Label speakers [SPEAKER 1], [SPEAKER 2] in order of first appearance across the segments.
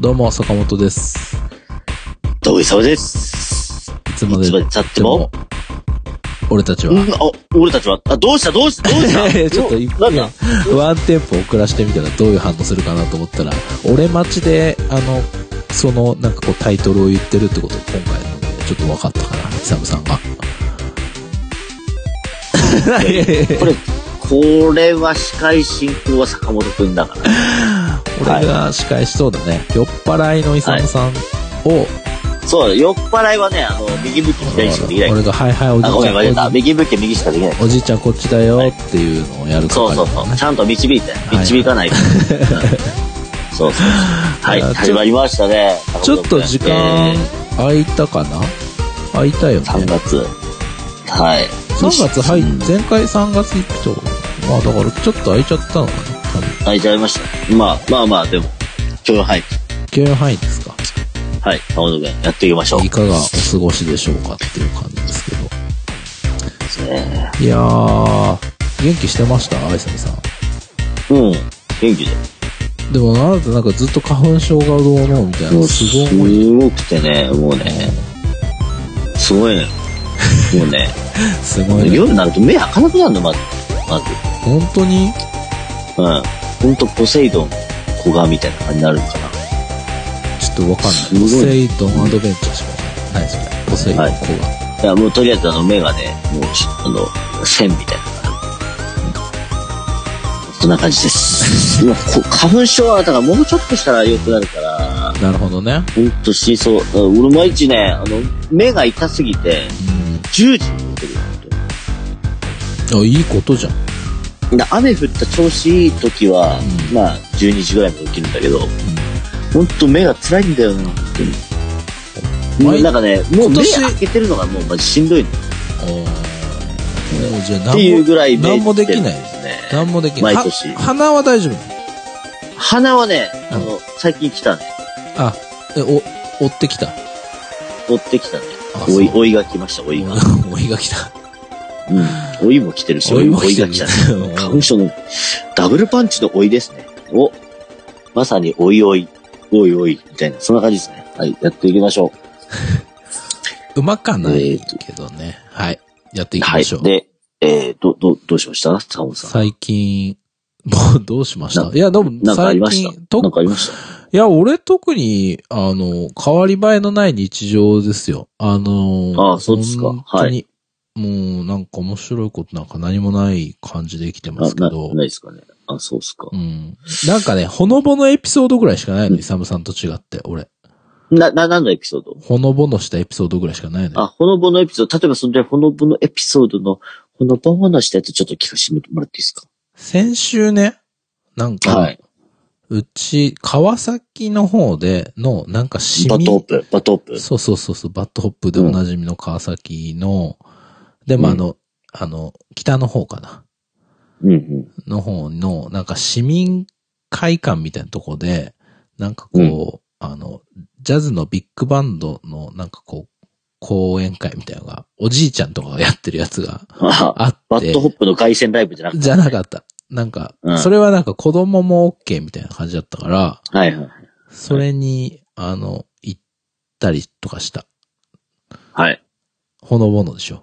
[SPEAKER 1] どうも、坂本です。
[SPEAKER 2] どういさまです。
[SPEAKER 1] いつ
[SPEAKER 2] い
[SPEAKER 1] まで
[SPEAKER 2] つまで
[SPEAKER 1] 経
[SPEAKER 2] 経っても、、
[SPEAKER 1] 俺たち
[SPEAKER 2] う
[SPEAKER 1] は。
[SPEAKER 2] ん、あ、俺たちは、あ、どうしたどうしたどうし
[SPEAKER 1] いやいや
[SPEAKER 2] た
[SPEAKER 1] ちょっと一
[SPEAKER 2] 今、
[SPEAKER 1] 分
[SPEAKER 2] なんだ
[SPEAKER 1] ワンテンポ遅らしてみたらどういう反応するかなと思ったら、俺待ちで、あの、その、なんかこうタイトルを言ってるってこと、今回ので、ちょっと分かったかな、イサムさん が。いやいや いや
[SPEAKER 2] これ、これは司会進行は坂本くんだから。
[SPEAKER 1] 俺が司会しそうだね。酔っ払いのイサムさんを、
[SPEAKER 2] そうだ、酔っ払いはね、あの、右向き左しかできない。
[SPEAKER 1] 俺が、はいはい、おじ
[SPEAKER 2] あ、ごめん、間違え
[SPEAKER 1] いちゃ
[SPEAKER 2] た。
[SPEAKER 1] んこ、
[SPEAKER 2] 右向き右しかできない。
[SPEAKER 1] おじいちゃんこっちだよっていうのをやるか
[SPEAKER 2] そ
[SPEAKER 1] ら、
[SPEAKER 2] う
[SPEAKER 1] ね。
[SPEAKER 2] そうそう。ちゃんと導いて。導 かないと。そうそうそう。はい、
[SPEAKER 1] あちょ
[SPEAKER 2] 始まりましたね。
[SPEAKER 1] ちょっと時間
[SPEAKER 2] え
[SPEAKER 1] 空いたかな空いたよね。
[SPEAKER 2] ー3月。はい。
[SPEAKER 1] 3月入っ
[SPEAKER 2] うん
[SPEAKER 1] 前回3月行くと、まあだからちょっと空いちゃったのかな多分。
[SPEAKER 2] 泣いちゃいました。まあ、まあまあ、でも、今日ははい。
[SPEAKER 1] 許容範囲ですか
[SPEAKER 2] はい、青野くん、やっていきましょう。
[SPEAKER 1] いかがお過ごしでしょうかっていう感じですけど。
[SPEAKER 2] ね
[SPEAKER 1] いやー、元気してましたアイサミさん。
[SPEAKER 2] うん、元気で。
[SPEAKER 1] でもあなたなんかずっと花粉症がどうのみたいな、すごい。
[SPEAKER 2] すごくてね、もうね、すごいのよ。もう ね、
[SPEAKER 1] すごいね。
[SPEAKER 2] 夜になると目開かなくなるの、まず。まず。
[SPEAKER 1] 本当に
[SPEAKER 2] うん。ほんと、ポセイドン、小賀みたいな感じになるのか
[SPEAKER 1] ちょっとわかんない。
[SPEAKER 2] すご
[SPEAKER 1] ポ
[SPEAKER 2] い
[SPEAKER 1] セイドンアドベンチャーしかわかんない。何それポセイドン
[SPEAKER 2] は
[SPEAKER 1] コ
[SPEAKER 2] いな。いや、もうとりあえずあの目がね、もうちょっとあの、線みたいな。そんな感 じです。もうこ花粉症は、だからもうちょっとしたら良くなるか
[SPEAKER 1] が。
[SPEAKER 2] ら、
[SPEAKER 1] なるほどね。
[SPEAKER 2] ほんと死にそう。うん俺毎日ね、あの、目が痛すぎて、
[SPEAKER 1] うん。
[SPEAKER 2] 10時に寝てるよ
[SPEAKER 1] あ、いいことじゃん。
[SPEAKER 2] 本当にで雨降った調子いい時は、
[SPEAKER 1] うん
[SPEAKER 2] まあ、12時ぐらいまで起きるんだけど、ほんと目が辛いんだよな、本当に。
[SPEAKER 1] 毎
[SPEAKER 2] なんかね、もう
[SPEAKER 1] 今
[SPEAKER 2] 目
[SPEAKER 1] 年
[SPEAKER 2] 開けてるのがもうマジしんどいのっ
[SPEAKER 1] おーもうじゃあ何も
[SPEAKER 2] ていうぐらい目
[SPEAKER 1] 何もでき
[SPEAKER 2] 出
[SPEAKER 1] な
[SPEAKER 2] て
[SPEAKER 1] い
[SPEAKER 2] るんですね。
[SPEAKER 1] 何もできない
[SPEAKER 2] 毎年
[SPEAKER 1] は鼻は大丈夫
[SPEAKER 2] 鼻はね、
[SPEAKER 1] うん
[SPEAKER 2] あの、最近来たね。
[SPEAKER 1] あえお追ってきた
[SPEAKER 2] 追ってきたね
[SPEAKER 1] あ。
[SPEAKER 2] 追い、
[SPEAKER 1] そう
[SPEAKER 2] 追いが来ました、追いが。
[SPEAKER 1] おいが来た
[SPEAKER 2] うん。追いも来てるし、
[SPEAKER 1] お
[SPEAKER 2] 追
[SPEAKER 1] い
[SPEAKER 2] い
[SPEAKER 1] も
[SPEAKER 2] 追
[SPEAKER 1] 来
[SPEAKER 2] い
[SPEAKER 1] て
[SPEAKER 2] が
[SPEAKER 1] る
[SPEAKER 2] 来たね。花 粉症のダブルパンチの追いですね。お、まさに追い追い、おいおい、みたいな、そんな感じですね。はい、やっていきましょ。
[SPEAKER 1] うまかないけどねはいやっていうき
[SPEAKER 2] は
[SPEAKER 1] ま
[SPEAKER 2] い
[SPEAKER 1] しょう、。
[SPEAKER 2] で、えー、ど、ど、どうしました坂本さん。
[SPEAKER 1] 最近もうどうしました
[SPEAKER 2] ない
[SPEAKER 1] やでも
[SPEAKER 2] なんかあ
[SPEAKER 1] 最
[SPEAKER 2] りまし
[SPEAKER 1] 近
[SPEAKER 2] た
[SPEAKER 1] と
[SPEAKER 2] なんかありました
[SPEAKER 1] いや俺特にあの変わり映えのない日常ですよあの
[SPEAKER 2] あそうですか
[SPEAKER 1] 本当に、もうなんか面白いことなんか何もない感じで生きてますけ
[SPEAKER 2] あ、
[SPEAKER 1] ど
[SPEAKER 2] な、ないですかね。あ、そうっすか
[SPEAKER 1] う。ん。なんかね、ほのぼのエピソードぐらいしかないの、イサムさんと違って、俺。
[SPEAKER 2] な、な、何のエピソード
[SPEAKER 1] ほのぼのしたエピソードぐらいしかないのよ。
[SPEAKER 2] あ、ほのぼのエピソード。例えばそのほのぼのエピソードの、ほのぼのしたやつちょっと聞かせてもらっていいですか
[SPEAKER 1] 先週ね、なんか、
[SPEAKER 2] はい。
[SPEAKER 1] うち、川崎の方での、なんかシ
[SPEAKER 2] バッ
[SPEAKER 1] ミ
[SPEAKER 2] トホップ、バットホップ。
[SPEAKER 1] そうそうそうそう、バットホップでおなじみの川崎の、でもあの、あの、北の方かな。
[SPEAKER 2] うんうん。
[SPEAKER 1] の方の、なんか市民会館みたいなとこで、なんかこう、あの、ジャズのビッグバンドの、なんかこう、講演会みたいなのが、おじいちゃんとかがやってるやつが
[SPEAKER 2] あ、
[SPEAKER 1] あって、
[SPEAKER 2] バットホップの凱旋ライブじゃなくて。
[SPEAKER 1] じゃなかった。なんか、
[SPEAKER 2] うん
[SPEAKER 1] それはなんか子供も OK みたいな感じだったから、
[SPEAKER 2] はいはい。
[SPEAKER 1] それに、あの、行ったりとかした。
[SPEAKER 2] はい。
[SPEAKER 1] ほのぼのでしょ。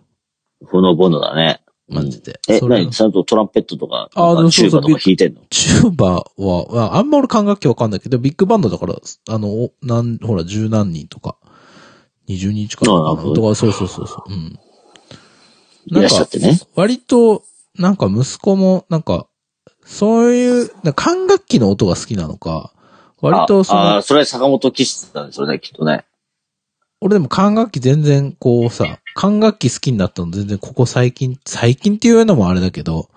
[SPEAKER 2] ほのぼのだね。
[SPEAKER 1] マジで。
[SPEAKER 2] え、
[SPEAKER 1] それ
[SPEAKER 2] 何ちゃんとトランペットとか、
[SPEAKER 1] あ
[SPEAKER 2] なんかチューバ
[SPEAKER 1] そ
[SPEAKER 2] と
[SPEAKER 1] うそう
[SPEAKER 2] か弾いてんの
[SPEAKER 1] チューバは、ああんま俺管楽器わかんないけど、ビッグバンドだから、あの、おなん、ほら、十何人とか、20人近く
[SPEAKER 2] あ
[SPEAKER 1] か
[SPEAKER 2] あ
[SPEAKER 1] な
[SPEAKER 2] そう
[SPEAKER 1] とか、そうそうそうそう。うん。
[SPEAKER 2] いらっしゃってね。
[SPEAKER 1] 割と、なんか息子も、なんか、そういう、なんか管楽器の音が好きなのか、割とその、
[SPEAKER 2] ああ、それは坂本騎士なんですよね、きっとね。
[SPEAKER 1] 俺でも管楽器全然こうさ、管楽器好きになったの全然ここ最近、最近っていうのもあれだけど、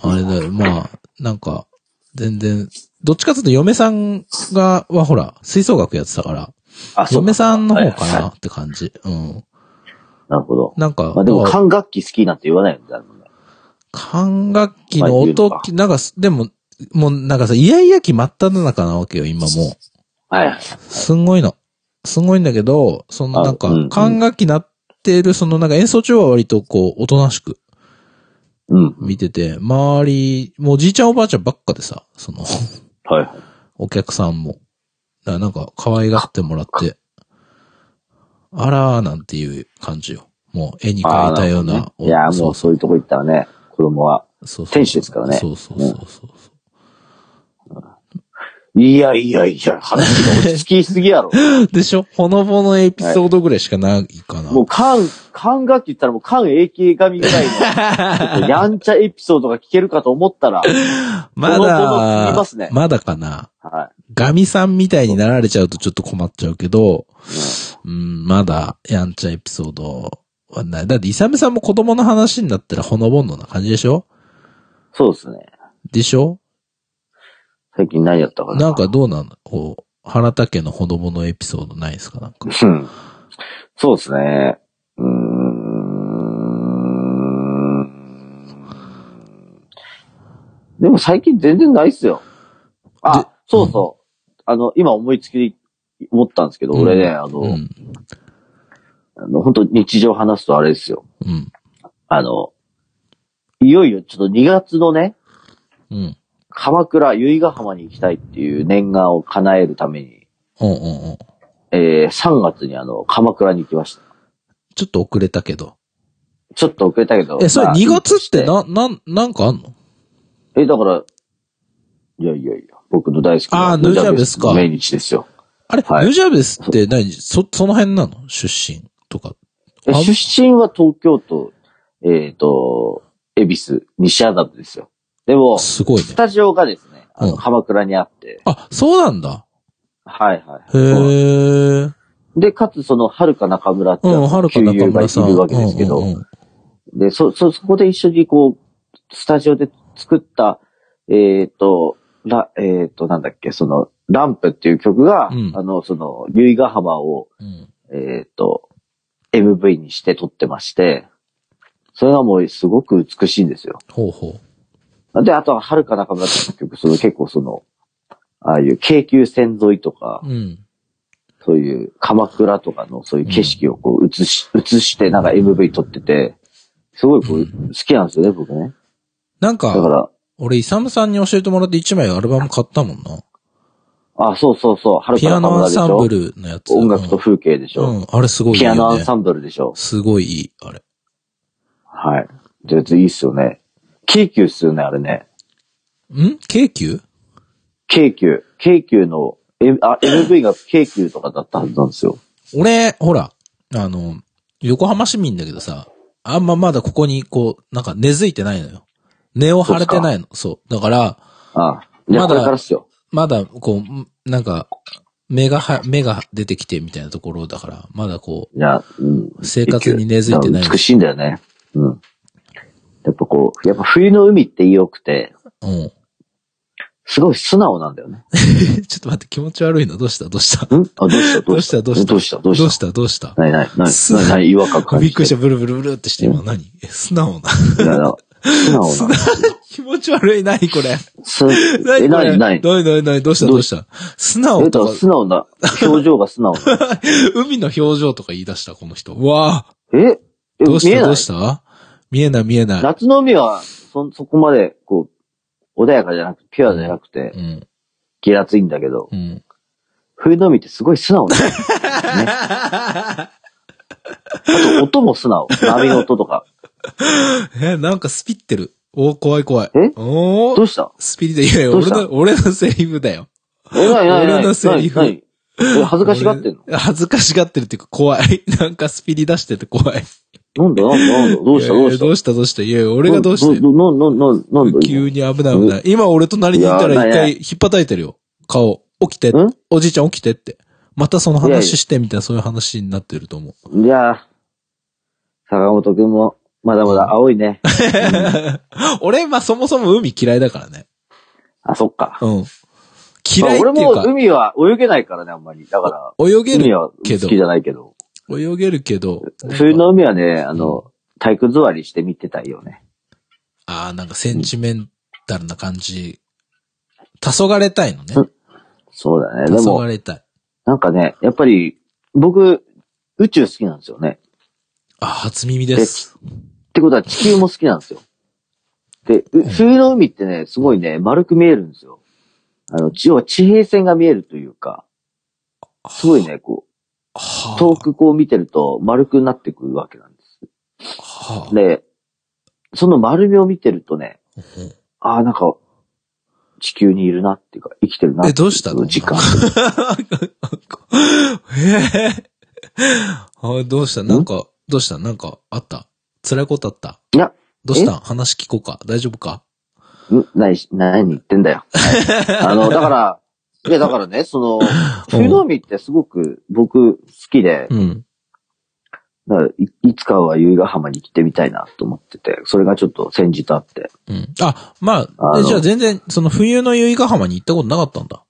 [SPEAKER 1] あれだよ、まあ、なんか、全然、どっちかというと嫁さんが、はほら、吹奏楽やってたから、
[SPEAKER 2] あ、そう
[SPEAKER 1] 嫁さんの方か
[SPEAKER 2] はい
[SPEAKER 1] な
[SPEAKER 2] はい
[SPEAKER 1] って感じ。うん。
[SPEAKER 2] なるほど。
[SPEAKER 1] なんか、
[SPEAKER 2] まあでも、
[SPEAKER 1] まあ
[SPEAKER 2] 管楽器好きなんて言わないんだろうね。
[SPEAKER 1] 管楽器の音、
[SPEAKER 2] まあ
[SPEAKER 1] なんか、でも、もうなんかさ、イヤイヤ期真っ只中なわけよ、今もう。
[SPEAKER 2] はい。
[SPEAKER 1] すんごいの。すごいんだけど、その
[SPEAKER 2] あ
[SPEAKER 1] なんか
[SPEAKER 2] うんうん、
[SPEAKER 1] 管楽器なってる、そのなんか演奏中は割とこう、おとなしく
[SPEAKER 2] うん。
[SPEAKER 1] 見てて、周 り、もうおじいちゃんおばあちゃんばっかでさ、その、
[SPEAKER 2] はいはい。
[SPEAKER 1] お客さんも。だからなんか可愛がってもらって、あらーなんていう感じよ。もう絵に描
[SPEAKER 2] ああ
[SPEAKER 1] いたような。
[SPEAKER 2] いや、もう
[SPEAKER 1] そ
[SPEAKER 2] そういうとこ行ったらね、子供は。
[SPEAKER 1] うそうそう。
[SPEAKER 2] 天使ですからね
[SPEAKER 1] そうそうそうそうそう。
[SPEAKER 2] いやいやいや、話が落ち着きす ぎやろ。
[SPEAKER 1] でしょほのぼのエピソードぐらいしかないかな。
[SPEAKER 2] もう、缶、缶楽器言ったらもう缶 AK 紙ぐらいの、ちょっとやんちゃエピソードが聞けるかと思ったら、
[SPEAKER 1] ま
[SPEAKER 2] ほのぼの過ぎ
[SPEAKER 1] だ
[SPEAKER 2] ますね、
[SPEAKER 1] まだかな。
[SPEAKER 2] は
[SPEAKER 1] ガミさんみたいになられちゃうとちょっと困っちゃうけど、
[SPEAKER 2] い。
[SPEAKER 1] うん、まだやんちゃエピソードはない。だって、イサムさんも子供の話になったらほのぼのな感じでしょ
[SPEAKER 2] そうですね。
[SPEAKER 1] でしょ
[SPEAKER 2] 最近何やったかな。
[SPEAKER 1] なんかどうなのこう、原田家のほのぼのエピソードないですかなんか。
[SPEAKER 2] うん。そうですね。うーん。でも最近全然ないっすよ。
[SPEAKER 1] で
[SPEAKER 2] あ、そうそう。あの、今思いつきで思ったんですけど、
[SPEAKER 1] うん
[SPEAKER 2] 俺ね、あの、
[SPEAKER 1] うん。
[SPEAKER 2] あの本当日常話すとあれですよ。
[SPEAKER 1] うん。
[SPEAKER 2] あの、いよいよちょっと2月のね、
[SPEAKER 1] うん。
[SPEAKER 2] 鎌倉、由比ヶ浜に行きたいっていう念願を叶えるために、
[SPEAKER 1] うんうんうん。
[SPEAKER 2] えー、3月にあの、鎌倉に行きました。
[SPEAKER 1] ちょっと遅れたけど。
[SPEAKER 2] ちょっと遅れたけど。
[SPEAKER 1] え、それ
[SPEAKER 2] まあ
[SPEAKER 1] 2月ってな、なん、なんかあんの
[SPEAKER 2] え、だから、いやいやいや、僕の大好きな
[SPEAKER 1] あーヌジャベスか
[SPEAKER 2] の命日ですよ。
[SPEAKER 1] あれ、
[SPEAKER 2] はい
[SPEAKER 1] ヌジャベスって何そ、その辺なの出身とか。
[SPEAKER 2] え
[SPEAKER 1] あ
[SPEAKER 2] 出身は東京都、えっ、と、恵比寿、西麻布ですよ。でも、ス
[SPEAKER 1] すごいね。
[SPEAKER 2] タジオがですね、あ
[SPEAKER 1] うん
[SPEAKER 2] の、鎌倉にあって、
[SPEAKER 1] あ、そうなんだ。
[SPEAKER 2] はいはい
[SPEAKER 1] へ
[SPEAKER 2] は
[SPEAKER 1] ー。
[SPEAKER 2] い。で、かつその、はるか中村って、
[SPEAKER 1] うん、はるか中村さん。
[SPEAKER 2] 旧友がいるわけですけど、
[SPEAKER 1] うんうんうん
[SPEAKER 2] で、そ、そ、そこで一緒にこう、スタジオで作った、えっ、と、ラ、えっ、と、なんだっけ、その、ランプっていう曲が、
[SPEAKER 1] うん
[SPEAKER 2] あの、その、由比ヶ浜を、
[SPEAKER 1] うん
[SPEAKER 2] えっ、と、MV にして撮ってまして、それがもうすごく美しいんですよ。
[SPEAKER 1] ほうほ
[SPEAKER 2] で、あとは、はるか中村っていう曲、その結構その、ああいう京急線沿いとか
[SPEAKER 1] う。、うん。
[SPEAKER 2] そういう鎌倉とかのそういう景色をこう映し、映してなんか MV 撮ってて、すごいこう、好きなんですよね、僕ね。
[SPEAKER 1] なん
[SPEAKER 2] だか
[SPEAKER 1] か、
[SPEAKER 2] ら、
[SPEAKER 1] 俺、イサムさんに教えてもらって1枚アルバム買ったもんな。
[SPEAKER 2] あ、そうそうそう、はる
[SPEAKER 1] ピ
[SPEAKER 2] か
[SPEAKER 1] ア
[SPEAKER 2] 中
[SPEAKER 1] ノア
[SPEAKER 2] 村
[SPEAKER 1] ン
[SPEAKER 2] でし
[SPEAKER 1] サン
[SPEAKER 2] ょ
[SPEAKER 1] ブルのやつ。
[SPEAKER 2] 音楽と風景でし
[SPEAKER 1] う
[SPEAKER 2] ょ、
[SPEAKER 1] ん、うんあれすごいいい
[SPEAKER 2] ピアノ
[SPEAKER 1] よ
[SPEAKER 2] ア
[SPEAKER 1] ね
[SPEAKER 2] ン。サンブルでしょ
[SPEAKER 1] すごいいい、あれ。
[SPEAKER 2] はい。で、いいっすよね。京急っすよね、あれね。
[SPEAKER 1] ん京急
[SPEAKER 2] 京急。京急の、えあ、MV が京急とかだったはずなんですよ。
[SPEAKER 1] 俺、ほら、あの、横浜市民だけどさ、あんままだここにこう、なんか根付いてないのよ。根を張れてないの。そう。だから、
[SPEAKER 2] あいや、
[SPEAKER 1] まだ
[SPEAKER 2] これからっすよ。
[SPEAKER 1] まだ、こううん、なんか、目がは、目が出てきてみたいなところだから、まだこ
[SPEAKER 2] いや、うん。
[SPEAKER 1] う、生活に根付いてない
[SPEAKER 2] や。美しいんだよね。うん。やっぱこう、やっぱ冬の海って良くて、
[SPEAKER 1] うん。
[SPEAKER 2] すごい素直なんだよね。
[SPEAKER 1] ちょっと待って、気持ち悪いのどうしたどうした
[SPEAKER 2] んあ、どうした
[SPEAKER 1] どうしたどうした
[SPEAKER 2] どうしたどう
[SPEAKER 1] どう
[SPEAKER 2] し
[SPEAKER 1] したどうした
[SPEAKER 2] たないないない
[SPEAKER 1] す
[SPEAKER 2] ないない違和感感
[SPEAKER 1] び
[SPEAKER 2] じ
[SPEAKER 1] っくりしてた、ブルブルブルってして、今何え、素直な。
[SPEAKER 2] いやいや素直なんだ
[SPEAKER 1] 気持ち悪い、何これ。
[SPEAKER 2] す、え、
[SPEAKER 1] 何こ
[SPEAKER 2] な
[SPEAKER 1] れ
[SPEAKER 2] になに
[SPEAKER 1] 何何何どうしたどうした素
[SPEAKER 2] え
[SPEAKER 1] 直
[SPEAKER 2] っ
[SPEAKER 1] と
[SPEAKER 2] と、
[SPEAKER 1] か、
[SPEAKER 2] 素直な、表情が 素直な。
[SPEAKER 1] 海の表情とか言い出した、この人。うわあ
[SPEAKER 2] ええ
[SPEAKER 1] どうし
[SPEAKER 2] 見え
[SPEAKER 1] たど
[SPEAKER 2] な
[SPEAKER 1] う
[SPEAKER 2] い
[SPEAKER 1] した見えない見えない。
[SPEAKER 2] 夏の海は、そ、そこまで、こう、穏やかじゃなくて、ピュアじゃなくて
[SPEAKER 1] う、ん。
[SPEAKER 2] 気らついんだけど、
[SPEAKER 1] うん。
[SPEAKER 2] 冬の海ってすごい素直なの。あと、音も素直。波の音とか。
[SPEAKER 1] え、なんかスピってる。おー怖い怖い。
[SPEAKER 2] え
[SPEAKER 1] おー
[SPEAKER 2] どうした
[SPEAKER 1] スピリで、いやいや、
[SPEAKER 2] どう
[SPEAKER 1] 俺
[SPEAKER 2] した
[SPEAKER 1] の、俺のセリフだよ。
[SPEAKER 2] え、なになにな
[SPEAKER 1] 俺
[SPEAKER 2] に
[SPEAKER 1] のセリフ
[SPEAKER 2] なになにえ恥ずかしがってんの
[SPEAKER 1] 俺恥ずかしがってるっていうか怖い。 なんかスピリ出してて怖い。
[SPEAKER 2] なんだなんだなんだどうした
[SPEAKER 1] いやいう
[SPEAKER 2] ど
[SPEAKER 1] や
[SPEAKER 2] した
[SPEAKER 1] どうしたどうしたいやいや、俺がどうしたよ
[SPEAKER 2] どどどどどなんだ
[SPEAKER 1] 急に危ない危ない。今俺隣にいたら
[SPEAKER 2] い
[SPEAKER 1] 一
[SPEAKER 2] やいや
[SPEAKER 1] 回引っ叩いてるよ。顔。起きて
[SPEAKER 2] ん。
[SPEAKER 1] おじいちゃん起きてって。またその
[SPEAKER 2] いやいや
[SPEAKER 1] 話してみたいなそういう話になってると思う。
[SPEAKER 2] いや、坂本くんも、まだまだ青いね。
[SPEAKER 1] 俺、まあそもそも海嫌いだからね。
[SPEAKER 2] あ、そっか。
[SPEAKER 1] うん。嫌い
[SPEAKER 2] まあ
[SPEAKER 1] っていう
[SPEAKER 2] 俺も
[SPEAKER 1] か、
[SPEAKER 2] 海は泳げないからね、あんまり。だから、
[SPEAKER 1] 泳げ
[SPEAKER 2] 海
[SPEAKER 1] る、
[SPEAKER 2] は好きじゃないけど。
[SPEAKER 1] 泳げるけど、なんか
[SPEAKER 2] 冬の海はね、あの、体育座りして見てたいよね。
[SPEAKER 1] ああ、なんかセンチメンタルな感じ。黄昏れたいのね。
[SPEAKER 2] そうだね。
[SPEAKER 1] 黄
[SPEAKER 2] で
[SPEAKER 1] 昏
[SPEAKER 2] も、
[SPEAKER 1] れたい。
[SPEAKER 2] なんかね、やっぱり、僕、宇宙好きなんですよね。
[SPEAKER 1] あ、初耳です。
[SPEAKER 2] ってことは地球も好きなんですよ。で、う冬の海ってね、すごいね、丸く見えるんですよ。あの、地は地平線が見えるというか、すごいね、こ
[SPEAKER 1] は
[SPEAKER 2] う、
[SPEAKER 1] あ
[SPEAKER 2] 遠くこう見てると丸くなってくるわけなんです。
[SPEAKER 1] はあ
[SPEAKER 2] で、その丸みを見てるとね、
[SPEAKER 1] うん
[SPEAKER 2] ああ、なんか、地球にいるなっていうか、生きてるなってい
[SPEAKER 1] え、どうしたの
[SPEAKER 2] 時 間。
[SPEAKER 1] えーあどうしたなんか、どうしたなんか、あった辛いことあった
[SPEAKER 2] いや、
[SPEAKER 1] どうした話聞こうか大丈夫か
[SPEAKER 2] ん何し、何言ってんだよ。あの、だから、いや、だからね、その、冬の海ってすごく僕好きで、
[SPEAKER 1] うん。
[SPEAKER 2] だからいいつかは由比ヶ浜に来てみたいなと思ってて、それがちょっと先日あって。
[SPEAKER 1] うん。あ、まあ、
[SPEAKER 2] あ
[SPEAKER 1] え
[SPEAKER 2] の
[SPEAKER 1] じゃあ全然、その冬の由比ヶ浜に行ったことなかったんだ。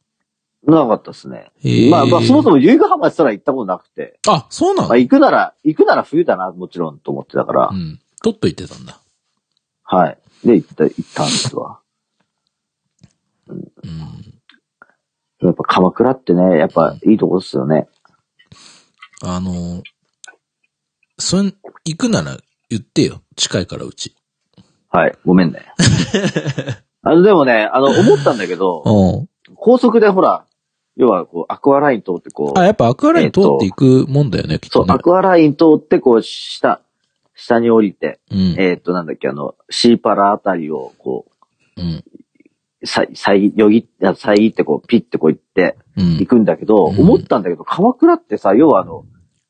[SPEAKER 2] なかったですね。
[SPEAKER 1] へえ
[SPEAKER 2] まあ、まあ、そもそも由比ヶ浜すら行ったことなくて、
[SPEAKER 1] あ、そうな
[SPEAKER 2] まあ、
[SPEAKER 1] の
[SPEAKER 2] 行くなら、行くなら冬だな、もちろんと思ってたから、
[SPEAKER 1] うん。取っといてたんだ。
[SPEAKER 2] はい。で、行った、行ったんですわ。
[SPEAKER 1] うん。
[SPEAKER 2] やっぱ鎌倉ってね、やっぱいいとこですよね。
[SPEAKER 1] あの、そん、行くなら言ってよ。近いからうち。
[SPEAKER 2] はい。ごめ んね。あの、でもね、あの、思ったんだけど、
[SPEAKER 1] うん。
[SPEAKER 2] 高速でほら、要はこう、アクアライン通ってこう
[SPEAKER 1] あ、、やっぱアクアライン通っていくもんだよね、きっ
[SPEAKER 2] そ
[SPEAKER 1] と
[SPEAKER 2] う、
[SPEAKER 1] ね
[SPEAKER 2] ア。クアライン通ってこう、下、下に降りて、
[SPEAKER 1] うん。
[SPEAKER 2] えーっと、なんだっけ、あの、シーパラあたりをこ
[SPEAKER 1] うん。
[SPEAKER 2] う、さい、さい、よぎ、あさいってこう、ピッてこう行って、
[SPEAKER 1] う
[SPEAKER 2] 行
[SPEAKER 1] ん。
[SPEAKER 2] くんだけど、
[SPEAKER 1] うん
[SPEAKER 2] 思ったんだけど、鎌倉ってさ、要はあの、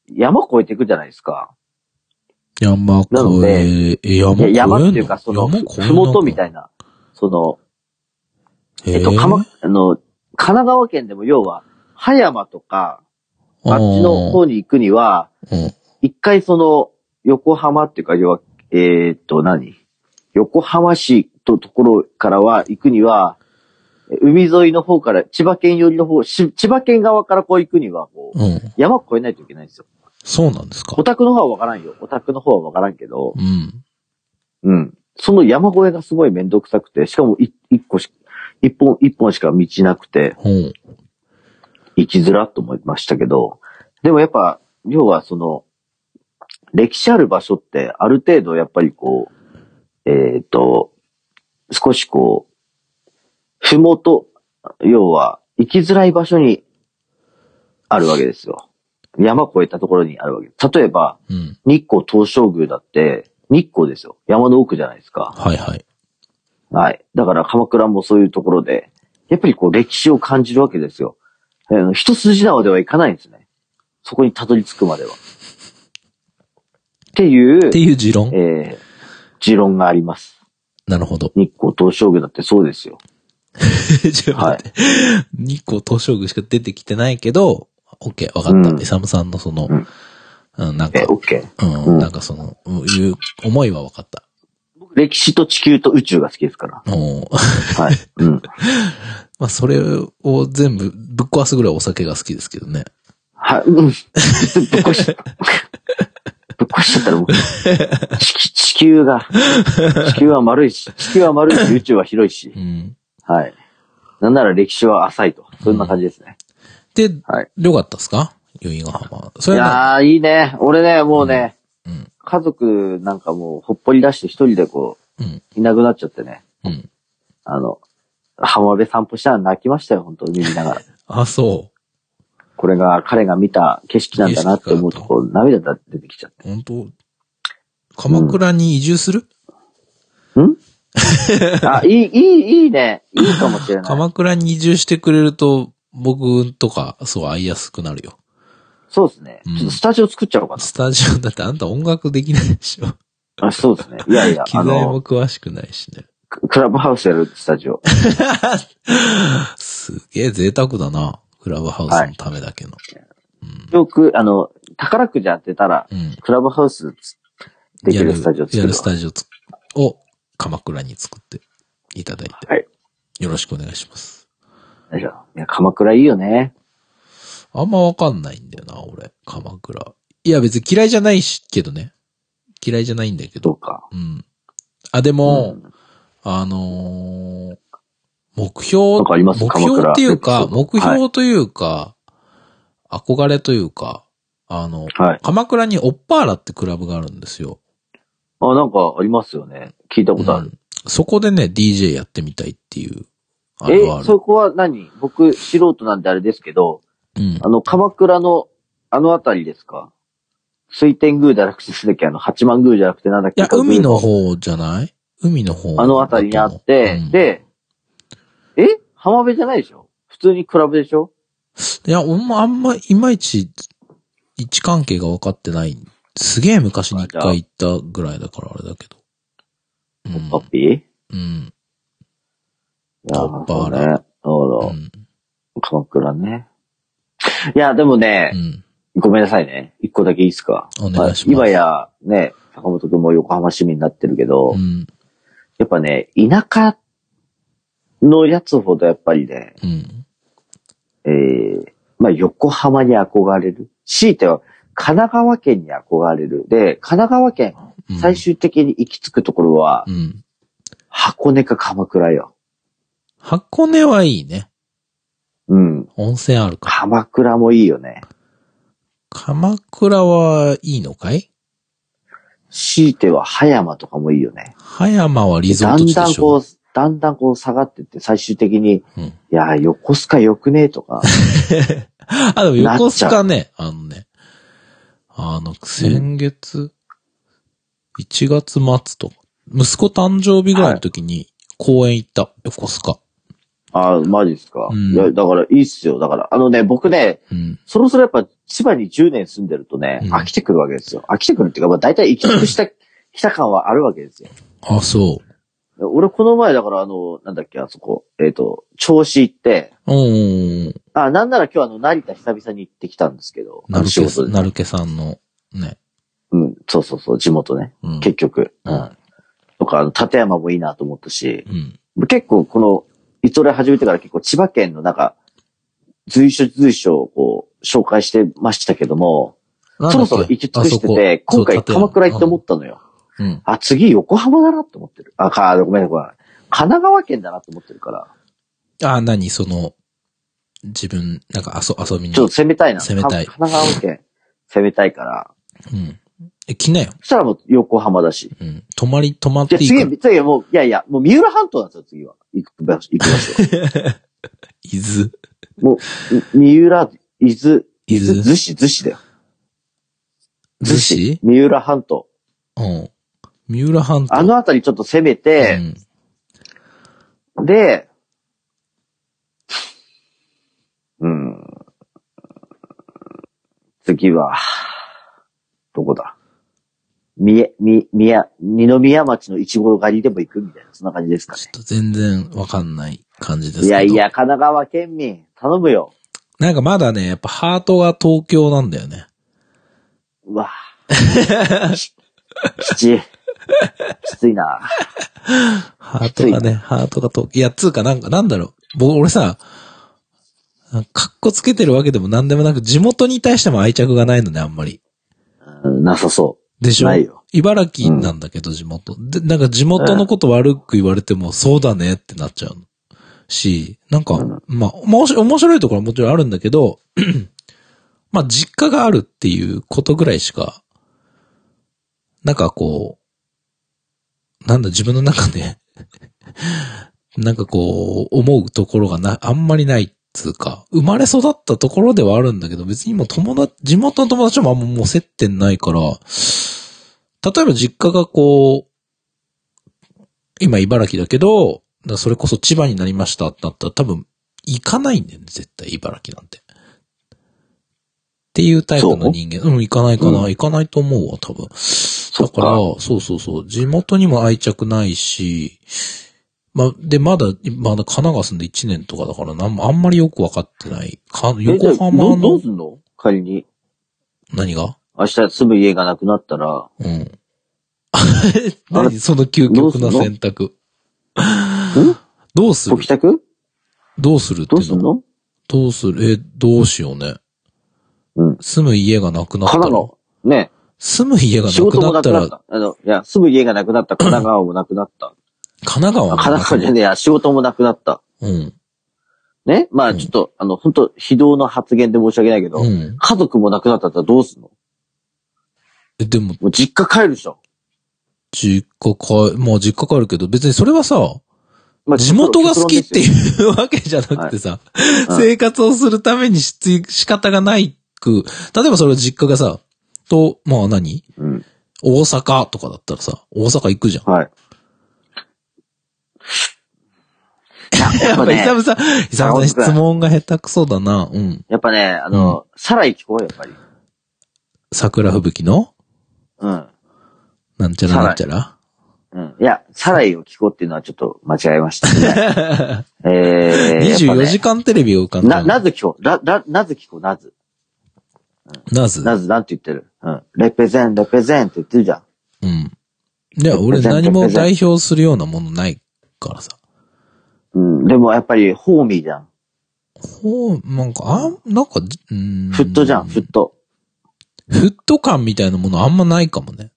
[SPEAKER 2] 山越えていくじゃないですか。
[SPEAKER 1] 山越
[SPEAKER 2] なの
[SPEAKER 1] え
[SPEAKER 2] で、
[SPEAKER 1] え山越
[SPEAKER 2] で
[SPEAKER 1] えんの
[SPEAKER 2] 山っていうか、その、
[SPEAKER 1] 山越え
[SPEAKER 2] ふもとみ
[SPEAKER 1] い
[SPEAKER 2] たいな、その、
[SPEAKER 1] な。
[SPEAKER 2] えっと、
[SPEAKER 1] へー
[SPEAKER 2] かま、あの、神奈川県でも要は、葉山とか、あっちの方に行くには、
[SPEAKER 1] うん
[SPEAKER 2] 一回その、横浜っていうか、要は、えーっと、何横浜市とところからは行くには、え海沿いの方から、千葉県寄りの方、し千葉県側からこう行くには、こう、
[SPEAKER 1] うん。
[SPEAKER 2] 山を越えないといけないんですよ。
[SPEAKER 1] そうなんですか
[SPEAKER 2] オ。タクの方はわからんよ。オタクの方はわからんけど、
[SPEAKER 1] うん。
[SPEAKER 2] うん。その山越えがすごいめんどくさくて、しかもい一個し、一本、一本しか道なくて、
[SPEAKER 1] うん。
[SPEAKER 2] 生きづらっと思いましたけど、でもやっぱ、要はその、歴史ある場所ってある程度やっぱりこう、えっ、と、少しこう、ふもと、要は行きづらい場所にあるわけですよ。山越えたところにあるわけです。例えば、
[SPEAKER 1] うん。
[SPEAKER 2] 日光東照宮だって、日光ですよ。山の奥じゃないですか。
[SPEAKER 1] はいはい。
[SPEAKER 2] はい。だから鎌倉もそういうところで、やっぱりこう歴史を感じるわけですよ。あの一筋縄ではいかないんですね。そこにたどり着くまでは。っていう
[SPEAKER 1] って、いう持論
[SPEAKER 2] えー、持論があります。
[SPEAKER 1] なるほど。
[SPEAKER 2] 日光東照宮だってそうですよ。
[SPEAKER 1] ちょっと待って日光東照宮しか出てきてないけど、オッケー、わかった。
[SPEAKER 2] うん
[SPEAKER 1] イサムさんのその
[SPEAKER 2] うん、
[SPEAKER 1] うん、なんか
[SPEAKER 2] えー、、OK。
[SPEAKER 1] う、
[SPEAKER 2] うんん
[SPEAKER 1] なんかその、うんいう思いはわかった。
[SPEAKER 2] 僕、歴史と地球と宇宙が好きですから。
[SPEAKER 1] おー
[SPEAKER 2] はい。うん。
[SPEAKER 1] まあ、それを全部ぶっ壊すぐらいお酒が好きですけどね。
[SPEAKER 2] はい。うん。ぶっ壊し、ぶっ壊しちゃったら僕、地地球が、地球は丸いし、地球は丸いし、宇宙は広いし
[SPEAKER 1] う。ん。
[SPEAKER 2] はい。なんなら歴史は浅いと。そんな感じですね。
[SPEAKER 1] で、
[SPEAKER 2] はい。
[SPEAKER 1] 良かったですか由比ヶ浜。そ
[SPEAKER 2] い
[SPEAKER 1] れは
[SPEAKER 2] やー、いいね。俺ね、もうね、
[SPEAKER 1] うんうん
[SPEAKER 2] 家族なんかもうほっぽり出して一人でこ
[SPEAKER 1] な、うん、
[SPEAKER 2] う、いなくなっちゃってね。
[SPEAKER 1] うん。
[SPEAKER 2] あの、浜辺散歩したら泣きましたよ、本当に見ながら。
[SPEAKER 1] あ、そう。
[SPEAKER 2] これが彼が見た景色なんだなって思うと、こう、涙が出てきちゃっ
[SPEAKER 1] 本当鎌倉に移住する、
[SPEAKER 2] て。あ、いい、いい、いいね。いいかもしれない。
[SPEAKER 1] 鎌倉に移住してくれると、僕とか、そう、会いやすくなるよ。
[SPEAKER 2] そうですね。
[SPEAKER 1] うん
[SPEAKER 2] ちょっとスタジオ作っちゃおうかな
[SPEAKER 1] スタジオ、だってあんた音楽できないでしょ。。
[SPEAKER 2] あそうですね。いやい や、
[SPEAKER 1] 機
[SPEAKER 2] あ
[SPEAKER 1] 材も
[SPEAKER 2] の、
[SPEAKER 1] 詳しくないしね。
[SPEAKER 2] ククラブハウスやるスタジオ。
[SPEAKER 1] すげえ贅沢だな。クラブハウスのためだけの。
[SPEAKER 2] よく、あの、宝くじ当てたら、
[SPEAKER 1] うん。
[SPEAKER 2] クラブハウスでき
[SPEAKER 1] や
[SPEAKER 2] るスタジオ作るわ
[SPEAKER 1] やるスタジオつを鎌倉に作っていただいて。
[SPEAKER 2] はい
[SPEAKER 1] よろしくお願いします。
[SPEAKER 2] よいしょいや、鎌倉いいよね。
[SPEAKER 1] あんまわかんないんだよな、俺。鎌倉。いや、別に嫌いじゃないし、けどね。嫌いじゃないんだけど
[SPEAKER 2] ど。うか。
[SPEAKER 1] うん。あ、でも、あのー目標
[SPEAKER 2] なんかありま、す
[SPEAKER 1] 目
[SPEAKER 2] 鎌倉
[SPEAKER 1] 標っていう
[SPEAKER 2] エ
[SPEAKER 1] か、
[SPEAKER 2] ピソード
[SPEAKER 1] 目標というか、憧れというか、あの、
[SPEAKER 2] はい。
[SPEAKER 1] 鎌倉にオッパーラってクラブがあるんですよ。
[SPEAKER 2] あ、なんかありますよね。聞いたことあ
[SPEAKER 1] う
[SPEAKER 2] る。
[SPEAKER 1] んそこでね、DJ やってみたいっていう、あれはあ
[SPEAKER 2] え、
[SPEAKER 1] る。
[SPEAKER 2] そこは何僕、素人なんであれですけど、
[SPEAKER 1] うん。
[SPEAKER 2] あの、鎌倉の、あの辺りですか水天宮じゃなくて、すできあの、八幡宮じゃなくて、なんだっ
[SPEAKER 1] い
[SPEAKER 2] け
[SPEAKER 1] や、海の。方じゃない海の方。
[SPEAKER 2] あの辺りにあって、
[SPEAKER 1] うん、
[SPEAKER 2] で、え浜辺じゃないでしょ普通にクラブでしょ
[SPEAKER 1] いや、ほんま、あんま、いまいち、位置関係が分かってない。すげえ昔に一回行ったぐらいだからあれだけど。
[SPEAKER 2] パッピー、
[SPEAKER 1] うん。うん。
[SPEAKER 2] いや
[SPEAKER 1] やっぱあれ
[SPEAKER 2] そうね。そううだ
[SPEAKER 1] ん。
[SPEAKER 2] 鎌倉ね。いや、でもね
[SPEAKER 1] う、ん。
[SPEAKER 2] ごめんなさいね。一個だけいいですか
[SPEAKER 1] お願いします
[SPEAKER 2] 今や、ね、坂本くんも横浜市民になってるけど、
[SPEAKER 1] うん。
[SPEAKER 2] やっぱね、田舎のやつほどやっぱりね、
[SPEAKER 1] うん。
[SPEAKER 2] えー、まあ横浜に憧れる。強いては、神奈川県に憧れる。で、神奈川県、
[SPEAKER 1] うん
[SPEAKER 2] 最。終的に行き着くところは、
[SPEAKER 1] うん。
[SPEAKER 2] 箱根か鎌倉よ。
[SPEAKER 1] 箱根はいいね。
[SPEAKER 2] うん。
[SPEAKER 1] 温泉あるから。
[SPEAKER 2] 鎌倉もいいよね。
[SPEAKER 1] 鎌倉はいいのかい
[SPEAKER 2] 強いては、葉山とかもいいよね。
[SPEAKER 1] 葉山はリゾ
[SPEAKER 2] だ
[SPEAKER 1] ート
[SPEAKER 2] ん
[SPEAKER 1] 地で
[SPEAKER 2] だん
[SPEAKER 1] し
[SPEAKER 2] こ
[SPEAKER 1] ょ。
[SPEAKER 2] う、だんだんこう下がってって、最終的に、
[SPEAKER 1] うん
[SPEAKER 2] いやー、横須賀よくねえと か、
[SPEAKER 1] あ、でも横須賀ね、あのね、あの、先月、1月末とか、息子誕生日ぐらいの時に公園行った、横須賀。
[SPEAKER 2] ああ、マジですか。
[SPEAKER 1] うん
[SPEAKER 2] いや、だからいいっすよ。だから、あのね、僕ね、
[SPEAKER 1] うん。
[SPEAKER 2] そろそろやっぱ千葉に10年住んでるとね、
[SPEAKER 1] うん
[SPEAKER 2] 飽きてくるわけですよ。飽きてくるっていうか、まあ大体行き尽 くした、来た感はあるわけですよ。
[SPEAKER 1] あ、そ
[SPEAKER 2] 俺この前だからあの、なんだっけ、あそこ、えっ、と、調子行って、
[SPEAKER 1] う。うん。
[SPEAKER 2] あ、なんなら今日あの、成田久々に行ってきたんですけど、あ
[SPEAKER 1] な
[SPEAKER 2] の
[SPEAKER 1] る
[SPEAKER 2] 仕
[SPEAKER 1] け
[SPEAKER 2] 事
[SPEAKER 1] さ、
[SPEAKER 2] で。
[SPEAKER 1] なるけさんの、ね。
[SPEAKER 2] うん、そうそうそう、地元ね。
[SPEAKER 1] うん。
[SPEAKER 2] 結局。
[SPEAKER 1] うん
[SPEAKER 2] とか、あの、立山もいいなと思ったし、
[SPEAKER 1] うん。
[SPEAKER 2] 結構この、いつ俺始めてから結構千葉県のなんか、随所随所、こう、紹介してましたけども、そろそろ行き尽くしてて、今回鎌倉行って思
[SPEAKER 1] っ
[SPEAKER 2] ったのよ。
[SPEAKER 1] た。うん。
[SPEAKER 2] あ、次横浜だなって思ってる。あ、か、ごめんなさいごめん。神奈川県だなって思ってるから、
[SPEAKER 1] あ、何その、自分、なんか遊遊びに。
[SPEAKER 2] ちょっと攻めたいな。
[SPEAKER 1] 攻めたい
[SPEAKER 2] か神奈川県、攻めたいから。
[SPEAKER 1] うん。え、来なよ。
[SPEAKER 2] そしたらもう横浜だし。
[SPEAKER 1] うん。泊まり、泊まっ
[SPEAKER 2] じ
[SPEAKER 1] て
[SPEAKER 2] ゃ
[SPEAKER 1] いいか
[SPEAKER 2] 次、次もう、いやいや、もう三浦半島なんですよ、次は。行く場所、行く場所。
[SPEAKER 1] 伊豆。
[SPEAKER 2] 三浦、伊豆、
[SPEAKER 1] 伊豆
[SPEAKER 2] 逗子、逗子だよ。
[SPEAKER 1] 逗子
[SPEAKER 2] 三浦半島。
[SPEAKER 1] うん。三浦半島。
[SPEAKER 2] あのあたりちょっと攻めて、
[SPEAKER 1] うん、
[SPEAKER 2] で、うん。次は、どこだ三重、み、宮、二宮町のいちご狩りでも行くみたいな、そんな感じですか
[SPEAKER 1] ちょ
[SPEAKER 2] ね
[SPEAKER 1] っ。と全然わかんない感じですけど。
[SPEAKER 2] いやいや、神奈川県民、頼むよ。
[SPEAKER 1] なんかまだね、やっぱハートが東京なんだよね。
[SPEAKER 2] うわきちい。きついな。
[SPEAKER 1] ハートがね、ハートが東京。いや、つうかなんか、なんだろう。僕、俺さ、なんかっこつけてるわけでもなんでもなく、地元に対しても愛着がないのね、あんまり。
[SPEAKER 2] うんなさそ
[SPEAKER 1] でしょ
[SPEAKER 2] ないよ
[SPEAKER 1] 茨城なんだけど、地元。で、なんか地元のこと悪く言われても、そうだねってなっちゃうの。し、なんか、
[SPEAKER 2] うん
[SPEAKER 1] まあ、おもし面白いところはもちろんあるんだけど、 まあ、実家があるっていうことぐらいしか、なんかこう、なんだ、自分の中で、なんかこう、思うところがな、あんまりないっつうか、生まれ育ったところではあるんだけど、別にもう友達、地元の友達ともあんまもう接点ないから、例えば実家がこう、今茨城だけど、だからそれこそ千葉になりましたってなったら多分行かないんだよね、絶対茨城なんて。っていうタイプの人間。うん、行かないかな、
[SPEAKER 2] う
[SPEAKER 1] 行かないと思うわ、多分。
[SPEAKER 2] っ
[SPEAKER 1] だ
[SPEAKER 2] か
[SPEAKER 1] から、そうそうそう。地元にも愛着ないし、ま、で、まだ、まだ神奈川住んで1年とかだから、なんもあんまりよくわかってない。か
[SPEAKER 2] う。えじゃあ
[SPEAKER 1] 横浜
[SPEAKER 2] どど
[SPEAKER 1] の
[SPEAKER 2] う、すんの仮に。
[SPEAKER 1] 何が
[SPEAKER 2] 明日住む家がなくなったら、
[SPEAKER 1] うん。 何その究極な選択。
[SPEAKER 2] ん
[SPEAKER 1] どうする
[SPEAKER 2] ご帰宅
[SPEAKER 1] どうするって
[SPEAKER 2] どう
[SPEAKER 1] い
[SPEAKER 2] す
[SPEAKER 1] うんの
[SPEAKER 2] の
[SPEAKER 1] どうするえ、どうしようね。
[SPEAKER 2] うん
[SPEAKER 1] 住む家がなくなった
[SPEAKER 2] 神
[SPEAKER 1] ら
[SPEAKER 2] 奈。川。ね。
[SPEAKER 1] 住む家がな
[SPEAKER 2] 仕事
[SPEAKER 1] くな
[SPEAKER 2] もな
[SPEAKER 1] った
[SPEAKER 2] く
[SPEAKER 1] ら
[SPEAKER 2] なっ、た。あの、いや、住む家がなくなった。神奈川もなくなった。
[SPEAKER 1] 神奈川
[SPEAKER 2] あ
[SPEAKER 1] も
[SPEAKER 2] 神奈川じゃねえや、仕事もなくなった。
[SPEAKER 1] うん。
[SPEAKER 2] ね。ま
[SPEAKER 1] う
[SPEAKER 2] あ、
[SPEAKER 1] ん
[SPEAKER 2] ちょっと、あの、本当非道の発言で申し訳ないけど、
[SPEAKER 1] うん。
[SPEAKER 2] 家族もなくなったらどうすんの
[SPEAKER 1] え、でも、
[SPEAKER 2] もう実家帰るでしょ。
[SPEAKER 1] 実家帰、まあ実家帰るけど、別にそれはさ、
[SPEAKER 2] まあ
[SPEAKER 1] 地元が好きって
[SPEAKER 2] う。
[SPEAKER 1] いうわけじゃなくてさ、
[SPEAKER 2] うん
[SPEAKER 1] 生活をするためにし仕方がないく、例えばそれを実家がさ、と、まあ何
[SPEAKER 2] うん。
[SPEAKER 1] 大阪とかだったらさ、大阪行くじゃん。
[SPEAKER 2] はい。や
[SPEAKER 1] や
[SPEAKER 2] っ
[SPEAKER 1] っ
[SPEAKER 2] ぱ
[SPEAKER 1] ぱ、イ
[SPEAKER 2] ね
[SPEAKER 1] サ、ムさん、イサムさん質問が下手くそだな。うん。
[SPEAKER 2] やっぱね、あの、さらい聞こう、やっぱり。
[SPEAKER 1] 桜吹雪の、
[SPEAKER 2] うん。
[SPEAKER 1] なんちゃらなんちゃら。
[SPEAKER 2] うん。いや、サライを聞こうっていうのはちょっと間違えましたね。 えー、やっぱ
[SPEAKER 1] 24
[SPEAKER 2] ね
[SPEAKER 1] 時間テレビを浮かんだ
[SPEAKER 2] な、
[SPEAKER 1] の
[SPEAKER 2] な、ず聞こう。な、な、なず聞こう、なず。
[SPEAKER 1] なず。
[SPEAKER 2] なず、なんて言ってるうん。レペゼン、レペゼンって言ってるじゃ
[SPEAKER 1] う
[SPEAKER 2] ん。
[SPEAKER 1] ん。いや、俺何も代表するようなものないからさ。
[SPEAKER 2] うん。でもやっぱり、ホーミーじゃん。
[SPEAKER 1] ほう、なんか、あん、なんか、うん。
[SPEAKER 2] フットじゃん、フット。
[SPEAKER 1] フット感みたいなものあんまないかもね。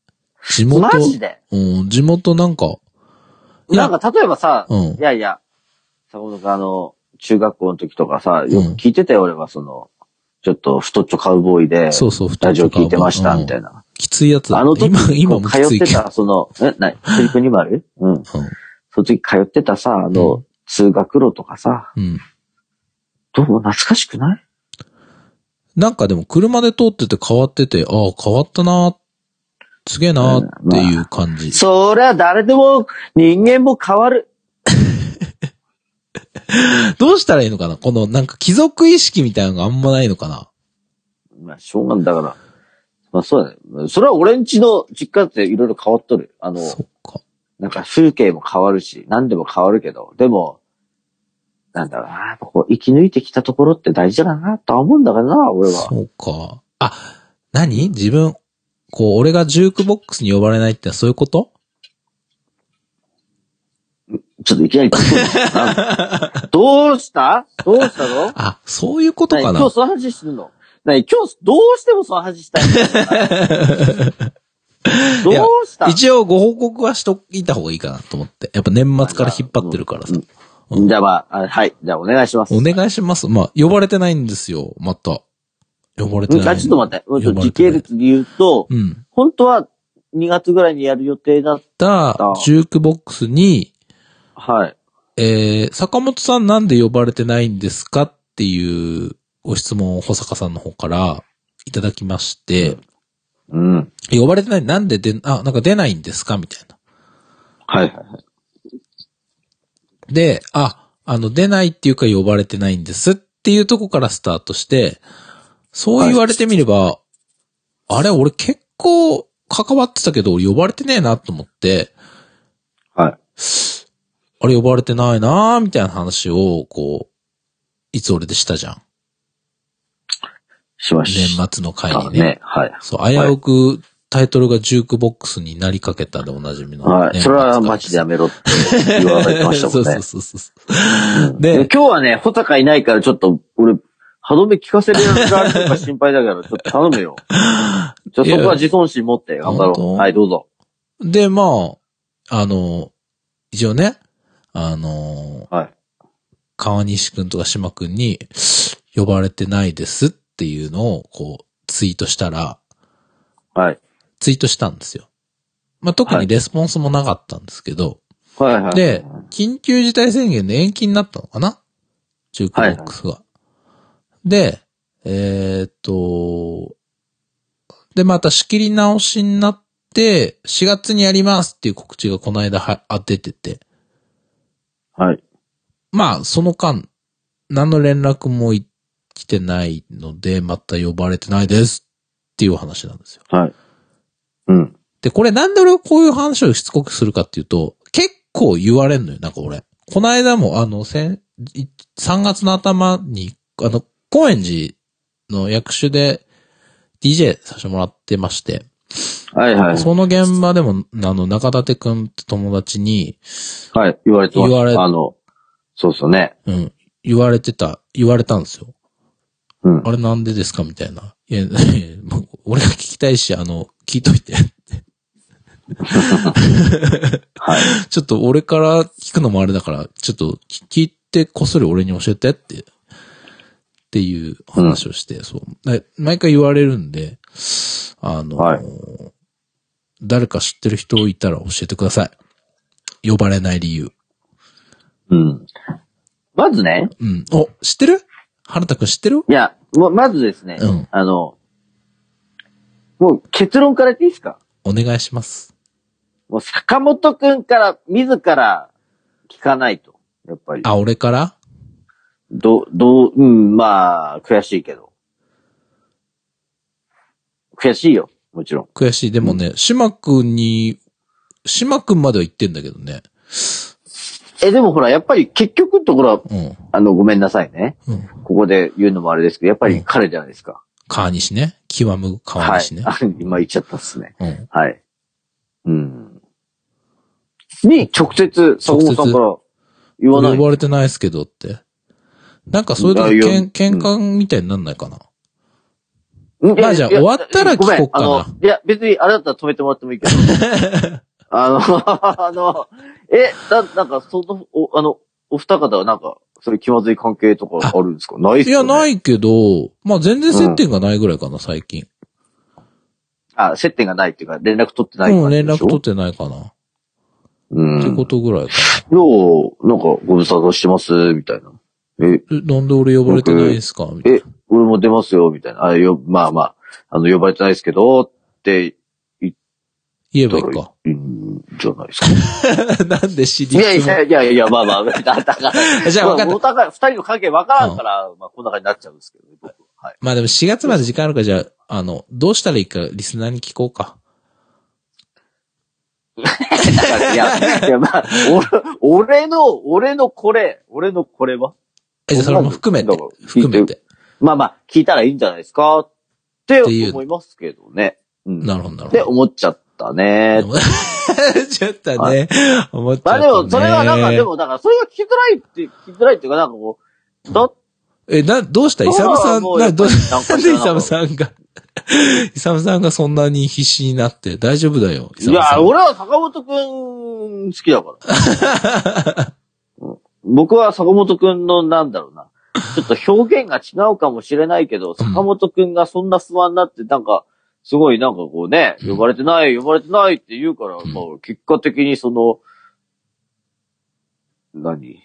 [SPEAKER 1] 地元。
[SPEAKER 2] マジで
[SPEAKER 1] うん、地元なんか、いや
[SPEAKER 2] なんか、例えばさ、
[SPEAKER 1] うん
[SPEAKER 2] いやいや、坂本君あの、中学校の時とかさ、よく聞いてたよ、俺は、その、ちょっと太っちょカウボーイで、
[SPEAKER 1] そうそう、太
[SPEAKER 2] ラジオ聞いてまし
[SPEAKER 1] とか
[SPEAKER 2] た、
[SPEAKER 1] うん
[SPEAKER 2] みたいな。
[SPEAKER 1] きついやつだ
[SPEAKER 2] あの時
[SPEAKER 1] 今、、今もき
[SPEAKER 2] 通
[SPEAKER 1] つ
[SPEAKER 2] っ
[SPEAKER 1] いけ
[SPEAKER 2] て
[SPEAKER 1] ど。
[SPEAKER 2] た、その、え、 なに、釣り国もあるうん。その時通ってたさ、あ
[SPEAKER 1] う
[SPEAKER 2] の、通学路とかさ、
[SPEAKER 1] うん。うん。
[SPEAKER 2] どうも懐かしくない
[SPEAKER 1] なんかでも車で通ってて変わってて、ああ、変わったな、すげえなっていう感じ。
[SPEAKER 2] そりゃ誰でも人間も変わる。
[SPEAKER 1] どうしたらいいのかなこの、なんか貴族意識みたいなのがあんまないのかな
[SPEAKER 2] まあ、しょうがんだから。まあ、そうだねまあ。それは俺んちの実家っていろいろ変わっとる。あの、
[SPEAKER 1] そっか。
[SPEAKER 2] なんか風景も変わるし、何でも変わるけど、でも、なんだろうな、やっぱこう生き抜いてきたところって大事だな、とは思うんだからな、俺は。
[SPEAKER 1] そうか。あ、何自分、こう、俺がジュークボックスに呼ばれないってのはそういうこと
[SPEAKER 2] ちょっといきなり突っ込 んでどうしたどうしたの
[SPEAKER 1] あ、そういうことか
[SPEAKER 2] 何
[SPEAKER 1] な
[SPEAKER 2] 今日その話するの何今日どうしてもその 話したいのどうした
[SPEAKER 1] 一応ご報告はしといた方がいいかなと思って。やっぱ年末から引っ張ってるからさ。
[SPEAKER 2] じゃあまあ、あはい。じゃあお願いします。
[SPEAKER 1] お願いします。まあ、呼ばれてないんですよ。また。呼ばれて
[SPEAKER 2] うん
[SPEAKER 1] な
[SPEAKER 2] あ
[SPEAKER 1] い。
[SPEAKER 2] ちょっと待って。うんちょっと時系
[SPEAKER 1] 呼ばれて
[SPEAKER 2] 列で言うと、
[SPEAKER 1] ないうん。
[SPEAKER 2] 本当は2月ぐらいにやる予定だっ
[SPEAKER 1] だ
[SPEAKER 2] あ、
[SPEAKER 1] ジュークボックスに、
[SPEAKER 2] た。はい。
[SPEAKER 1] えー、坂本さんなんで呼ばれてないんですかっていうご質問を保坂さんの方からいただきまして、
[SPEAKER 2] うん。
[SPEAKER 1] 呼ばれてない、なんでで、あ、なんか出ないんですかみたいな。
[SPEAKER 2] はいはいはい。
[SPEAKER 1] で、あ、あの、出ないっていうか呼ばれてないんですっていうとこからスタートして、そう言われてみれば、あれ、俺結構関わってたけど、俺呼ばれてねえなと思って、
[SPEAKER 2] はい。
[SPEAKER 1] あれ呼ばれてないなーみたいな話を、こう、いつ俺でしたじゃん。
[SPEAKER 2] しま
[SPEAKER 1] 年
[SPEAKER 2] した。
[SPEAKER 1] 末の会にね。
[SPEAKER 2] ね。はい。
[SPEAKER 1] そう、危うくタイトルがジュークボックスになりかけたでおなじみの、
[SPEAKER 2] はい。それはマジでやめろって言われてましたもん
[SPEAKER 1] そう
[SPEAKER 2] ね。
[SPEAKER 1] そうそうそ
[SPEAKER 2] うん
[SPEAKER 1] で
[SPEAKER 2] で今日はね、穂高いないからちょっと、俺、歯止め聞かせるやつがあるとか心配だから、ちょっと頼 むよ。じゃあそこは自尊心持って頑張ろ
[SPEAKER 1] 本
[SPEAKER 2] う。
[SPEAKER 1] 当
[SPEAKER 2] はい、どうぞ。
[SPEAKER 1] う。で、まあ、あの、一応ね、あの、
[SPEAKER 2] はい。
[SPEAKER 1] 川西くんとか島くんに、呼ばれてないですっていうのを、こう、ツイートしたら、
[SPEAKER 2] はい。
[SPEAKER 1] ツイートしたんですよ。まあ、特
[SPEAKER 2] はい
[SPEAKER 1] にレスポンスもなかったんですけど、
[SPEAKER 2] はいはい。
[SPEAKER 1] で、緊急事態宣言で延期になったのかな中古ボックスが。で、えーっと、で、また仕切り直しになって、4月にやりますっていう告知がこの間はあ出てて、
[SPEAKER 2] はい。
[SPEAKER 1] まあ、その間、何の連絡もい来てないので、また呼ばれてないですっていうお話なんですよ。
[SPEAKER 2] はい。うん。
[SPEAKER 1] で、これなんで俺がこういう話をしつこくするかっていうと、結構言われんのよ、なんか俺。この間も、あの、先、い3月の頭に、あの、高円寺の役所で DJ させてもらってまして、
[SPEAKER 2] はいはい。
[SPEAKER 1] その現場でも、あの、中立くんって友達に、
[SPEAKER 2] はい。言われてます。
[SPEAKER 1] 言われ
[SPEAKER 2] あの、そうそうね。
[SPEAKER 1] うん、言われてた、言われたんですよ。
[SPEAKER 2] うん。
[SPEAKER 1] あれなんでですかみたいな。いや、 いやもう俺が聞きたいし、あの、聞いといて。
[SPEAKER 2] は い。
[SPEAKER 1] ちょっと俺から聞くのもあれだから、ちょっと聞いてこっそり俺に教えてって、っていう話をして、そう。で毎回言われるんで、あの、
[SPEAKER 2] はい
[SPEAKER 1] 誰か知ってる人いたら教えてください。呼ばれない理由。
[SPEAKER 2] うん。まずね、
[SPEAKER 1] うん。お、知ってる原田くん知ってる
[SPEAKER 2] いや、ま、まずですね、
[SPEAKER 1] うん
[SPEAKER 2] あの、もう結論から言っていいですか
[SPEAKER 1] お願いします。
[SPEAKER 2] もう坂本くんから自ら聞かないと。やっぱり。
[SPEAKER 1] あ、俺から
[SPEAKER 2] ど、どう、うん、まあ、悔しいけど。悔しいよ、もちろん。
[SPEAKER 1] 悔しい。でもね、島くんに、島くんまでは言ってんだけどね。
[SPEAKER 2] え、でもほら、やっぱり結局のところは、
[SPEAKER 1] うん。
[SPEAKER 2] あの、ごめんなさいね。
[SPEAKER 1] うん。
[SPEAKER 2] ここで言うのもあれですけど、やっぱり彼じゃないですか。
[SPEAKER 1] 川西ね。極む川
[SPEAKER 2] はい
[SPEAKER 1] 西ね。。
[SPEAKER 2] あ今言っちゃったっすね。
[SPEAKER 1] うん。
[SPEAKER 2] はい。うん。に、直接、坂本さんから言わない
[SPEAKER 1] 俺。呼ばれてないですけどって。なんかそういうと
[SPEAKER 2] いやい
[SPEAKER 1] け
[SPEAKER 2] や
[SPEAKER 1] ん喧嘩みたいになんないかな。
[SPEAKER 2] うん
[SPEAKER 1] まあじゃあ
[SPEAKER 2] いや
[SPEAKER 1] 終わったら聞こっかな
[SPEAKER 2] ごめんあのいや、別にあれだったら止めてもらってもいいけど。 あの、あ の、え、な、なんか、その、お、あの、お二方はなんか、そういう気まずい関係とかあるんですかないっ
[SPEAKER 1] い
[SPEAKER 2] すよ、
[SPEAKER 1] や、
[SPEAKER 2] ね、。
[SPEAKER 1] ないいけど、まあ全然接点がないぐらいかな、最近。
[SPEAKER 2] あ、接点がないっていうか、連絡取ってない
[SPEAKER 1] うん、
[SPEAKER 2] 感じで
[SPEAKER 1] 連
[SPEAKER 2] し
[SPEAKER 1] 絡
[SPEAKER 2] ょ
[SPEAKER 1] 取ってないかな。
[SPEAKER 2] うん。
[SPEAKER 1] ってことぐらいか
[SPEAKER 2] よう、なんか、ご無沙汰してます、みたいな。え、
[SPEAKER 1] な。えなんで俺呼ばれてないですかみたいな
[SPEAKER 2] え。俺も出ますよ、みたいな。あ、よ、まあまあ、あの、呼ばれてないですけど、って
[SPEAKER 1] 言えば
[SPEAKER 2] 言
[SPEAKER 1] い
[SPEAKER 2] っ
[SPEAKER 1] い
[SPEAKER 2] たら
[SPEAKER 1] か。
[SPEAKER 2] いいんじゃない ですか。
[SPEAKER 1] なんで知
[SPEAKER 2] い
[SPEAKER 1] り
[SPEAKER 2] やいやいやいや、まあまあ、だだから。
[SPEAKER 1] じゃあ分かった
[SPEAKER 2] まお互い、二人の関係分からんから、まあこんな感じになっちゃうんですけどね、僕は。はい。
[SPEAKER 1] まあでも4月まで時間あるから、じゃあ、あの、どうしたらいいかリスナーに聞こうか。
[SPEAKER 2] だからいや、いやまあ、俺、俺の、俺のこれ、俺のこれは
[SPEAKER 1] え、じゃあそれも含め
[SPEAKER 2] だ
[SPEAKER 1] て
[SPEAKER 2] から、
[SPEAKER 1] 含めて。
[SPEAKER 2] まあまあ、聞いたらいいんじゃないですかって
[SPEAKER 1] っていう
[SPEAKER 2] 思いますけどね。うん。
[SPEAKER 1] なるほど、なる
[SPEAKER 2] っ
[SPEAKER 1] ほ
[SPEAKER 2] て
[SPEAKER 1] ど。
[SPEAKER 2] 思っちゃったね
[SPEAKER 1] で。も ちょっとね、思っちゃった、
[SPEAKER 2] まあ
[SPEAKER 1] ね。
[SPEAKER 2] でも、それはなんか、で、も、だから、それが聞きづらいって、聞きづらいっていうか、なんかこう、だって
[SPEAKER 1] え、な、どうしたイサムさん、
[SPEAKER 2] もう
[SPEAKER 1] な、どう、
[SPEAKER 2] なんか
[SPEAKER 1] なん
[SPEAKER 2] 知
[SPEAKER 1] で
[SPEAKER 2] ら
[SPEAKER 1] イ
[SPEAKER 2] なか
[SPEAKER 1] サ
[SPEAKER 2] った
[SPEAKER 1] ムさんが、イサムさんがそんなに必死になって、大丈夫だよ、イ
[SPEAKER 2] い
[SPEAKER 1] サムさ
[SPEAKER 2] や、
[SPEAKER 1] ん。
[SPEAKER 2] 俺は坂本くん好きだから。うん僕は坂本くんのなんだろうな。ちょっと表現が違うかもしれないけど、坂本くんがそんな不安になって、なんか、すごいなんかこうね、
[SPEAKER 1] うん
[SPEAKER 2] 呼ばれてない、呼ばれてないって言うから、
[SPEAKER 1] ん
[SPEAKER 2] まあ、結果的にその、何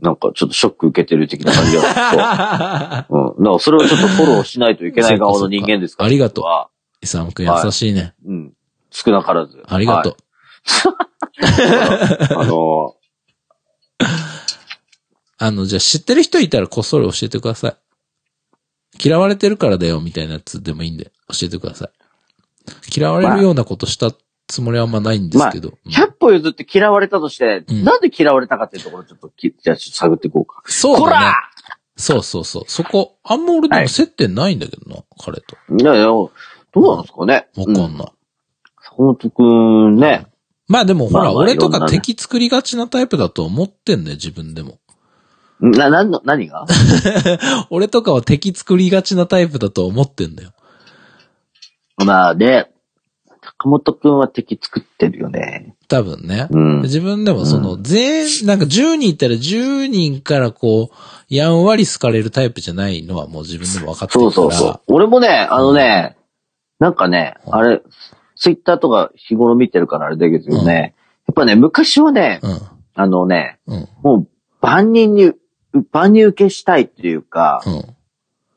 [SPEAKER 2] なんかちょっとショック受けてる的な感じが。そううん。だからそれをちょっとフォローしないといけない側の人間ですか
[SPEAKER 1] そうかそうか
[SPEAKER 2] ら。
[SPEAKER 1] ありがとう
[SPEAKER 2] 僕は
[SPEAKER 1] イサムくん優しいね。
[SPEAKER 2] うん。少なからず。
[SPEAKER 1] ありがとう。
[SPEAKER 2] はい。あの、
[SPEAKER 1] あの、じゃあ知ってる人いたらこっそり教えてください。嫌われてるからだよ、みたいなやつでもいいんで、教えてください。嫌われるようなことしたつもりはあんまないんですけど。うん
[SPEAKER 2] 100歩譲って嫌われたとして、
[SPEAKER 1] うん
[SPEAKER 2] なんで嫌われたかっていうところちょっとき、じゃあちょっと探っていこうか。
[SPEAKER 1] そう
[SPEAKER 2] こ
[SPEAKER 1] だね
[SPEAKER 2] ら。
[SPEAKER 1] そうそうそう。そこ、あんま俺で
[SPEAKER 2] は
[SPEAKER 1] も
[SPEAKER 2] い
[SPEAKER 1] 接点ないんだけどな、彼と。
[SPEAKER 2] いやいや、どうなんですかね。
[SPEAKER 1] わかんない。
[SPEAKER 2] う坂本くんね。
[SPEAKER 1] まあでもほら、
[SPEAKER 2] まあまあ
[SPEAKER 1] 俺と
[SPEAKER 2] いろん
[SPEAKER 1] か
[SPEAKER 2] なね
[SPEAKER 1] 敵作りがちなタイプだと思ってんね、自分でも。
[SPEAKER 2] な、なんの、何が
[SPEAKER 1] 俺とかは敵作りがちなタイプだと思ってんだよ。
[SPEAKER 2] まあね、坂本くんは敵作ってるよね。
[SPEAKER 1] 多分ね。
[SPEAKER 2] うん。
[SPEAKER 1] 自分でもその、全、なんか10人いたら10人からこう、やんわり好かれるタイプじゃないのはもう自分でも分かってるか
[SPEAKER 2] そ
[SPEAKER 1] ら。
[SPEAKER 2] うそうそう。俺もね、あのね、なんかね、
[SPEAKER 1] うん
[SPEAKER 2] あれ、ツイッターとか日頃見てるからあれだけどね、やっぱね、昔はね、
[SPEAKER 1] う。
[SPEAKER 2] あのね、
[SPEAKER 1] うん。うん。
[SPEAKER 2] もう万人に、万人受けしたいっていうか、
[SPEAKER 1] うん。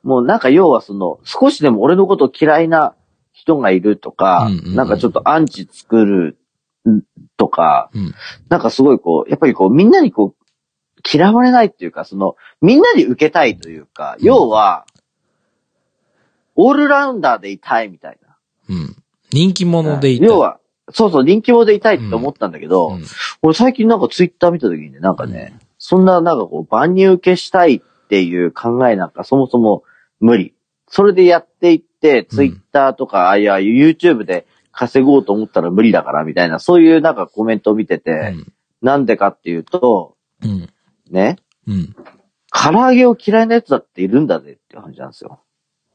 [SPEAKER 2] もうなんか要はその、少しでも俺のことを嫌いな人がいるとか、
[SPEAKER 1] うんうんうん
[SPEAKER 2] なんかちょっとアンチ作るんとか、
[SPEAKER 1] うん。
[SPEAKER 2] なんかすごいこう、やっぱりこうみんなにこう、嫌われないっていうか、その、みんなに受けたいというか、
[SPEAKER 1] うん
[SPEAKER 2] 要は、オールラウンダーでいたいみたいな。
[SPEAKER 1] うん。人気者でいた。
[SPEAKER 2] 要は、そうそう、人気者でいたいって思ったんだけど、
[SPEAKER 1] うん、
[SPEAKER 2] 俺最近なんかツイッター見た時にね、なんかね、そんななんかこう、万人受けしたいっていう考えなんかそもそも無理。それでやっていって、ツイッターとか、あいや、YouTube で稼ごうと思ったら無理だから、みたいな、そういうなんかコメントを見てて、なんでかっていうと、
[SPEAKER 1] うん。うん。
[SPEAKER 2] ね、
[SPEAKER 1] うん。
[SPEAKER 2] 唐揚げを嫌いなやつだっているんだぜっていう話なんですよ。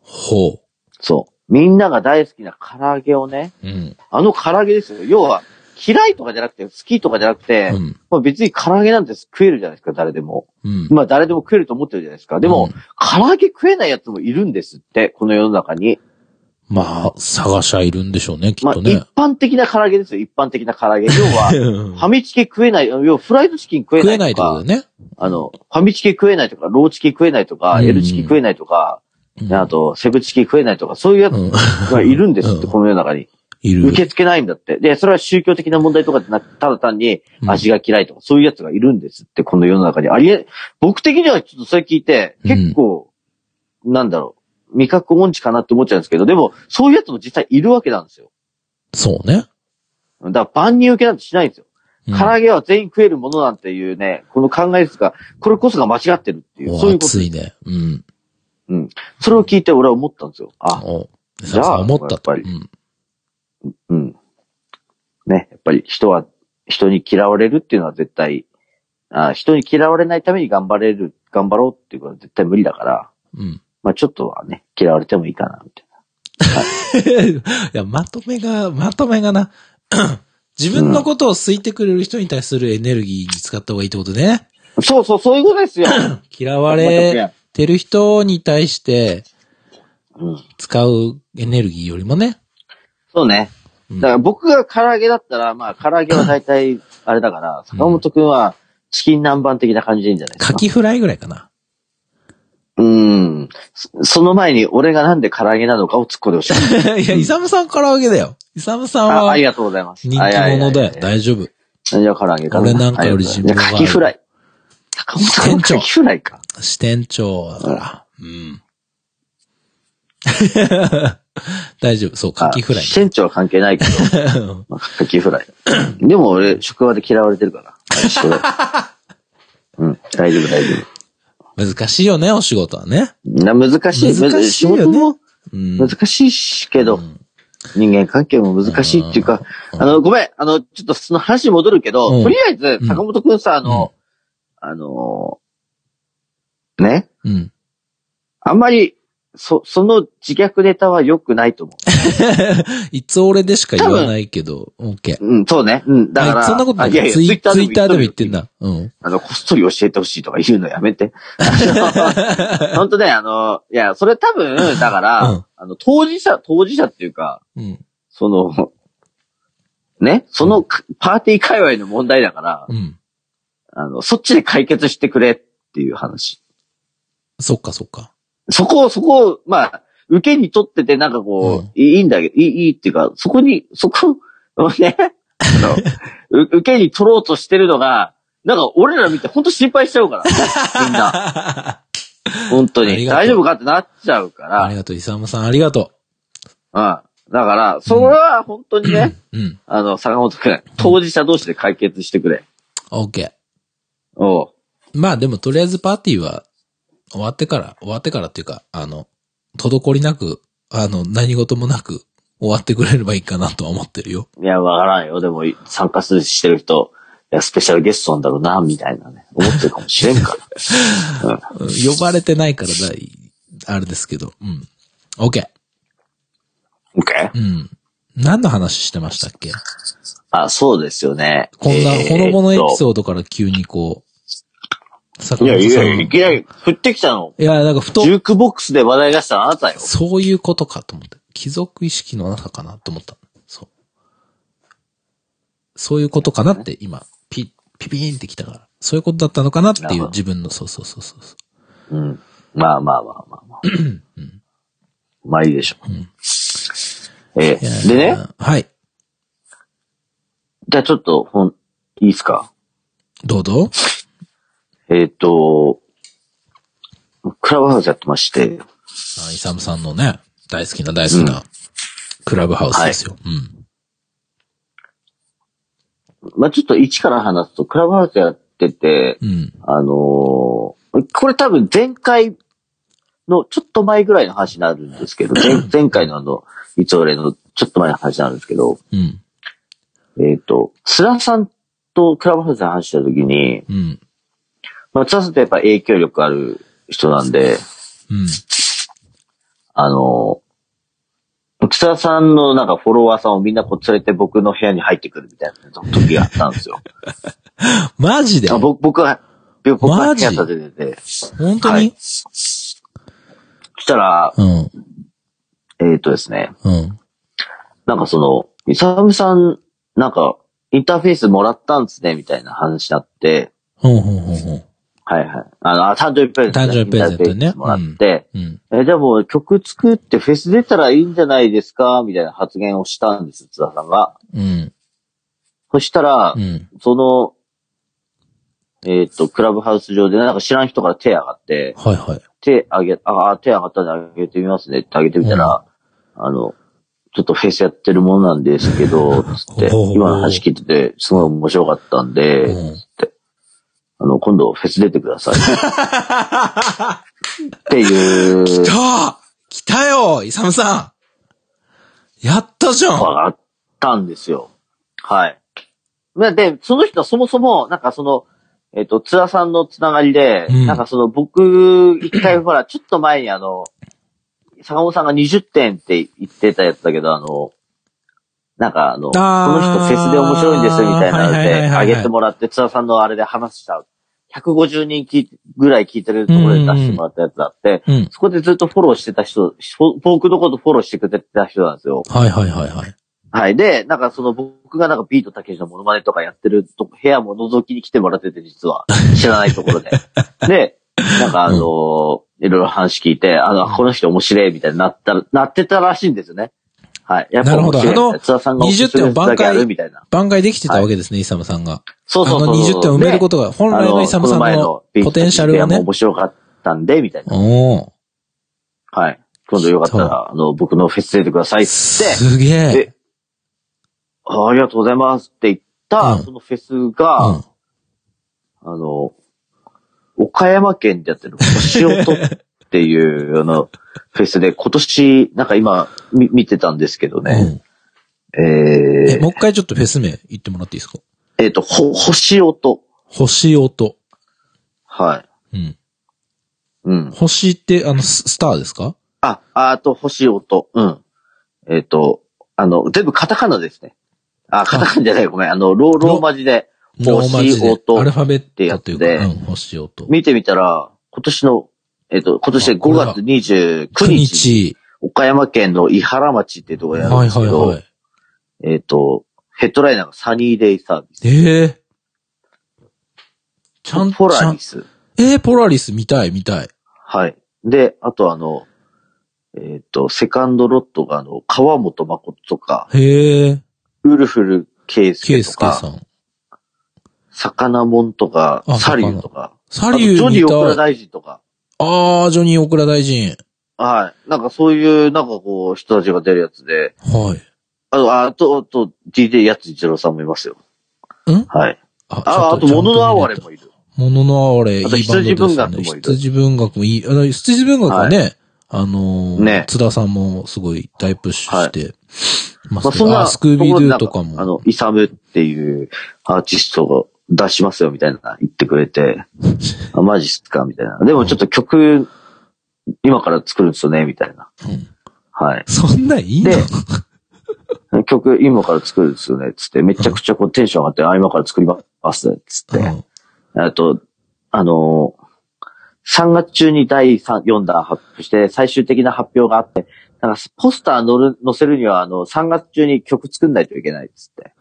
[SPEAKER 1] ほ
[SPEAKER 2] そう。みんなが大好きな唐揚げをね、
[SPEAKER 1] う。うん。
[SPEAKER 2] あの唐揚げですよ。要は、嫌いとかじゃなくて、好きとかじゃなくて、
[SPEAKER 1] うん。
[SPEAKER 2] まあ別に唐揚げなんて食えるじゃないですか、誰でも。
[SPEAKER 1] うん。
[SPEAKER 2] まあ誰でも食えると思ってるじゃないですか。でも、
[SPEAKER 1] うん
[SPEAKER 2] 唐揚げ食えないやつもいるんですって、この世の中に。
[SPEAKER 1] まあ、探しゃいるんでしょうね、き
[SPEAKER 2] ま
[SPEAKER 1] っ
[SPEAKER 2] あ、
[SPEAKER 1] と
[SPEAKER 2] 一
[SPEAKER 1] ね。
[SPEAKER 2] 般的な唐揚げですよ、一般的な唐揚げ。要は、ファ
[SPEAKER 1] 食
[SPEAKER 2] ミチキ食えない、要はフライドチキン食えない
[SPEAKER 1] え
[SPEAKER 2] とか。
[SPEAKER 1] ないってことだよね。
[SPEAKER 2] あの、ファミチキ食えないとか、ローチキ食えないと
[SPEAKER 1] う
[SPEAKER 2] か、
[SPEAKER 1] ん
[SPEAKER 2] L チキ食えないとか、
[SPEAKER 1] うん
[SPEAKER 2] あと、セブチキ食えないとか、そういうやつ
[SPEAKER 1] う
[SPEAKER 2] がいるんですっ
[SPEAKER 1] う
[SPEAKER 2] て、この世の中に。
[SPEAKER 1] いる。
[SPEAKER 2] 受け付けないんだって。で、それは宗教的な問題とかじゃなくて、ただ単に
[SPEAKER 1] うん
[SPEAKER 2] 味が嫌いとか、そういうやつがいるんですって、この世の中に。ありえ、僕的にはちょっとそれ聞いて、
[SPEAKER 1] うん
[SPEAKER 2] 結構、なんだろう、味覚音痴かなって思っちゃうんですけど、でも、そういうやつも実際いるわけなんですよ。
[SPEAKER 1] そうね。
[SPEAKER 2] だから万人受けなんてしないんですよ。
[SPEAKER 1] うん
[SPEAKER 2] 唐揚げは全員食えるものなんていうね、この考えですが、これこそが間違ってるっていう、
[SPEAKER 1] お
[SPEAKER 2] そういうこと。
[SPEAKER 1] 熱いね。うん。
[SPEAKER 2] それを聞いて俺は思ったんですよ。あ、
[SPEAKER 1] お
[SPEAKER 2] じゃあ
[SPEAKER 1] 思ったと。
[SPEAKER 2] や
[SPEAKER 1] う
[SPEAKER 2] っぱり
[SPEAKER 1] ん。
[SPEAKER 2] うん。ね、やっぱり人は、人に嫌われるっていうのは絶対、あ人に嫌われないために頑張れる、頑張ろうっていうことは絶対無理だから、
[SPEAKER 1] うん。
[SPEAKER 2] まあちょっとはね、嫌われてもいいかな、みたい
[SPEAKER 1] いや、まとめが、まとめがな。 自分のことを好いてくれる人に対するエネルギーに使った方がいいってことね。
[SPEAKER 2] な。そうそう、そういうことで すよ。
[SPEAKER 1] 嫌われてる人に対して
[SPEAKER 2] うん。
[SPEAKER 1] 使うエネルギーよりもね。
[SPEAKER 2] そうね。
[SPEAKER 1] うん
[SPEAKER 2] だから僕が唐揚げだったら、まあ唐揚げは大体、あれだから、坂本くんはチキン南蛮的な感じでいいんじゃないです
[SPEAKER 1] カ
[SPEAKER 2] か。
[SPEAKER 1] キフライぐらいかな。
[SPEAKER 2] うん。そその前に俺がなんで唐揚げなのかを突っ込んで ほしい。
[SPEAKER 1] いや、イサムさん唐揚げだよ。イサムさん
[SPEAKER 2] あ
[SPEAKER 1] は
[SPEAKER 2] ありがとうございます。
[SPEAKER 1] 人気者だ
[SPEAKER 2] はいはいはい
[SPEAKER 1] よ。大丈夫。
[SPEAKER 2] じゃあ唐揚げかな。
[SPEAKER 1] 俺なんかより自分が
[SPEAKER 2] じゃあカキフライ。坂本君のカキフライか。
[SPEAKER 1] 支店長だから。うん。 大丈夫。そう、カキフライ
[SPEAKER 2] あ。店長は関係ないけど、まあカキフライ。 でも俺、職場で嫌われてるから。あ一緒だよ うん、大丈夫、大丈
[SPEAKER 1] 難しいよね、お仕事はね。
[SPEAKER 2] 夫。な難しい。
[SPEAKER 1] 難しいよね
[SPEAKER 2] 仕事も
[SPEAKER 1] うん。
[SPEAKER 2] 難しいしけど、人間関係も難しいっていうか、
[SPEAKER 1] うん
[SPEAKER 2] あの、ごめん、あの、ちょっとその話に戻るけど、
[SPEAKER 1] うん
[SPEAKER 2] とりあえず、坂本くんさ、あ
[SPEAKER 1] うん
[SPEAKER 2] の、あの、ね、
[SPEAKER 1] うん。
[SPEAKER 2] あんまり、そ、その自虐ネタは良くないと思う。
[SPEAKER 1] いつ俺でしか言わないけど、オッケー。
[SPEAKER 2] うん、そうね。うん、だから。
[SPEAKER 1] あそんなことな
[SPEAKER 2] あ
[SPEAKER 1] い。
[SPEAKER 2] いやいや
[SPEAKER 1] ツイツイッターでも言ってん
[SPEAKER 2] る
[SPEAKER 1] だ。うん。
[SPEAKER 2] あの、こっそり教えてほしいとか言うのやめ て。本当ね、あの、いや、それ多分、だから、
[SPEAKER 1] うん
[SPEAKER 2] あの、当事者、当事者っていうか、
[SPEAKER 1] うん。
[SPEAKER 2] その、ね、そのかパーティー界隈の問題だから、
[SPEAKER 1] うん。
[SPEAKER 2] あの、そっちで解決してくれっていう話。
[SPEAKER 1] そっかそっか。
[SPEAKER 2] そこを、そこを、まあ、受けに取ってて、なんかこう、
[SPEAKER 1] うん
[SPEAKER 2] いいいんだけど、いい、いいっていうか、そこに、そこ をね、あの、う受けに取ろうとしてるのが、なんか俺ら見て本当心配しちゃうから、みんな。
[SPEAKER 1] あ
[SPEAKER 2] 本当
[SPEAKER 1] あり
[SPEAKER 2] に。
[SPEAKER 1] がとう
[SPEAKER 2] 大丈夫かってなっちゃうか
[SPEAKER 1] りがとう、イサムさん、ありがと
[SPEAKER 2] ら、うん。だから、それは本当にね、
[SPEAKER 1] う。うん。
[SPEAKER 2] あの、坂本くん、当事者同士で解決してくれ。
[SPEAKER 1] オッケー。
[SPEAKER 2] おう。
[SPEAKER 1] まあでもとりあえずパーティーは終わってから、終わってからっていうか、あの、滞りなく、あの、何事もなく終わってくれればいいかなとは思ってるよ。
[SPEAKER 2] いや、わからんよ。でも、参加するしてる人、いや、スペシャルゲストなんだろうな、みたいなね。思ってるかもしれんから。 う
[SPEAKER 1] う
[SPEAKER 2] ん
[SPEAKER 1] ん呼ばれてないからだい、あれですけど、うん。OK。
[SPEAKER 2] オッケー
[SPEAKER 1] うん。何の話してましたっけ
[SPEAKER 2] あ、そうですよね。
[SPEAKER 1] こんな、
[SPEAKER 2] えーっと
[SPEAKER 1] ほのぼのエピソードから急にこう、坂
[SPEAKER 2] いや
[SPEAKER 1] 本
[SPEAKER 2] い
[SPEAKER 1] さ
[SPEAKER 2] や
[SPEAKER 1] ん
[SPEAKER 2] いや、いきなり降ってきたの。
[SPEAKER 1] いや、なんかふと
[SPEAKER 2] ジ、ュークボックスで話題出したのあなたよ。
[SPEAKER 1] そういうことかと思って。貴族意識の中かなと思った。そう。そういうことかなって今、ピ、ピピーンってきたから。そういうことだったのかなって
[SPEAKER 2] ないる
[SPEAKER 1] う
[SPEAKER 2] ほど
[SPEAKER 1] 自分の、そうそうそうそうそう。
[SPEAKER 2] うん。まあまあまあまあまあ。まあいいでしょう。え
[SPEAKER 1] いや
[SPEAKER 2] ーでね、
[SPEAKER 1] はい。
[SPEAKER 2] じゃあちょっと、ほん、いいっすか。
[SPEAKER 1] どうぞ。
[SPEAKER 2] えーっと、クラブハウスやってまして、
[SPEAKER 1] あイサムさんのね、大好きな大好きな、クラブハウスですよ。
[SPEAKER 2] まあちょっと一から話すと、クラブハウスやってて、
[SPEAKER 1] うん。うん。
[SPEAKER 2] あのーこれ多分前回のちょっと前ぐらいの話になるんですけど、前前回のあの、いつ俺のちょっと前の話なんですけど、
[SPEAKER 1] うん。
[SPEAKER 2] えっ、と、津田さんとクラブハウスで話した時に、
[SPEAKER 1] うん。
[SPEAKER 2] まあ、津田さんってやっぱ影響力ある人なんで、
[SPEAKER 1] うん。
[SPEAKER 2] あのー、津田さんのなんかフォロワーさんをみんなこう連れて僕の部屋に入ってくるみたいな時があったんですよ。
[SPEAKER 1] マジで
[SPEAKER 2] あ
[SPEAKER 1] 本
[SPEAKER 2] 僕僕は、僕は
[SPEAKER 1] マ
[SPEAKER 2] 部
[SPEAKER 1] ジ
[SPEAKER 2] 屋建ててて、
[SPEAKER 1] 当
[SPEAKER 2] は
[SPEAKER 1] に
[SPEAKER 2] い、そしたら、
[SPEAKER 1] うん。
[SPEAKER 2] えっ、とですね、
[SPEAKER 1] うん。
[SPEAKER 2] なんかその、イサムさん、なんか、インターフェースもらったんですね、みたいな話になって、
[SPEAKER 1] ほうほうほうほう。
[SPEAKER 2] はいはい。あの、あ誕生日プレゼント、
[SPEAKER 1] 誕生日プレゼントね
[SPEAKER 2] インターフェースもらって、
[SPEAKER 1] うん。
[SPEAKER 2] え、じゃあもう曲作ってフェス出たらいいんじゃないですか、みたいな発言をしたんです、津田さんが。
[SPEAKER 1] うん。
[SPEAKER 2] そしたら、
[SPEAKER 1] うん。
[SPEAKER 2] その、えっ、と、クラブハウス上で、なんか知らん人から手上がって、
[SPEAKER 1] はいはい。
[SPEAKER 2] 手上げ、ああ、手上がったんで上げてみますねって上げてみたら、あの、ちょっとフェスやってるものなんです けど、つって、
[SPEAKER 1] おー
[SPEAKER 2] 今の話聞いてて、すごい面白かったんで、
[SPEAKER 1] うん
[SPEAKER 2] あの、今度フェス出てく ださい。っていう、
[SPEAKER 1] 来た来たよイサムさんやったじゃん
[SPEAKER 2] のがあったんですよ。はい。まあで、その人はそもそも、なんかその、えっ、と、津田さんのつながりで、
[SPEAKER 1] うん
[SPEAKER 2] なんかその僕、一回ほら、ちょっと前にあの、坂本さんが20点って言ってたやつだけど、あの、なんかあの、こ
[SPEAKER 1] あー
[SPEAKER 2] の人フェスで面白いんですみたいな
[SPEAKER 1] はいはい
[SPEAKER 2] の
[SPEAKER 1] はい
[SPEAKER 2] で、
[SPEAKER 1] はい
[SPEAKER 2] あげてもらって、津田さんのあれで話した、150人聞いぐらい聞いてるところで出してもらったやつだって、
[SPEAKER 1] うん。
[SPEAKER 2] そこでずっとフォローしてた人、フォフォークのことフォローしてくれてた人なんですよ。
[SPEAKER 1] はいはいはいはい。
[SPEAKER 2] はい。で、なんかその僕がなんかビートたけしのモノマネとかやってると部屋も覗きに来てもらってて、実は。知らないと ころで。で、なんかあのーいろいろ話聞いて、あの、この人面白いみたいになったら、なってたらしいんですよね。はい。やっぱ面白いみたい。
[SPEAKER 1] なるほどあの
[SPEAKER 2] 津田さんがおすすめするだけあるみたいな。
[SPEAKER 1] 挽回できてたわけですね、イサムさんが。
[SPEAKER 2] そうそうそうそう。
[SPEAKER 1] あの20点を埋めることが、本来のイサムさんのポテンシャルを
[SPEAKER 2] が
[SPEAKER 1] ね。
[SPEAKER 2] 面白かったんで、みたいな。
[SPEAKER 1] おお
[SPEAKER 2] はい。今度よかった
[SPEAKER 1] そう
[SPEAKER 2] ら、あの、僕のフェス出てくださいって言って、
[SPEAKER 1] すげえ。
[SPEAKER 2] であありがとうございますって言った、
[SPEAKER 1] うん
[SPEAKER 2] そのフェスが、
[SPEAKER 1] うん。
[SPEAKER 2] あの、岡山県でやってる星音って いう、あの、フェスで、今年、なんか今、み見てたんですけど
[SPEAKER 1] う
[SPEAKER 2] ね、
[SPEAKER 1] ん
[SPEAKER 2] え
[SPEAKER 1] え、
[SPEAKER 2] ー
[SPEAKER 1] もう一回ちょっとフェス名言ってもらっていいですか
[SPEAKER 2] えっ、と、ほ、星音。
[SPEAKER 1] 星音。
[SPEAKER 2] は
[SPEAKER 1] う
[SPEAKER 2] い。
[SPEAKER 1] ん。
[SPEAKER 2] うん。
[SPEAKER 1] 星って、あの、ススターですか
[SPEAKER 2] あ、あと、星音。うん。えっ、と、あの、全部カタカナですね。あ、カタカナじゃない、ごめん。あの、ロー、ローマ字で、
[SPEAKER 1] ローマ字で
[SPEAKER 2] 星音
[SPEAKER 1] アルファベットというか、
[SPEAKER 2] ってや
[SPEAKER 1] う
[SPEAKER 2] つ
[SPEAKER 1] ん、星音。
[SPEAKER 2] 見てみたら、今年の、えっ、と、今年で
[SPEAKER 1] あこれ
[SPEAKER 2] 5
[SPEAKER 1] だ
[SPEAKER 2] 月29
[SPEAKER 1] 9
[SPEAKER 2] 日、
[SPEAKER 1] 日。
[SPEAKER 2] 岡山県の伊原町っていうところやるん
[SPEAKER 1] はい
[SPEAKER 2] です
[SPEAKER 1] は
[SPEAKER 2] け
[SPEAKER 1] い
[SPEAKER 2] ど、
[SPEAKER 1] はい。
[SPEAKER 2] えっ、と、ヘッドライナーがサニーデイサービス。
[SPEAKER 1] ええちゃん
[SPEAKER 2] ポ
[SPEAKER 1] と、ちゃ
[SPEAKER 2] ラリ
[SPEAKER 1] ん
[SPEAKER 2] ス。
[SPEAKER 1] ええポラリス見たい見たい。
[SPEAKER 2] はい。で、あとあの、えっ、と、セカンドロットがあの、川本誠とか、
[SPEAKER 1] へえ、
[SPEAKER 2] ウルフルケイス
[SPEAKER 1] ケ
[SPEAKER 2] ケ
[SPEAKER 1] イ
[SPEAKER 2] と
[SPEAKER 1] スケさ
[SPEAKER 2] か、
[SPEAKER 1] ん。
[SPEAKER 2] サカナモンとか
[SPEAKER 1] あ、
[SPEAKER 2] サリューとか、あ
[SPEAKER 1] サ
[SPEAKER 2] と
[SPEAKER 1] リ
[SPEAKER 2] ジ
[SPEAKER 1] ュ
[SPEAKER 2] ョ
[SPEAKER 1] ー
[SPEAKER 2] ニー・
[SPEAKER 1] 見
[SPEAKER 2] オクラ
[SPEAKER 1] たい。
[SPEAKER 2] 大臣とか、
[SPEAKER 1] ああ、ジョニー・オクラ大臣。
[SPEAKER 2] はい。なんかそういう、なんかこう、人たちが出るやつで、
[SPEAKER 1] はい。
[SPEAKER 2] あと、あと、あと DJ やつ一郎さんもいますよ。
[SPEAKER 1] ん
[SPEAKER 2] はい。
[SPEAKER 1] あ
[SPEAKER 2] あ、あと、モノの哀れもいる。
[SPEAKER 1] もののあれ、いい
[SPEAKER 2] あ
[SPEAKER 1] バン
[SPEAKER 2] と
[SPEAKER 1] ドですよね。
[SPEAKER 2] 羊文学も
[SPEAKER 1] 羊文学もい
[SPEAKER 2] いる
[SPEAKER 1] い。あの羊文学はね、あのー
[SPEAKER 2] ね
[SPEAKER 1] 津田さんもすごい大プッシュして、ま
[SPEAKER 2] ま
[SPEAKER 1] あ、そ
[SPEAKER 2] あ、そん
[SPEAKER 1] れ
[SPEAKER 2] な、
[SPEAKER 1] あ、スクービードゥーとか
[SPEAKER 2] ところでなんあ
[SPEAKER 1] も。
[SPEAKER 2] の、イサムっていうアーティストを出しますよみたいな言ってく れて、あマジっすかみたいな。でもちょっと曲、今から作るんですよねみたいな。
[SPEAKER 1] うん
[SPEAKER 2] は
[SPEAKER 1] そんなんいいの
[SPEAKER 2] でい。曲、今から作るんですよねつって、めちゃくちゃこうテンション上がって、あ、今から作りますねつって。
[SPEAKER 1] うん
[SPEAKER 2] あと、あの3月中に第3 4弾発表して、最終的な発表があって、なんかポスター載る載せるには、あの、3月中に曲作んないといけないっつって。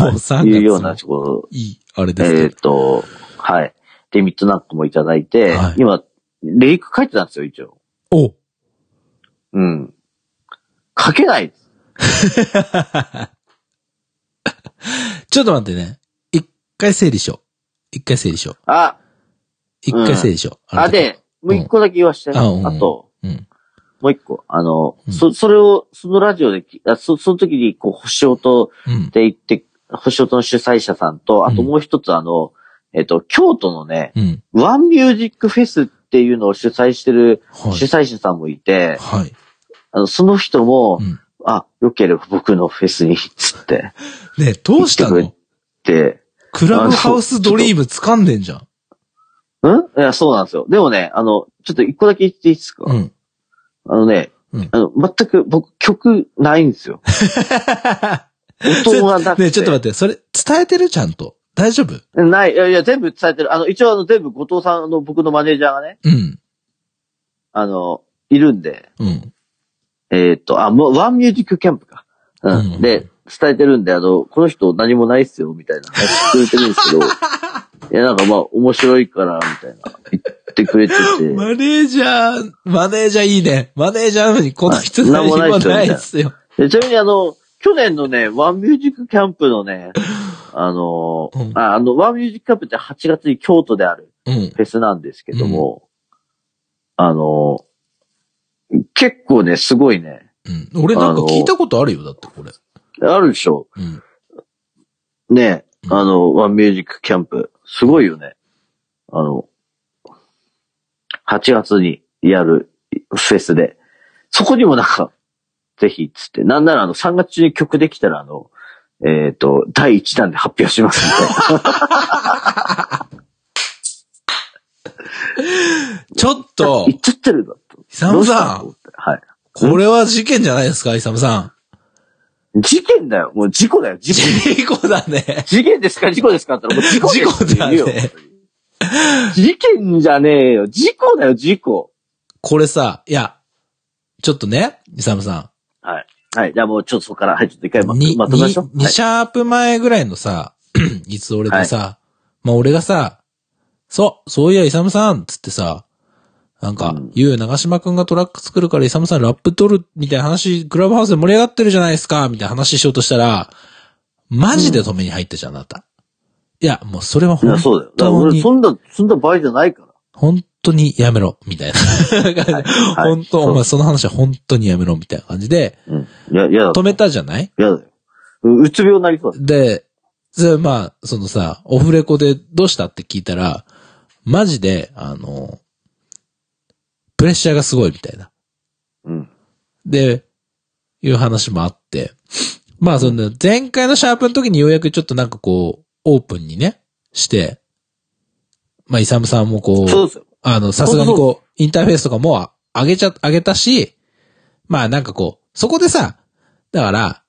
[SPEAKER 1] もう3月
[SPEAKER 2] い
[SPEAKER 1] も
[SPEAKER 2] うような、こ
[SPEAKER 1] いい、あれ
[SPEAKER 2] う、
[SPEAKER 1] ですけど
[SPEAKER 2] えっ、と、はい。で、ミッドナックもいただいて、
[SPEAKER 1] はい
[SPEAKER 2] 今、レイク書いてたんですよ、一応。
[SPEAKER 1] お
[SPEAKER 2] うん。書けないです。
[SPEAKER 1] ちょっと待ってね。一回整理しよう。一回整理しよう。
[SPEAKER 2] あ、
[SPEAKER 1] 一回整理しよう。
[SPEAKER 2] あ、
[SPEAKER 1] の時、
[SPEAKER 2] で、もう一個だけ言わして、
[SPEAKER 1] あうん
[SPEAKER 2] あと、
[SPEAKER 1] うん。
[SPEAKER 2] もう一個、あの、
[SPEAKER 1] うん
[SPEAKER 2] そ、それを、そのラジオでき、あそその時に、こう、星音
[SPEAKER 1] うん。
[SPEAKER 2] で行って、星音の主催者さんと、あともう一つ、あの、えっと、京都のね、
[SPEAKER 1] うん。
[SPEAKER 2] ワンミュージックフェスっていうのを主催してる
[SPEAKER 1] は
[SPEAKER 2] 主
[SPEAKER 1] い。
[SPEAKER 2] 催者さんもいて、
[SPEAKER 1] はい。
[SPEAKER 2] あの、その人も、
[SPEAKER 1] うん
[SPEAKER 2] あ、よければ僕のフェスに、つって。
[SPEAKER 1] ねえどうした
[SPEAKER 2] 言っ
[SPEAKER 1] の
[SPEAKER 2] てで、
[SPEAKER 1] クラブハウスドリーム掴んでんじゃん。
[SPEAKER 2] んいや、そうなんですよ。でもね、あの、ちょっと一個だけ言っていいですか、
[SPEAKER 1] うん。
[SPEAKER 2] あのね、
[SPEAKER 1] うん
[SPEAKER 2] あの、全く僕曲ないんですよ。音がなくて。
[SPEAKER 1] ねえちょっと待って、それ伝えてるちゃんと。大丈夫
[SPEAKER 2] ない、いやいや、全部伝えてる。あの、一応あの、全部後藤さんの僕のマネージャーがね、
[SPEAKER 1] うん。
[SPEAKER 2] あの、いるんで、
[SPEAKER 1] うん。
[SPEAKER 2] えーっと、あ、もう、ワンミュージックキャンプか。う
[SPEAKER 1] うん
[SPEAKER 2] ん。で、伝えてるんで、あの、この人何もないっすよ、みたい な話してくれてるんですけど、いや、なんかまあ、面白いから、みたいな、言ってくれてて。
[SPEAKER 1] マネージャー、マネージャーいいね。マネージャーなのにこの人
[SPEAKER 2] はい
[SPEAKER 1] 何
[SPEAKER 2] 何
[SPEAKER 1] も
[SPEAKER 2] もないっすよ
[SPEAKER 1] ないっすよ。
[SPEAKER 2] でちなみにあの、去年のね、ワンミュージックキャンプのね、 あの、
[SPEAKER 1] うん
[SPEAKER 2] ああの、ワンミュージックキャンプって8月に京都である
[SPEAKER 1] うん。
[SPEAKER 2] フェスなんですけども、あの、結構ね、すごいね、
[SPEAKER 1] うん。俺なんか聞いたことあるよ、だってこれ。
[SPEAKER 2] あるでしょ
[SPEAKER 1] うん。
[SPEAKER 2] ね、あの、ワンミュージックキャンプ、すごいよね。あの、8月にやるフェスで、そこにもなんか、ぜひ、つって、なんならあの、3月中に曲できたらあの、えっ、と、第1弾で発表しますみ
[SPEAKER 1] ち ょった
[SPEAKER 2] いな。、
[SPEAKER 1] と
[SPEAKER 2] 言っちゃってるんだと。
[SPEAKER 1] イサムさ、
[SPEAKER 2] どうんしたのはい。
[SPEAKER 1] これは事件じゃないですか、イサムさ
[SPEAKER 2] 事件だよ。もう事故だよ。
[SPEAKER 1] ん。
[SPEAKER 2] 事故。
[SPEAKER 1] 事故だね。
[SPEAKER 2] 事件ですか事故ですかって言ったらもう事故ですって言うよ
[SPEAKER 1] 事故だね。
[SPEAKER 2] 本当に事件じゃねえよ。事故だよ、事故。
[SPEAKER 1] これさ、いや、ちょっとね、イサムさん。
[SPEAKER 2] はい。はい。じゃあもうちょっとそこから、はい、ちょっと一回ま
[SPEAKER 1] に、
[SPEAKER 2] まとめましょう
[SPEAKER 1] に。に
[SPEAKER 2] はい
[SPEAKER 1] シャープ前ぐらいのさ、 いつ俺でさ、まあ俺がさ、そう、そういや、イサムさん、つってさ、なんか
[SPEAKER 2] うん、
[SPEAKER 1] ゆう、長島くんがトラック作るから、イサムさんラップ取る、みたいな話、クラブハウスで盛り上がってるじゃないですか、みたいな話しようとしたら、マジで止めに入ったじゃん、あなた。いや、もうそれは本当
[SPEAKER 2] いや、
[SPEAKER 1] に。
[SPEAKER 2] そうだよ。だから俺、そんな、そんな場合じゃないか
[SPEAKER 1] 本当にやめろ、みたいな。
[SPEAKER 2] ら。はい。はい
[SPEAKER 1] 本当、
[SPEAKER 2] そう
[SPEAKER 1] お前その話は本当にやめろ、みたいな感じで、
[SPEAKER 2] うん。いや、いやだ。
[SPEAKER 1] 止めたじゃないう
[SPEAKER 2] やだよ。ううつ病になりそうだ。
[SPEAKER 1] で、で、まあ、そのさ、オフレコでどうしたって聞いたら、マジで、あの、プレッシャーがすごいみたいな。
[SPEAKER 2] うん。
[SPEAKER 1] で、いう話もあって。まあ、その、前回のシャープの時にようやくちょっとなんかこう、オープンにね、して、まあ、イサムさんもこ
[SPEAKER 2] そうですよ。
[SPEAKER 1] あの、さすがにこう、インターフェースとかも上げちゃ、上げたし、まあなんかこう、そこでさ、だから、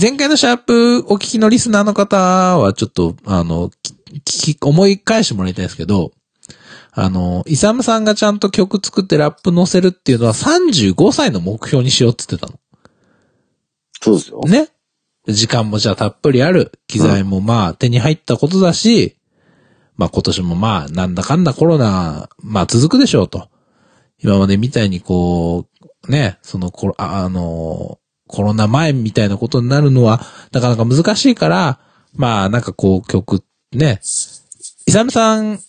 [SPEAKER 1] 前回のシャープお聞きのリスナーの方はちょっと、あの、き聞き、思い返してもらいたいんですけど、あの、イサムさんがちゃんと曲作ってラップ載せるっていうのは35歳の目標にしようって言ってたの。
[SPEAKER 2] そうですよ。
[SPEAKER 1] ね。時間もじゃあたっぷりある。機材もまあ手に入ったことだし、まあ今年もまあなんだかんだコロナ、まあ続くでしょうと。今までみたいにこう、ね、そのコロ、ああの、コロナ前みたいなことになるのはなかなか難しいから、まあなんかこう曲、ね、イサムさん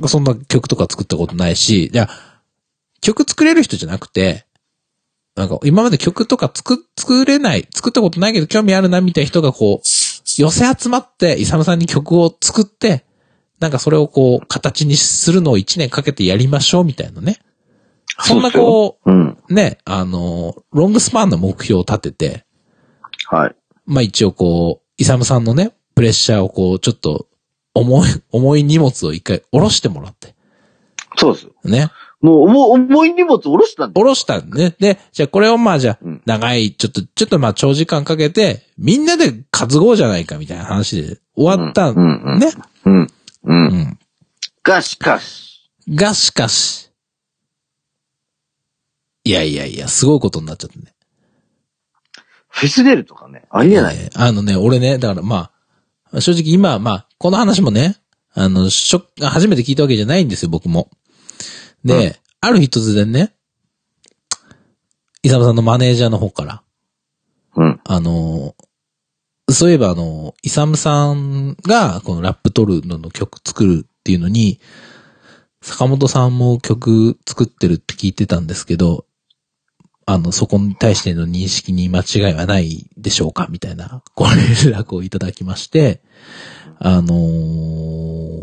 [SPEAKER 1] がそんな曲とか作ったことないし、じゃあ曲作れる人じゃなくて、なんか今まで曲とか作、作れない、作ったことないけど興味あるなみたいな人がこう、寄せ集まって、イサムさんに曲を作って、なんかそれをこう、形にするのを一年かけてやりましょうみたいなね。そんなこ
[SPEAKER 2] う。うん。
[SPEAKER 1] う、ね、あの、ロングスパンの目標を立てて、
[SPEAKER 2] はい。
[SPEAKER 1] まあ一応こう、イサムさんのね、プレッシャーをこう、ちょっと、重い、重い荷物を一回下ろしてもらって、
[SPEAKER 2] そうですよ。
[SPEAKER 1] ね。
[SPEAKER 2] もう、重重い荷物下ろしたんだ
[SPEAKER 1] 下ろしたんで、で、じゃあこれをまあじゃあ
[SPEAKER 2] うん、
[SPEAKER 1] 長い、ちょっと、ちょっとまあ長時間かけて、みんなで担ごうじゃないかみたいな話で終わった
[SPEAKER 2] うんうんうん
[SPEAKER 1] んね。
[SPEAKER 2] うん。う。
[SPEAKER 1] うんん。
[SPEAKER 2] が、しかし。
[SPEAKER 1] が、しかし、いやいやいや、すごいことになっちゃったね。
[SPEAKER 2] フェス出るとかね。ありえない。
[SPEAKER 1] えーあのね、俺ね、だからまあ、正直今、まあ、この話もね、あの、しょ、初めて聞いたわけじゃないんですよ、僕も。で、
[SPEAKER 2] う
[SPEAKER 1] ある日突然ね、イサムさんのマネージャーの方から、
[SPEAKER 2] うん。
[SPEAKER 1] あの、そういえばあの、イサムさんがこのラップ撮るのの曲作るっていうのに、坂本さんも曲作ってるって聞いてたんですけど、あの、そこに対しての認識に間違いはないでしょうかみたいなご連絡をいただきまして、あのー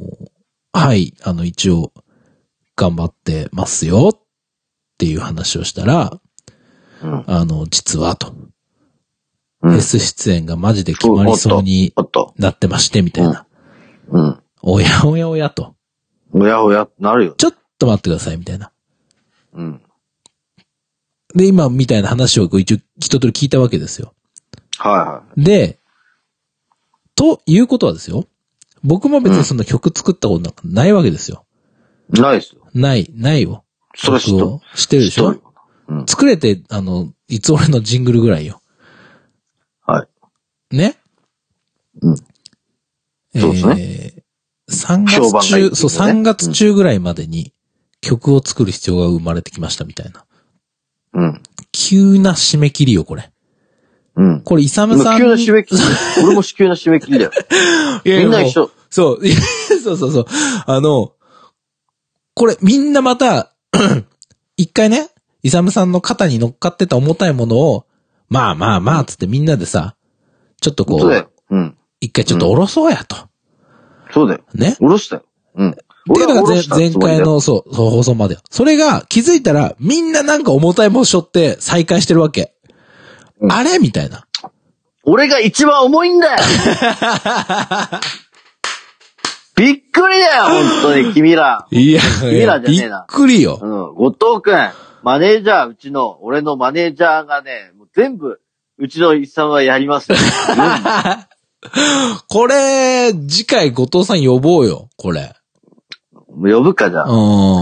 [SPEAKER 1] はい、あの、一応、頑張ってますよっていう話をしたら、
[SPEAKER 2] うん。
[SPEAKER 1] あの、実はと。
[SPEAKER 2] う
[SPEAKER 1] フ
[SPEAKER 2] ん
[SPEAKER 1] ェ。ス出演がマジで決まりそうに
[SPEAKER 2] あった。
[SPEAKER 1] なってまして、みたいな。
[SPEAKER 2] うん。
[SPEAKER 1] おやおやおやと。
[SPEAKER 2] おやおや、なるよ。
[SPEAKER 1] ちょっと待ってください、みたいな。
[SPEAKER 2] うん。
[SPEAKER 1] で、今みたいな話をこう一応一通り聞いたわけですよ。
[SPEAKER 2] はいは
[SPEAKER 1] で、ということはですよ。僕も別にそんな曲作ったことなんかないわけですよ。
[SPEAKER 2] い。ないですよ。
[SPEAKER 1] ない、ないよ。
[SPEAKER 2] それは知っと
[SPEAKER 1] 僕を知ってるでし
[SPEAKER 2] 知っ
[SPEAKER 1] ょ
[SPEAKER 2] とうん。
[SPEAKER 1] 作れて、あの、いつ俺のジングルぐらいよ。。
[SPEAKER 2] はい
[SPEAKER 1] ね
[SPEAKER 2] うん。そうです
[SPEAKER 1] ね。3
[SPEAKER 2] 評判が
[SPEAKER 1] 月
[SPEAKER 2] いいってい
[SPEAKER 1] 中、
[SPEAKER 2] うね
[SPEAKER 1] そう、3月中ぐらいまでに曲を作る必要が生まれてきましたみたいな。
[SPEAKER 2] うん。
[SPEAKER 1] 急な締め切りよ、これ。
[SPEAKER 2] うん。
[SPEAKER 1] これ、イサム
[SPEAKER 2] 今
[SPEAKER 1] さん。
[SPEAKER 2] 急な締め切り。 俺も急な締め切りだよ。
[SPEAKER 1] いやいや
[SPEAKER 2] みんな
[SPEAKER 1] もう
[SPEAKER 2] 一緒。
[SPEAKER 1] そう、 いやそうそうそう。あの、これみんなまた、 一回ね、イサムさんの肩に乗っかってた重たいものを、まあまあまあ、つってみんなでさ、ちょっとこ
[SPEAKER 2] そうだ
[SPEAKER 1] う、
[SPEAKER 2] よ。うん。
[SPEAKER 1] 一回ちょっと下ろそうやと。
[SPEAKER 2] そうだよ。
[SPEAKER 1] ね。
[SPEAKER 2] 下ろしたよ。うん。
[SPEAKER 1] ってい
[SPEAKER 2] 俺
[SPEAKER 1] うの
[SPEAKER 2] は
[SPEAKER 1] が
[SPEAKER 2] 下ろ
[SPEAKER 1] 前
[SPEAKER 2] した
[SPEAKER 1] 前
[SPEAKER 2] つもりだ
[SPEAKER 1] 回
[SPEAKER 2] よ。
[SPEAKER 1] の、そう、そう放送までよ。それが気づいたら、みんななんか重たいもの背負って再開してるわけ。
[SPEAKER 2] うん
[SPEAKER 1] あれみたいな。
[SPEAKER 2] 俺が一番重い んだよびっくりだよ、本当に、君ら。
[SPEAKER 1] いや、い
[SPEAKER 2] ミラ
[SPEAKER 1] や
[SPEAKER 2] ーじゃ
[SPEAKER 1] び
[SPEAKER 2] ね
[SPEAKER 1] っ
[SPEAKER 2] えな
[SPEAKER 1] くりよ。
[SPEAKER 2] うん、後藤くん、マネージャー、うちの、俺のマネージャーがね、もう全部、うちの一さんはやります、ね。
[SPEAKER 1] これ、次回後藤さん呼ぼうよ、これ。
[SPEAKER 2] うん 呼ぶか、じゃ
[SPEAKER 1] う
[SPEAKER 2] あ。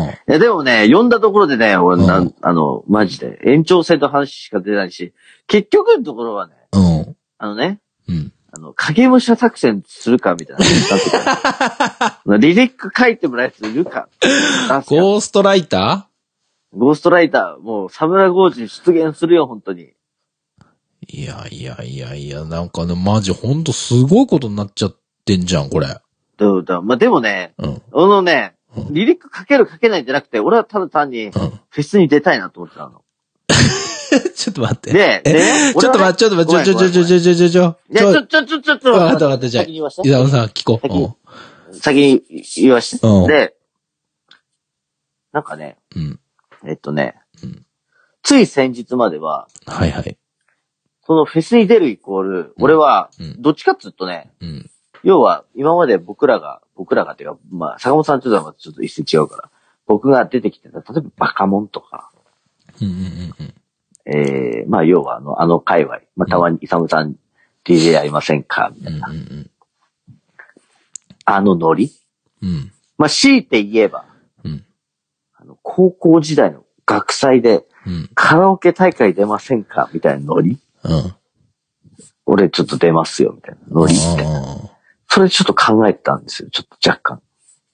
[SPEAKER 1] ん。
[SPEAKER 2] いや、でもね、呼んだところでね、俺、な、
[SPEAKER 1] うん
[SPEAKER 2] あの、マジで、延長戦の話しか出ないし、結局のところはね、
[SPEAKER 1] うん。
[SPEAKER 2] あのね、
[SPEAKER 1] うん。
[SPEAKER 2] あの、影武者作戦するか、みたいな話になってくる。リリック書いてもらうやついるか。なんすか
[SPEAKER 1] ゴーストライタ
[SPEAKER 2] ゴーストライター、もう、サムラゴージに出現するよ、本当に。
[SPEAKER 1] ーいやいやいやいや、なんかね、マジほんとすごいことになっちゃってんじゃん、これ。
[SPEAKER 2] どうだ、まあ、でもね、
[SPEAKER 1] うん。
[SPEAKER 2] あのね
[SPEAKER 1] う、ん
[SPEAKER 2] リリック書ける書けないんじゃなくて、俺はただ単に、
[SPEAKER 1] うん。
[SPEAKER 2] フェスに出たいなと思ってたの。
[SPEAKER 1] ちょっと待って。
[SPEAKER 2] で、でね、
[SPEAKER 1] ちょっと待って、ちょっと待って、ちょちょちょちょちょちょちょ。
[SPEAKER 2] ちょ、ちょ、ちょ、ちょ、ちょ、ちょ、
[SPEAKER 1] わかったわかったじゃあ
[SPEAKER 2] 先に言わし
[SPEAKER 1] 伊
[SPEAKER 2] て。
[SPEAKER 1] 沢さん聞こう。
[SPEAKER 2] 先に言わして。
[SPEAKER 1] うん
[SPEAKER 2] で、なんかね、
[SPEAKER 1] うん。うん。
[SPEAKER 2] えっとね
[SPEAKER 1] うん、
[SPEAKER 2] つい先日までは、
[SPEAKER 1] はいはい。
[SPEAKER 2] そのフェスに出るイコール、俺は
[SPEAKER 1] うん、
[SPEAKER 2] どっちかっつうとね、
[SPEAKER 1] うん。
[SPEAKER 2] 要は、今まで僕らが、僕らがっていうか、まあ、坂本さんとはまたちょっと一線違うから、僕が出てきてた、例えばバカモンとか、
[SPEAKER 1] うんうんうん
[SPEAKER 2] ええまあ、要はあの、あの界隈、まあ、たまに、イサムさん、DJ やりませんかみ
[SPEAKER 1] う
[SPEAKER 2] た
[SPEAKER 1] ん。う
[SPEAKER 2] い
[SPEAKER 1] ん
[SPEAKER 2] な、
[SPEAKER 1] うん
[SPEAKER 2] あのノリ
[SPEAKER 1] うん。うん。
[SPEAKER 2] まあ、強いて言えば、
[SPEAKER 1] うん
[SPEAKER 2] あの、高校時代の学祭で
[SPEAKER 1] うん。
[SPEAKER 2] カラオケ大会出ませんかみたいなノリ
[SPEAKER 1] うん。
[SPEAKER 2] 俺ちょっと出ますよ、みたいなノリって。それちょっと考えてたんですよ、ちょっと若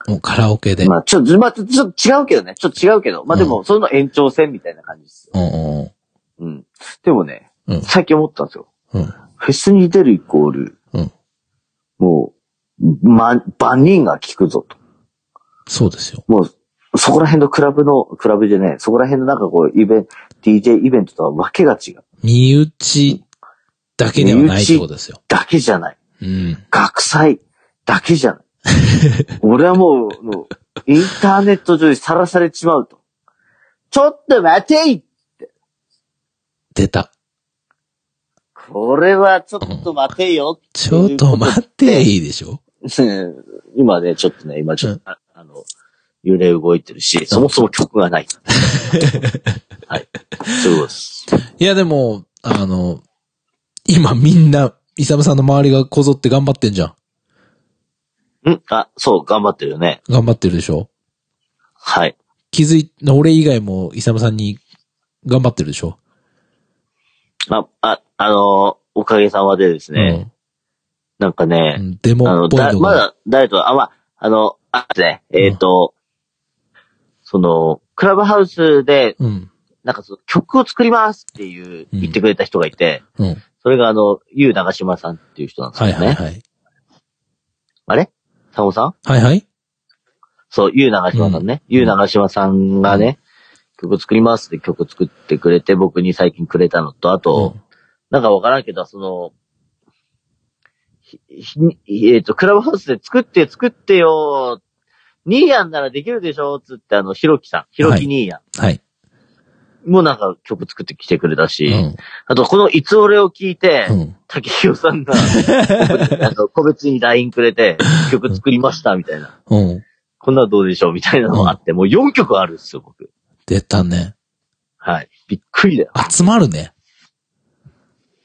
[SPEAKER 1] もうカラオケで。
[SPEAKER 2] 干。まあ、ちょっと、まあ、ちょっと違うけどね、ちょっと違うけど、まあでも、その延長戦みたいな感じですよ。
[SPEAKER 1] うんうん
[SPEAKER 2] うん。でもね、
[SPEAKER 1] うん
[SPEAKER 2] 最近思ったんですよ。
[SPEAKER 1] うん。
[SPEAKER 2] フェスに出るイコール、
[SPEAKER 1] うん。
[SPEAKER 2] もう、ま、万人が聞くぞと。
[SPEAKER 1] そうですよ。
[SPEAKER 2] もう、そこら辺のクラブの、クラブじゃねえ、そこら辺のなんかこう、イベント、DJ イベントとはわけが違う。
[SPEAKER 1] 身内だけではないってことですよ。
[SPEAKER 2] だけじゃない。
[SPEAKER 1] うん。
[SPEAKER 2] 学祭だけじゃない。俺はもう、もうインターネット上にさらされちまうと。ちょっと待てい
[SPEAKER 1] 出た。
[SPEAKER 2] これはちょっと待てよ。
[SPEAKER 1] ちょっと待っていいでしょ
[SPEAKER 2] 今ね、ちょっとね、今ちょっと、ああの、揺れ動いてるし、そもそも曲がない。はい。そういうことです。
[SPEAKER 1] いやでも、あの、今みんな、イサムさんの周りがこぞって頑張ってんじゃん。
[SPEAKER 2] んあ、そう、頑張ってるよね。
[SPEAKER 1] 頑張ってるでしょ
[SPEAKER 2] はい。
[SPEAKER 1] 気づい、俺以外もイサムさんに頑張ってるでしょ
[SPEAKER 2] あ、あ、あのーおかげさまでですね、なんかね、
[SPEAKER 1] うん。デ
[SPEAKER 2] あ
[SPEAKER 1] モ
[SPEAKER 2] の、
[SPEAKER 1] っぽい
[SPEAKER 2] だ、
[SPEAKER 1] の
[SPEAKER 2] ま
[SPEAKER 1] が。
[SPEAKER 2] だ、誰と、あ、まあ、あの、あですね、えっ、と、その、クラブハウスで、
[SPEAKER 1] うん。
[SPEAKER 2] なんかその曲を作りますっていう、
[SPEAKER 1] うん
[SPEAKER 2] 言ってくれた人がいて、
[SPEAKER 1] うん。
[SPEAKER 2] それがあの、ゆう長島さんっていう人なんです
[SPEAKER 1] は
[SPEAKER 2] よ
[SPEAKER 1] い
[SPEAKER 2] ね。
[SPEAKER 1] はいはい。
[SPEAKER 2] あれサモさん
[SPEAKER 1] はいはい。
[SPEAKER 2] そう、ゆう長島さんね。ゆう長島さんがね、曲作りますって曲作ってくれて、僕に最近くれたのと、あと、
[SPEAKER 1] うん
[SPEAKER 2] なんかわからんけど、その、ひひえっ、と、クラブハウスで作って作ってよ、ニーヤンならできるでしょつって、あの、ひろきさん、ひろきニーヤ
[SPEAKER 1] はい。
[SPEAKER 2] ンもうなんか曲作ってきてくれたし、
[SPEAKER 1] うん。
[SPEAKER 2] あと、このいつ俺を聞いて、
[SPEAKER 1] うん。
[SPEAKER 2] 竹清さ んが、あの、個別に LINE くれて、曲作りました、みたいな。
[SPEAKER 1] うん。
[SPEAKER 2] こんなのどうでしょうみたいなのがあって、もう4曲あるんですよ、僕。
[SPEAKER 1] 出たね。
[SPEAKER 2] はい。びっくりだよ。
[SPEAKER 1] 集まるね。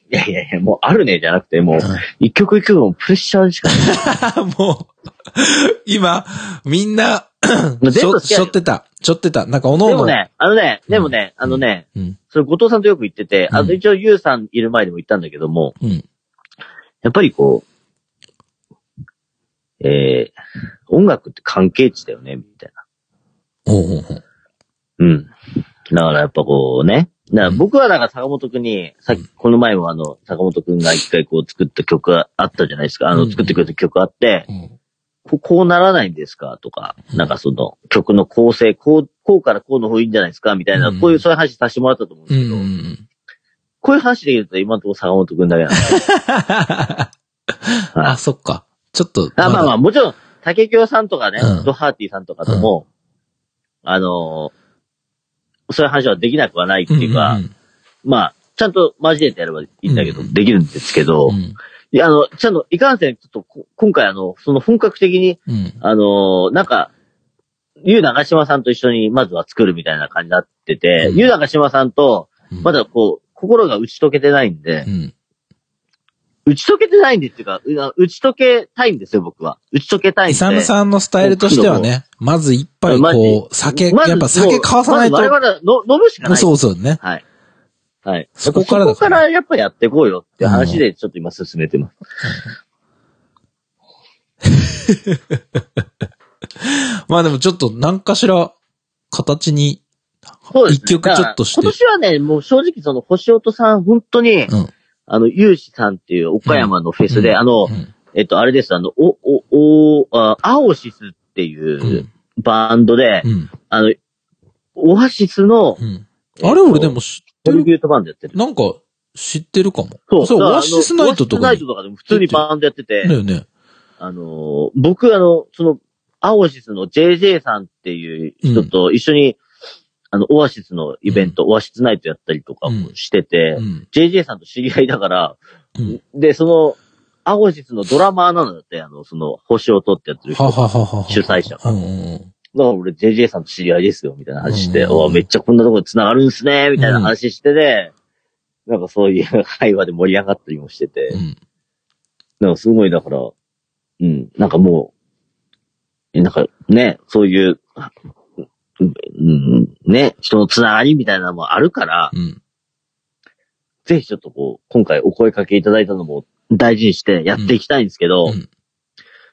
[SPEAKER 2] いやいやいや、もうあるね、じゃなくて、もう、 一曲一曲もプレッシャーでしかない。
[SPEAKER 1] もう、今、みんな、
[SPEAKER 2] もう
[SPEAKER 1] し
[SPEAKER 2] 全部
[SPEAKER 1] ょ、
[SPEAKER 2] 好き
[SPEAKER 1] し
[SPEAKER 2] やけど
[SPEAKER 1] ょってた。ちょってた。なんか、おの
[SPEAKER 2] で
[SPEAKER 1] おの。
[SPEAKER 2] もね、あのね、
[SPEAKER 1] うん
[SPEAKER 2] でもね、あのね、
[SPEAKER 1] うん。
[SPEAKER 2] それ後藤さんとよく言ってて、あ
[SPEAKER 1] うん
[SPEAKER 2] と一応ゆうさんいる前でも言ったんだけども、
[SPEAKER 1] うん。
[SPEAKER 2] やっぱりこう、えー、音楽って関係値だよね、みたいな。
[SPEAKER 1] おうおうおう。
[SPEAKER 2] うん。だからやっぱこうね、だから
[SPEAKER 1] うん
[SPEAKER 2] 僕はなんか坂本くんに、さっき、この前もあの、坂本くんが一回こう作った曲があったじゃないですか。あ
[SPEAKER 1] う
[SPEAKER 2] の、
[SPEAKER 1] ん
[SPEAKER 2] 作ってくれた曲あって、
[SPEAKER 1] うん。
[SPEAKER 2] ここうならないんですかとか、
[SPEAKER 1] うん
[SPEAKER 2] なんかその曲の構成、こう、こうからこうの方がいいんじゃないですかみたいな、
[SPEAKER 1] うん
[SPEAKER 2] こういうそういう話させてもらったと思うんで
[SPEAKER 1] う
[SPEAKER 2] す
[SPEAKER 1] ん
[SPEAKER 2] け
[SPEAKER 1] う
[SPEAKER 2] ど、
[SPEAKER 1] ん。
[SPEAKER 2] こういう話で言うと今のところ坂本くんだけなんですよ
[SPEAKER 1] あ、そっか。ちょっと。
[SPEAKER 2] あまあまあ、
[SPEAKER 1] あ。
[SPEAKER 2] もちろん、竹京さんとかね、
[SPEAKER 1] うん
[SPEAKER 2] ドハーティさんとかとも、あのーそういう話はできなくはないって
[SPEAKER 1] うんうん
[SPEAKER 2] いううんか、まあ、ちゃんと交えてやればいいんだけど、
[SPEAKER 1] うん
[SPEAKER 2] できるんですけど、
[SPEAKER 1] うん。
[SPEAKER 2] いや、あの、ちゃんと、いかんせん、ちょっとこ、今回あの、その本格的に、
[SPEAKER 1] うん。
[SPEAKER 2] あのーなんか、ゆう長島さんと一緒にまずは作るみたいな感じになってて、
[SPEAKER 1] うん
[SPEAKER 2] ゆう長島さんと、
[SPEAKER 1] うん
[SPEAKER 2] ま。だこう、心が打ち解けてないんで
[SPEAKER 1] う、ん。
[SPEAKER 2] 打ち解けてないんでっていうか、うあ打ち解けたいんですよ、僕は。打ち解けたいん
[SPEAKER 1] イ
[SPEAKER 2] で。
[SPEAKER 1] サムさんのスタイルとしてはね、まず一杯
[SPEAKER 2] まず
[SPEAKER 1] こう、酒、
[SPEAKER 2] まず
[SPEAKER 1] やっぱ酒買わさないと
[SPEAKER 2] まず。我々はの飲むしかない。
[SPEAKER 1] そうそうね。
[SPEAKER 2] はい。はい。
[SPEAKER 1] そこからだから
[SPEAKER 2] そこからやっぱやっていこうよって話でちょっと今進めてます。
[SPEAKER 1] まあでもちょっと何かしら形に、
[SPEAKER 2] そうです
[SPEAKER 1] 一
[SPEAKER 2] ね。
[SPEAKER 1] 曲ちょっとして
[SPEAKER 2] だから今年はね、もう正直その星音さん、本当に、
[SPEAKER 1] うん
[SPEAKER 2] あの、ゆうしさんっていう岡山のフェスで、
[SPEAKER 1] うん
[SPEAKER 2] あの
[SPEAKER 1] う、ん。
[SPEAKER 2] えっと、あれです、あの、お、お、お、あアオシスっていう
[SPEAKER 1] う
[SPEAKER 2] バンドで、
[SPEAKER 1] ん。
[SPEAKER 2] あの、オアシスの、
[SPEAKER 1] うん。あれ俺でも知って
[SPEAKER 2] トリ
[SPEAKER 1] る、
[SPEAKER 2] ビュートバンドやってる。
[SPEAKER 1] なんか知ってるかも。
[SPEAKER 2] そう。だからあの
[SPEAKER 1] オアシスナイトと
[SPEAKER 2] オア
[SPEAKER 1] か
[SPEAKER 2] シ
[SPEAKER 1] に。
[SPEAKER 2] スナイトとかでも普通にバンドやってて、
[SPEAKER 1] だよね。
[SPEAKER 2] あのー僕、あの、その、アオシスの JJ さんっていう人と一緒に、あの、オアシスのイベント、オアシスナイトやったりとかもしてて、
[SPEAKER 1] うん。
[SPEAKER 2] JJ さんと知り合いだから、
[SPEAKER 1] うん
[SPEAKER 2] で、その、アオシスのドラマーなのだって、あの、その、星を取ってやってる人。
[SPEAKER 1] ははははは。
[SPEAKER 2] 主催者
[SPEAKER 1] うんうんうん。
[SPEAKER 2] だから俺 JJ さんと知り合いですよ、みたいな話して、
[SPEAKER 1] うん
[SPEAKER 2] おめっちゃこんなとこで繋がるんすね、みたいな話してて、なんかそういう 会話で盛り上がったりもしてて、
[SPEAKER 1] うん。
[SPEAKER 2] なんかすごい、だから、うん、なんかもう、えなんかね、そういう、うんうん、ね、人のつながりみたいなのもあるから、
[SPEAKER 1] うん。
[SPEAKER 2] ぜひちょっとこう、今回お声かけいただいたのも大事にしてやっていきたいんですけど、
[SPEAKER 1] うんうん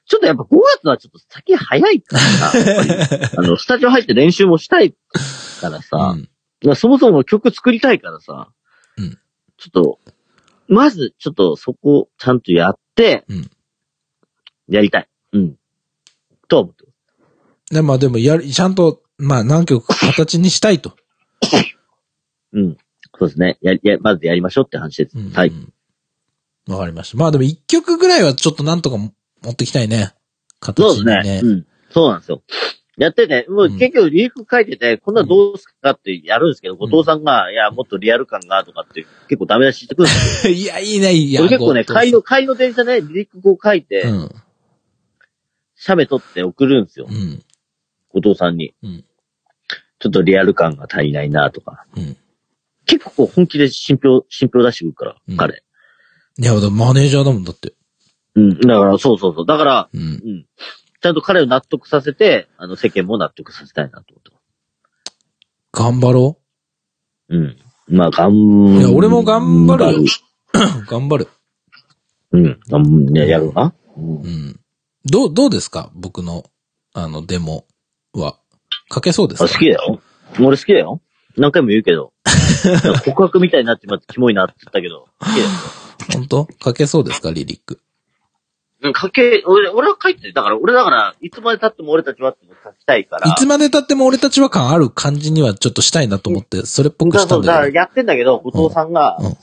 [SPEAKER 2] ちょっとやっぱ5月はちょっと先早い からさ、やっぱりあの、スタジオ入って練習もしたいからさ、
[SPEAKER 1] うん
[SPEAKER 2] まあそもそも曲作りたいからさ、
[SPEAKER 1] うん
[SPEAKER 2] ちょっと、まず、ちょっとそこをちゃんとやって、
[SPEAKER 1] うん
[SPEAKER 2] やりたい。うん。とは思ってる
[SPEAKER 1] で、まあでも、やる、ちゃんと、まあ何曲か形にしたいと。
[SPEAKER 2] うん。そうですね。や、や、まずやりましょうって話です。
[SPEAKER 1] うん
[SPEAKER 2] はい。。
[SPEAKER 1] わかりました。まあでも一曲ぐらいはちょっとなんとか持ってきたいね。形
[SPEAKER 2] そうで
[SPEAKER 1] に
[SPEAKER 2] す
[SPEAKER 1] ね。
[SPEAKER 2] ね。うん。そうなんですよ。やってて、もう
[SPEAKER 1] うん
[SPEAKER 2] 結局リーク書いてて、こんなどうすかってやるんですけど、後藤さんが、いや、もっとリアル感が、とかって結構ダメ出ししてくるんですよ。
[SPEAKER 1] いや、いいね、いいや。
[SPEAKER 2] 俺結構ね、
[SPEAKER 1] ごめ
[SPEAKER 2] 帰り
[SPEAKER 1] ん
[SPEAKER 2] の、帰りの電車ね、リークを書いて、
[SPEAKER 1] うん。
[SPEAKER 2] 写メ撮って送るんですよ。
[SPEAKER 1] うん。
[SPEAKER 2] 後藤さんに、
[SPEAKER 1] うん
[SPEAKER 2] ちょっとリアル感が足りないなとか。
[SPEAKER 1] うん
[SPEAKER 2] 結構本気で信憑、信憑出してくるから、
[SPEAKER 1] うん
[SPEAKER 2] 彼。
[SPEAKER 1] いや、だからマネージャーだもんだって。
[SPEAKER 2] うん。だから、そうそうそう。だから、
[SPEAKER 1] うん。
[SPEAKER 2] うん。ちゃんと彼を納得させて、あの、世間も納得させたいなと思ってま
[SPEAKER 1] 頑張ろ
[SPEAKER 2] す。うん。まあ、頑
[SPEAKER 1] いや俺も頑張るよう。 頑張る。
[SPEAKER 2] うん。頑ややるな。うん
[SPEAKER 1] うん。どう、どうですか僕の、あの、デモは。書けそうで
[SPEAKER 2] あ
[SPEAKER 1] す
[SPEAKER 2] 好
[SPEAKER 1] か
[SPEAKER 2] きだよ。俺好きだよ。何回も言う けど。なんか告白みたいになってまたキモいなって言ったけど。好きだよ。
[SPEAKER 1] 本当書けそうですかリリック。
[SPEAKER 2] うん、書け、俺、俺は書いてる。だから、俺だから、いつまで経っても俺たちはっていうのを書きたいから。
[SPEAKER 1] いつまで経っても俺たちは感ある感じにはちょっとしたいなと思って、それっぽく
[SPEAKER 2] そう
[SPEAKER 1] した
[SPEAKER 2] そ
[SPEAKER 1] ん
[SPEAKER 2] う、だ
[SPEAKER 1] だ
[SPEAKER 2] から
[SPEAKER 1] けど、
[SPEAKER 2] やってんだけど、後藤さんが、
[SPEAKER 1] うんうん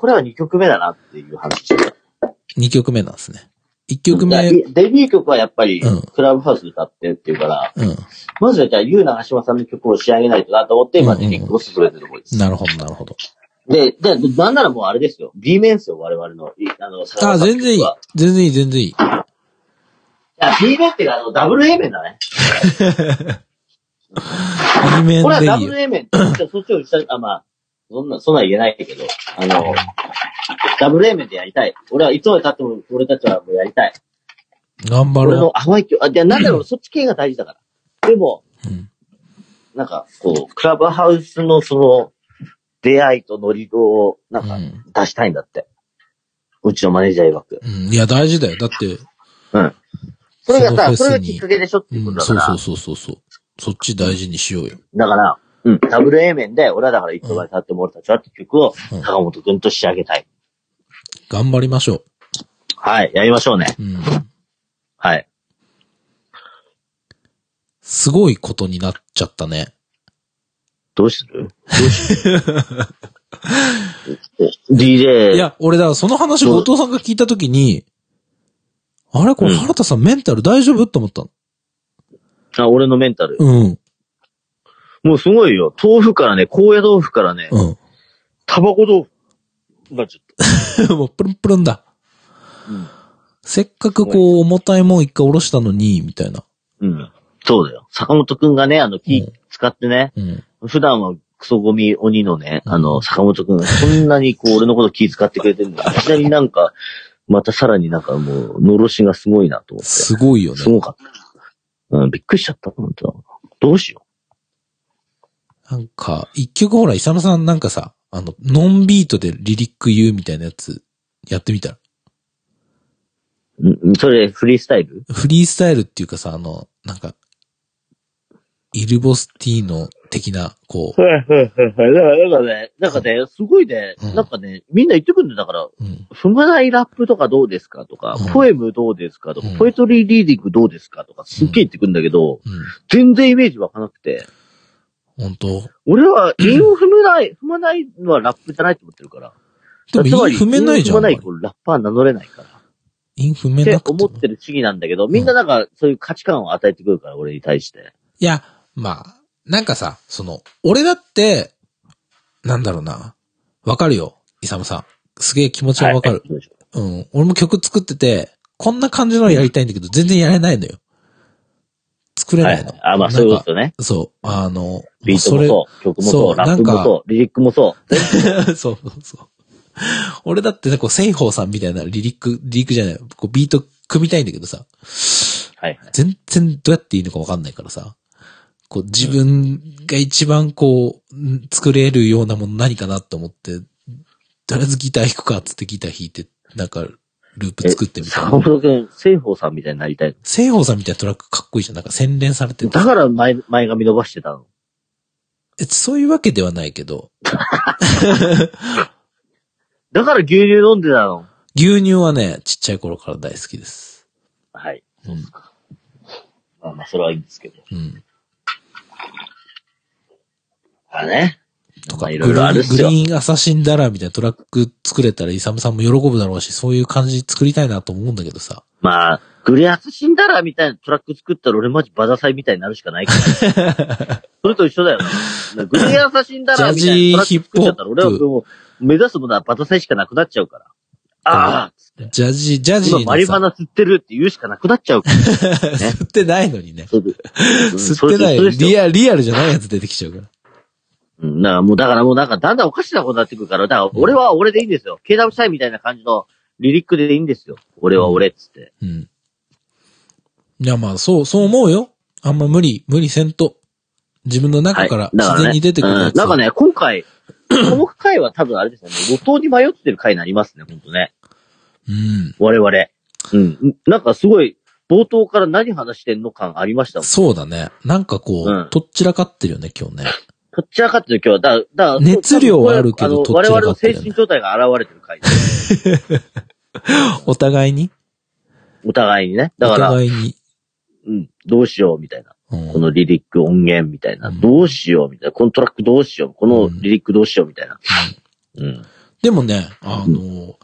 [SPEAKER 2] これは2曲目だなっていう話。2
[SPEAKER 1] 2曲目なんですね。1曲目、うん。
[SPEAKER 2] デビュー曲はやっぱり
[SPEAKER 1] うん、
[SPEAKER 2] クラブハウスで歌ってっていうから、まずはじゃあ、ゆう長島さんの曲を仕上げないとなと思って、今、
[SPEAKER 1] うんうん
[SPEAKER 2] デビュー曲を進めてるところです。
[SPEAKER 1] なるほど、なるほど。
[SPEAKER 2] で、で、なんならもうあれですよ。B 面ですよ、我々の。いあの、
[SPEAKER 1] あ、全然いい。全然いい、全然いい。
[SPEAKER 2] や、B 面っていうか、あの、ダブル A 面だね。
[SPEAKER 1] B 面
[SPEAKER 2] これは
[SPEAKER 1] で
[SPEAKER 2] ダ
[SPEAKER 1] いいよ
[SPEAKER 2] ブル。A 面。じゃあそっちを打ちたい。あ、まあ、そんな、そんなん言えないけど、あの、ダブル A 面でやりたい。俺はいつまで経っても、俺たちはもうやりたい。
[SPEAKER 1] 頑張
[SPEAKER 2] 俺
[SPEAKER 1] ろ
[SPEAKER 2] の甘い曲、あ、じゃあなんだろう、そっち系が大事だから。でも、
[SPEAKER 1] う。うん。
[SPEAKER 2] なんか、こう、クラブハウスのその、出会いとノリ語を、なんか、出したいんだって。うちのマネージャー曰く。
[SPEAKER 1] うん。いや、大事だよ。だって、
[SPEAKER 2] それが
[SPEAKER 1] そのフェ
[SPEAKER 2] さ、
[SPEAKER 1] ス
[SPEAKER 2] そ
[SPEAKER 1] に
[SPEAKER 2] れがきっかけでしょっていううこ
[SPEAKER 1] ん、
[SPEAKER 2] とだか
[SPEAKER 1] そう
[SPEAKER 2] ら。
[SPEAKER 1] そうそうそうそう。そっち大事にしようよ。
[SPEAKER 2] だから、うん、ダブル A 面で、俺はだからいつまで経っても俺たちはって曲を
[SPEAKER 1] うん、
[SPEAKER 2] 坂本くんと仕上げたい。
[SPEAKER 1] 頑張りましょ
[SPEAKER 2] はい、やりましょうね。
[SPEAKER 1] う。うん。
[SPEAKER 2] はい。
[SPEAKER 1] すごいことになっちゃったね。
[SPEAKER 2] どうするどうする ?DJ。
[SPEAKER 1] いや、俺だ、その話
[SPEAKER 2] そう
[SPEAKER 1] 後藤さんが聞いたときに、あれこれ
[SPEAKER 2] うん
[SPEAKER 1] 原田さんメンタル大丈夫と思ったの。
[SPEAKER 2] あ、俺のメンタル。
[SPEAKER 1] うん。
[SPEAKER 2] もうすごいよ。豆腐からね、高野豆腐からね、
[SPEAKER 1] うん。
[SPEAKER 2] タバコ豆腐。なっちゃ
[SPEAKER 1] もうプルンプルンだ。
[SPEAKER 2] った。うん。
[SPEAKER 1] せっかくこう、重たいもん一回下ろしたのに、みたいな。
[SPEAKER 2] うん。そうだよ。坂本くんがね、あの、
[SPEAKER 1] う
[SPEAKER 2] 木
[SPEAKER 1] ん
[SPEAKER 2] 使ってね、
[SPEAKER 1] うん。
[SPEAKER 2] 普段はクソゴミ鬼のね、
[SPEAKER 1] うん
[SPEAKER 2] あの、坂本くんがこんなに こう、俺のこと気使ってくれてるのに、いきなりなんか、またさらになんかもう、のろしがすごいなと思って。
[SPEAKER 1] すごいよね
[SPEAKER 2] す。ごかった。うん、びっくりしちゃった、本当どうしよ
[SPEAKER 1] なんか、一曲ほら、イサムさんなんかさ、あの、ノンビートでリリック言うみたいなやつ、やってみたら。
[SPEAKER 2] う。うん、それ、フリースタイル
[SPEAKER 1] フリースタイルっていうかさ、あの、なんか、イルボスティーノ的な、こ
[SPEAKER 2] はいはいはい。だから、なんかね、なんかね、すごいね
[SPEAKER 1] うん、
[SPEAKER 2] なんかね、みんな言ってくるんだよだから、
[SPEAKER 1] う、うん。
[SPEAKER 2] 踏まないラップとかどうですかとか
[SPEAKER 1] うん、
[SPEAKER 2] ポエムどうですかとか
[SPEAKER 1] うん、
[SPEAKER 2] ポエトリーリーディングどうですかとか、すっげえ言ってくるんだけど、
[SPEAKER 1] うん。
[SPEAKER 2] 全然イメージわかなくて、
[SPEAKER 1] 本当
[SPEAKER 2] 俺は韻を踏むない、 踏まないのはラップじゃないと思ってるから。
[SPEAKER 1] でも、
[SPEAKER 2] つまり
[SPEAKER 1] 韻踏めないじゃ
[SPEAKER 2] 韻を踏ま
[SPEAKER 1] ん。
[SPEAKER 2] ないとラッパー名乗れないから。
[SPEAKER 1] インフめ
[SPEAKER 2] って
[SPEAKER 1] なくて
[SPEAKER 2] 思
[SPEAKER 1] も。
[SPEAKER 2] ってる主義なんだけど、みんななんかそういう価値観を与えてくるから、俺に対して。
[SPEAKER 1] いや、まあ、なんかさ、その、俺だって、なんだろうな。わかるよ、イサムさん。すげえ気持ちはわかる。
[SPEAKER 2] はい
[SPEAKER 1] うん。俺も曲作ってて、こんな感じのやりたいんだけど、全然やれないのよ。作れ
[SPEAKER 2] は
[SPEAKER 1] ないの。
[SPEAKER 2] い。あ、まあそういうことね。
[SPEAKER 1] と。そう。あの、
[SPEAKER 2] ビートもそう、曲も
[SPEAKER 1] そ
[SPEAKER 2] そうう、ラップ
[SPEAKER 1] なんか
[SPEAKER 2] もそう、リリックもそ
[SPEAKER 1] そうそうそうそう。俺だってね、こう、セイホーさんみたいなリリック、リリックじゃない、こう、ビート組みたいんだけどさ、
[SPEAKER 2] う。はい。
[SPEAKER 1] 全然どうやっていいのかわかんないからさ、こう、自分が一番こう、ん作れるようなもの何かなと思って、とりあえずギター弾くかっつってギター弾いて、なんか、ループ作ってみたい
[SPEAKER 2] 坂
[SPEAKER 1] な。
[SPEAKER 2] 本くん、西方さんみたいになりたい
[SPEAKER 1] セイホーさんみたいなトラックかっこいいじゃん。なんか洗練されて
[SPEAKER 2] の。
[SPEAKER 1] る
[SPEAKER 2] だから前、前髪伸ばしてたの。
[SPEAKER 1] えそういうわけではないけど、
[SPEAKER 2] だから牛乳飲んでたの。
[SPEAKER 1] 牛乳はね、ちっちゃい頃から大好きです。
[SPEAKER 2] はい。
[SPEAKER 1] うん。
[SPEAKER 2] まあまあ、それはいいんですけど。
[SPEAKER 1] うん。
[SPEAKER 2] あね。
[SPEAKER 1] とか、
[SPEAKER 2] まあ
[SPEAKER 1] グ
[SPEAKER 2] い
[SPEAKER 1] リ
[SPEAKER 2] ろいろあるっ
[SPEAKER 1] ーン、
[SPEAKER 2] す
[SPEAKER 1] グ
[SPEAKER 2] よ
[SPEAKER 1] リーンアサシンダラーみたいなトラック作れたらイサムさんも喜ぶだろうし、そういう感じ作りたいなと思うんだけどさ。
[SPEAKER 2] まあ、グレアス死んだらみたいなトラック作ったら俺マジバザサイみたいになるしかないから。 それと一緒だよ。グレアス死んだらみたいなトラック作っちゃったら俺はもう目指すものはバザサイしかなくなっちゃうから。ああ、つって。
[SPEAKER 1] ジャジー、ジャジー
[SPEAKER 2] 今
[SPEAKER 1] の
[SPEAKER 2] マリファ
[SPEAKER 1] さ、
[SPEAKER 2] ナ吸ってるって言うしかなくなっちゃうから。
[SPEAKER 1] 吸ってないのにね。
[SPEAKER 2] そうです
[SPEAKER 1] 吸ってない、リア、リアルじゃないやつ出てきちゃうから。
[SPEAKER 2] うん、だからもう、だからもうなんかだんだんおかしなことになってくるから、だから俺は俺でいいんですよ。KW 社員みたいな感じのリリックでいいんですよ。俺は俺っつって。
[SPEAKER 1] うん。いや、まあ、そう、そう思うよ。あんま無理、無理せんと。自分の中から自然に出てくる
[SPEAKER 2] う
[SPEAKER 1] やつ
[SPEAKER 2] ん
[SPEAKER 1] を。
[SPEAKER 2] なんかね、今回、 この回は多分あれですね、路頭に迷ってる回になりますね、ほんとね。
[SPEAKER 1] うん。
[SPEAKER 2] 我々。うん。なんかすごい、冒頭から何話してんの感ありましたもん。
[SPEAKER 1] そうだね。なんかこう、
[SPEAKER 2] うん
[SPEAKER 1] とっちらかってるよね、今日ね。
[SPEAKER 2] とっちらかってる今日は、だ、だ、
[SPEAKER 1] 熱量はあるけど
[SPEAKER 2] 多分これあの我々
[SPEAKER 1] とっ
[SPEAKER 2] の
[SPEAKER 1] ちらかってるよね
[SPEAKER 2] 精神状態が現れてる回です。
[SPEAKER 1] お互いに
[SPEAKER 2] お互いにね。
[SPEAKER 1] お
[SPEAKER 2] だから、
[SPEAKER 1] 互いに。
[SPEAKER 2] うん、どうしようみたいな。
[SPEAKER 1] うん
[SPEAKER 2] このリリック音源みたいな。
[SPEAKER 1] うん
[SPEAKER 2] どうしようみたいな。このトラックどうしよう。このリリックどうしようみたいな。うん。
[SPEAKER 1] でもね、あの、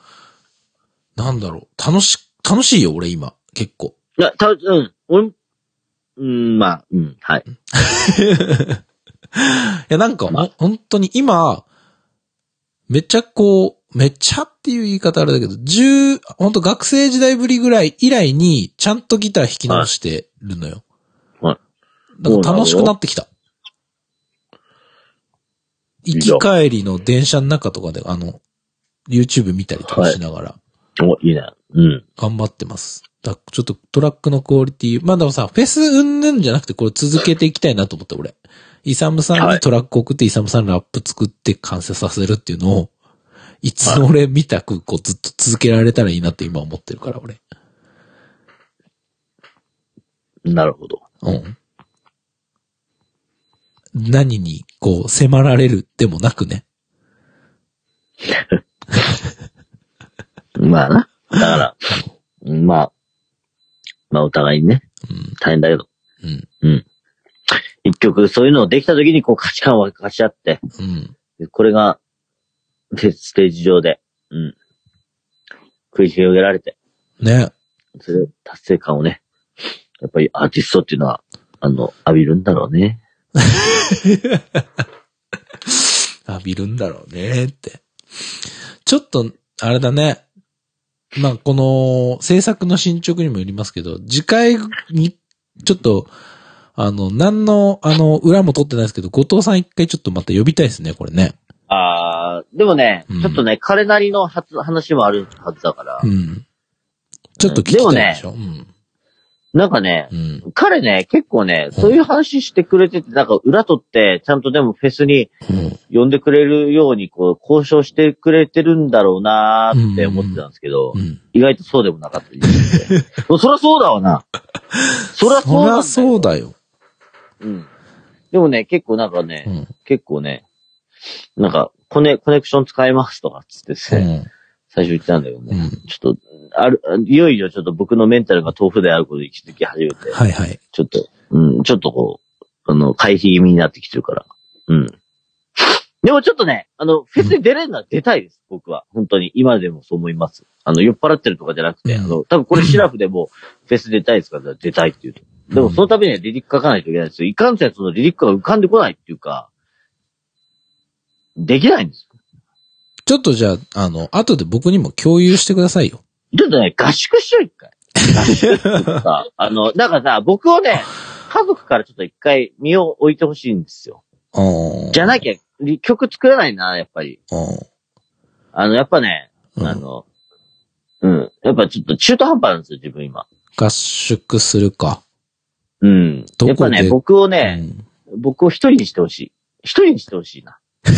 [SPEAKER 1] なんだろう、楽し、楽しいよ、俺今、結構。
[SPEAKER 2] いや、た、うん、俺も、うん、まあ、うん、はい。
[SPEAKER 1] いや、なんか、
[SPEAKER 2] ま
[SPEAKER 1] ほ本当に今、めっちゃこう、めっちゃっていう言い方あれだけど、十、本当学生時代ぶりぐらい以来に、ちゃんとギター弾き直してるのよ。
[SPEAKER 2] はい
[SPEAKER 1] だから楽しくなってきた。行き帰りの電車の中とかで、あの、YouTube 見たりとかしながら。
[SPEAKER 2] お、いいね。うん。
[SPEAKER 1] 頑張ってます。だちょっとトラックのクオリティ、まあでもさ、フェスうんぬんじゃなくてこれ続けていきたいなと思って、俺。イサムさん
[SPEAKER 2] は
[SPEAKER 1] に
[SPEAKER 2] い
[SPEAKER 1] トラック送って、イサムさんラップ作って完成させるっていうのを、いつ俺見たく、こうずっと続けられたらいいなって今思ってるから、俺。
[SPEAKER 2] なるほど。
[SPEAKER 1] うん。何に、こう、迫られるでもなくね。
[SPEAKER 2] まあな。だから、まあ、まあお互いにね、
[SPEAKER 1] うん。
[SPEAKER 2] 大変だけど。
[SPEAKER 1] うん。
[SPEAKER 2] 一曲、そういうのをできた時にこう価値観を分かち合って、
[SPEAKER 1] うん。
[SPEAKER 2] これが、でステージ上で、うん。繰り広げられて、
[SPEAKER 1] ね。
[SPEAKER 2] それ、達成感をね、やっぱりアーティストっていうのは、あの、浴びるんだろうね。
[SPEAKER 1] 浴びるんだろうねって。ちょっと、あれだね。まあ、この、制作の進捗にもよりますけど、次回に、ちょっと、あの、何の、あの、裏も取ってないですけど、後藤さん一回ちょっとまた呼びたいですね、これね。
[SPEAKER 2] あー、でもね、
[SPEAKER 1] うん
[SPEAKER 2] ちょっとね、彼なりのはつ話もあるはずだから、
[SPEAKER 1] うん。ちょっと聞きたいでしょ。
[SPEAKER 2] なんかね
[SPEAKER 1] う、ん。うん。
[SPEAKER 2] 彼ね、結構ね、そういう話してくれてて、なんか裏取って、ちゃんとでもフェスに
[SPEAKER 1] うん。
[SPEAKER 2] 呼んでくれるように、こう、交渉してくれてるんだろうなーって思ってたんですけど、
[SPEAKER 1] うん。
[SPEAKER 2] 意外とそうでもなかったりしてもう そりゃそうだわな。そりゃそう
[SPEAKER 1] そり
[SPEAKER 2] なんだよ
[SPEAKER 1] ゃそうだよ。
[SPEAKER 2] うん。でもね、結構なんかね、
[SPEAKER 1] うん。
[SPEAKER 2] 結構ね、なんか、コネ、コネクション使いますとかっつって
[SPEAKER 1] う
[SPEAKER 2] さ、
[SPEAKER 1] ん。
[SPEAKER 2] 最初言ったんだけどね、
[SPEAKER 1] うん
[SPEAKER 2] ちょっと、ある、いよいよちょっと僕のメンタルが豆腐であることに気づき始めて、
[SPEAKER 1] はいはい。
[SPEAKER 2] ちょっと、うん、ちょっとこう、あの、回避気味になってきてるから。うん。でもちょっとね、あの、フェスに出れるなら出たいです、僕は。本当に。今でもそう思います。あの、酔っ払ってるとかじゃなくて、
[SPEAKER 1] うん
[SPEAKER 2] あの、多分これシラフでも、フェス出たいですから、出たいって言うと。でもそのためにはリリック書かないといけないんですよ。いかんせんそのリリックが浮かんでこないっていうか、できないんですよ。
[SPEAKER 1] ちょっとじゃあ、あの、後で僕にも共有してくださいよ。
[SPEAKER 2] ちょっとね、合宿しよう、一回。さあの、なんかさ、僕をね、家族からちょっと一回身を置いてほしいんですよ。
[SPEAKER 1] うん
[SPEAKER 2] じゃなきゃ、り曲作れないな、やっぱり。
[SPEAKER 1] うん
[SPEAKER 2] あの、やっぱね、
[SPEAKER 1] うん
[SPEAKER 2] あの、うん。やっぱちょっと中途半端なんですよ、自分今。
[SPEAKER 1] 合宿するか。
[SPEAKER 2] うん。
[SPEAKER 1] どこで
[SPEAKER 2] やっぱね、僕をね、僕を一人にしてほしい。一人にしてほしいな。
[SPEAKER 1] うん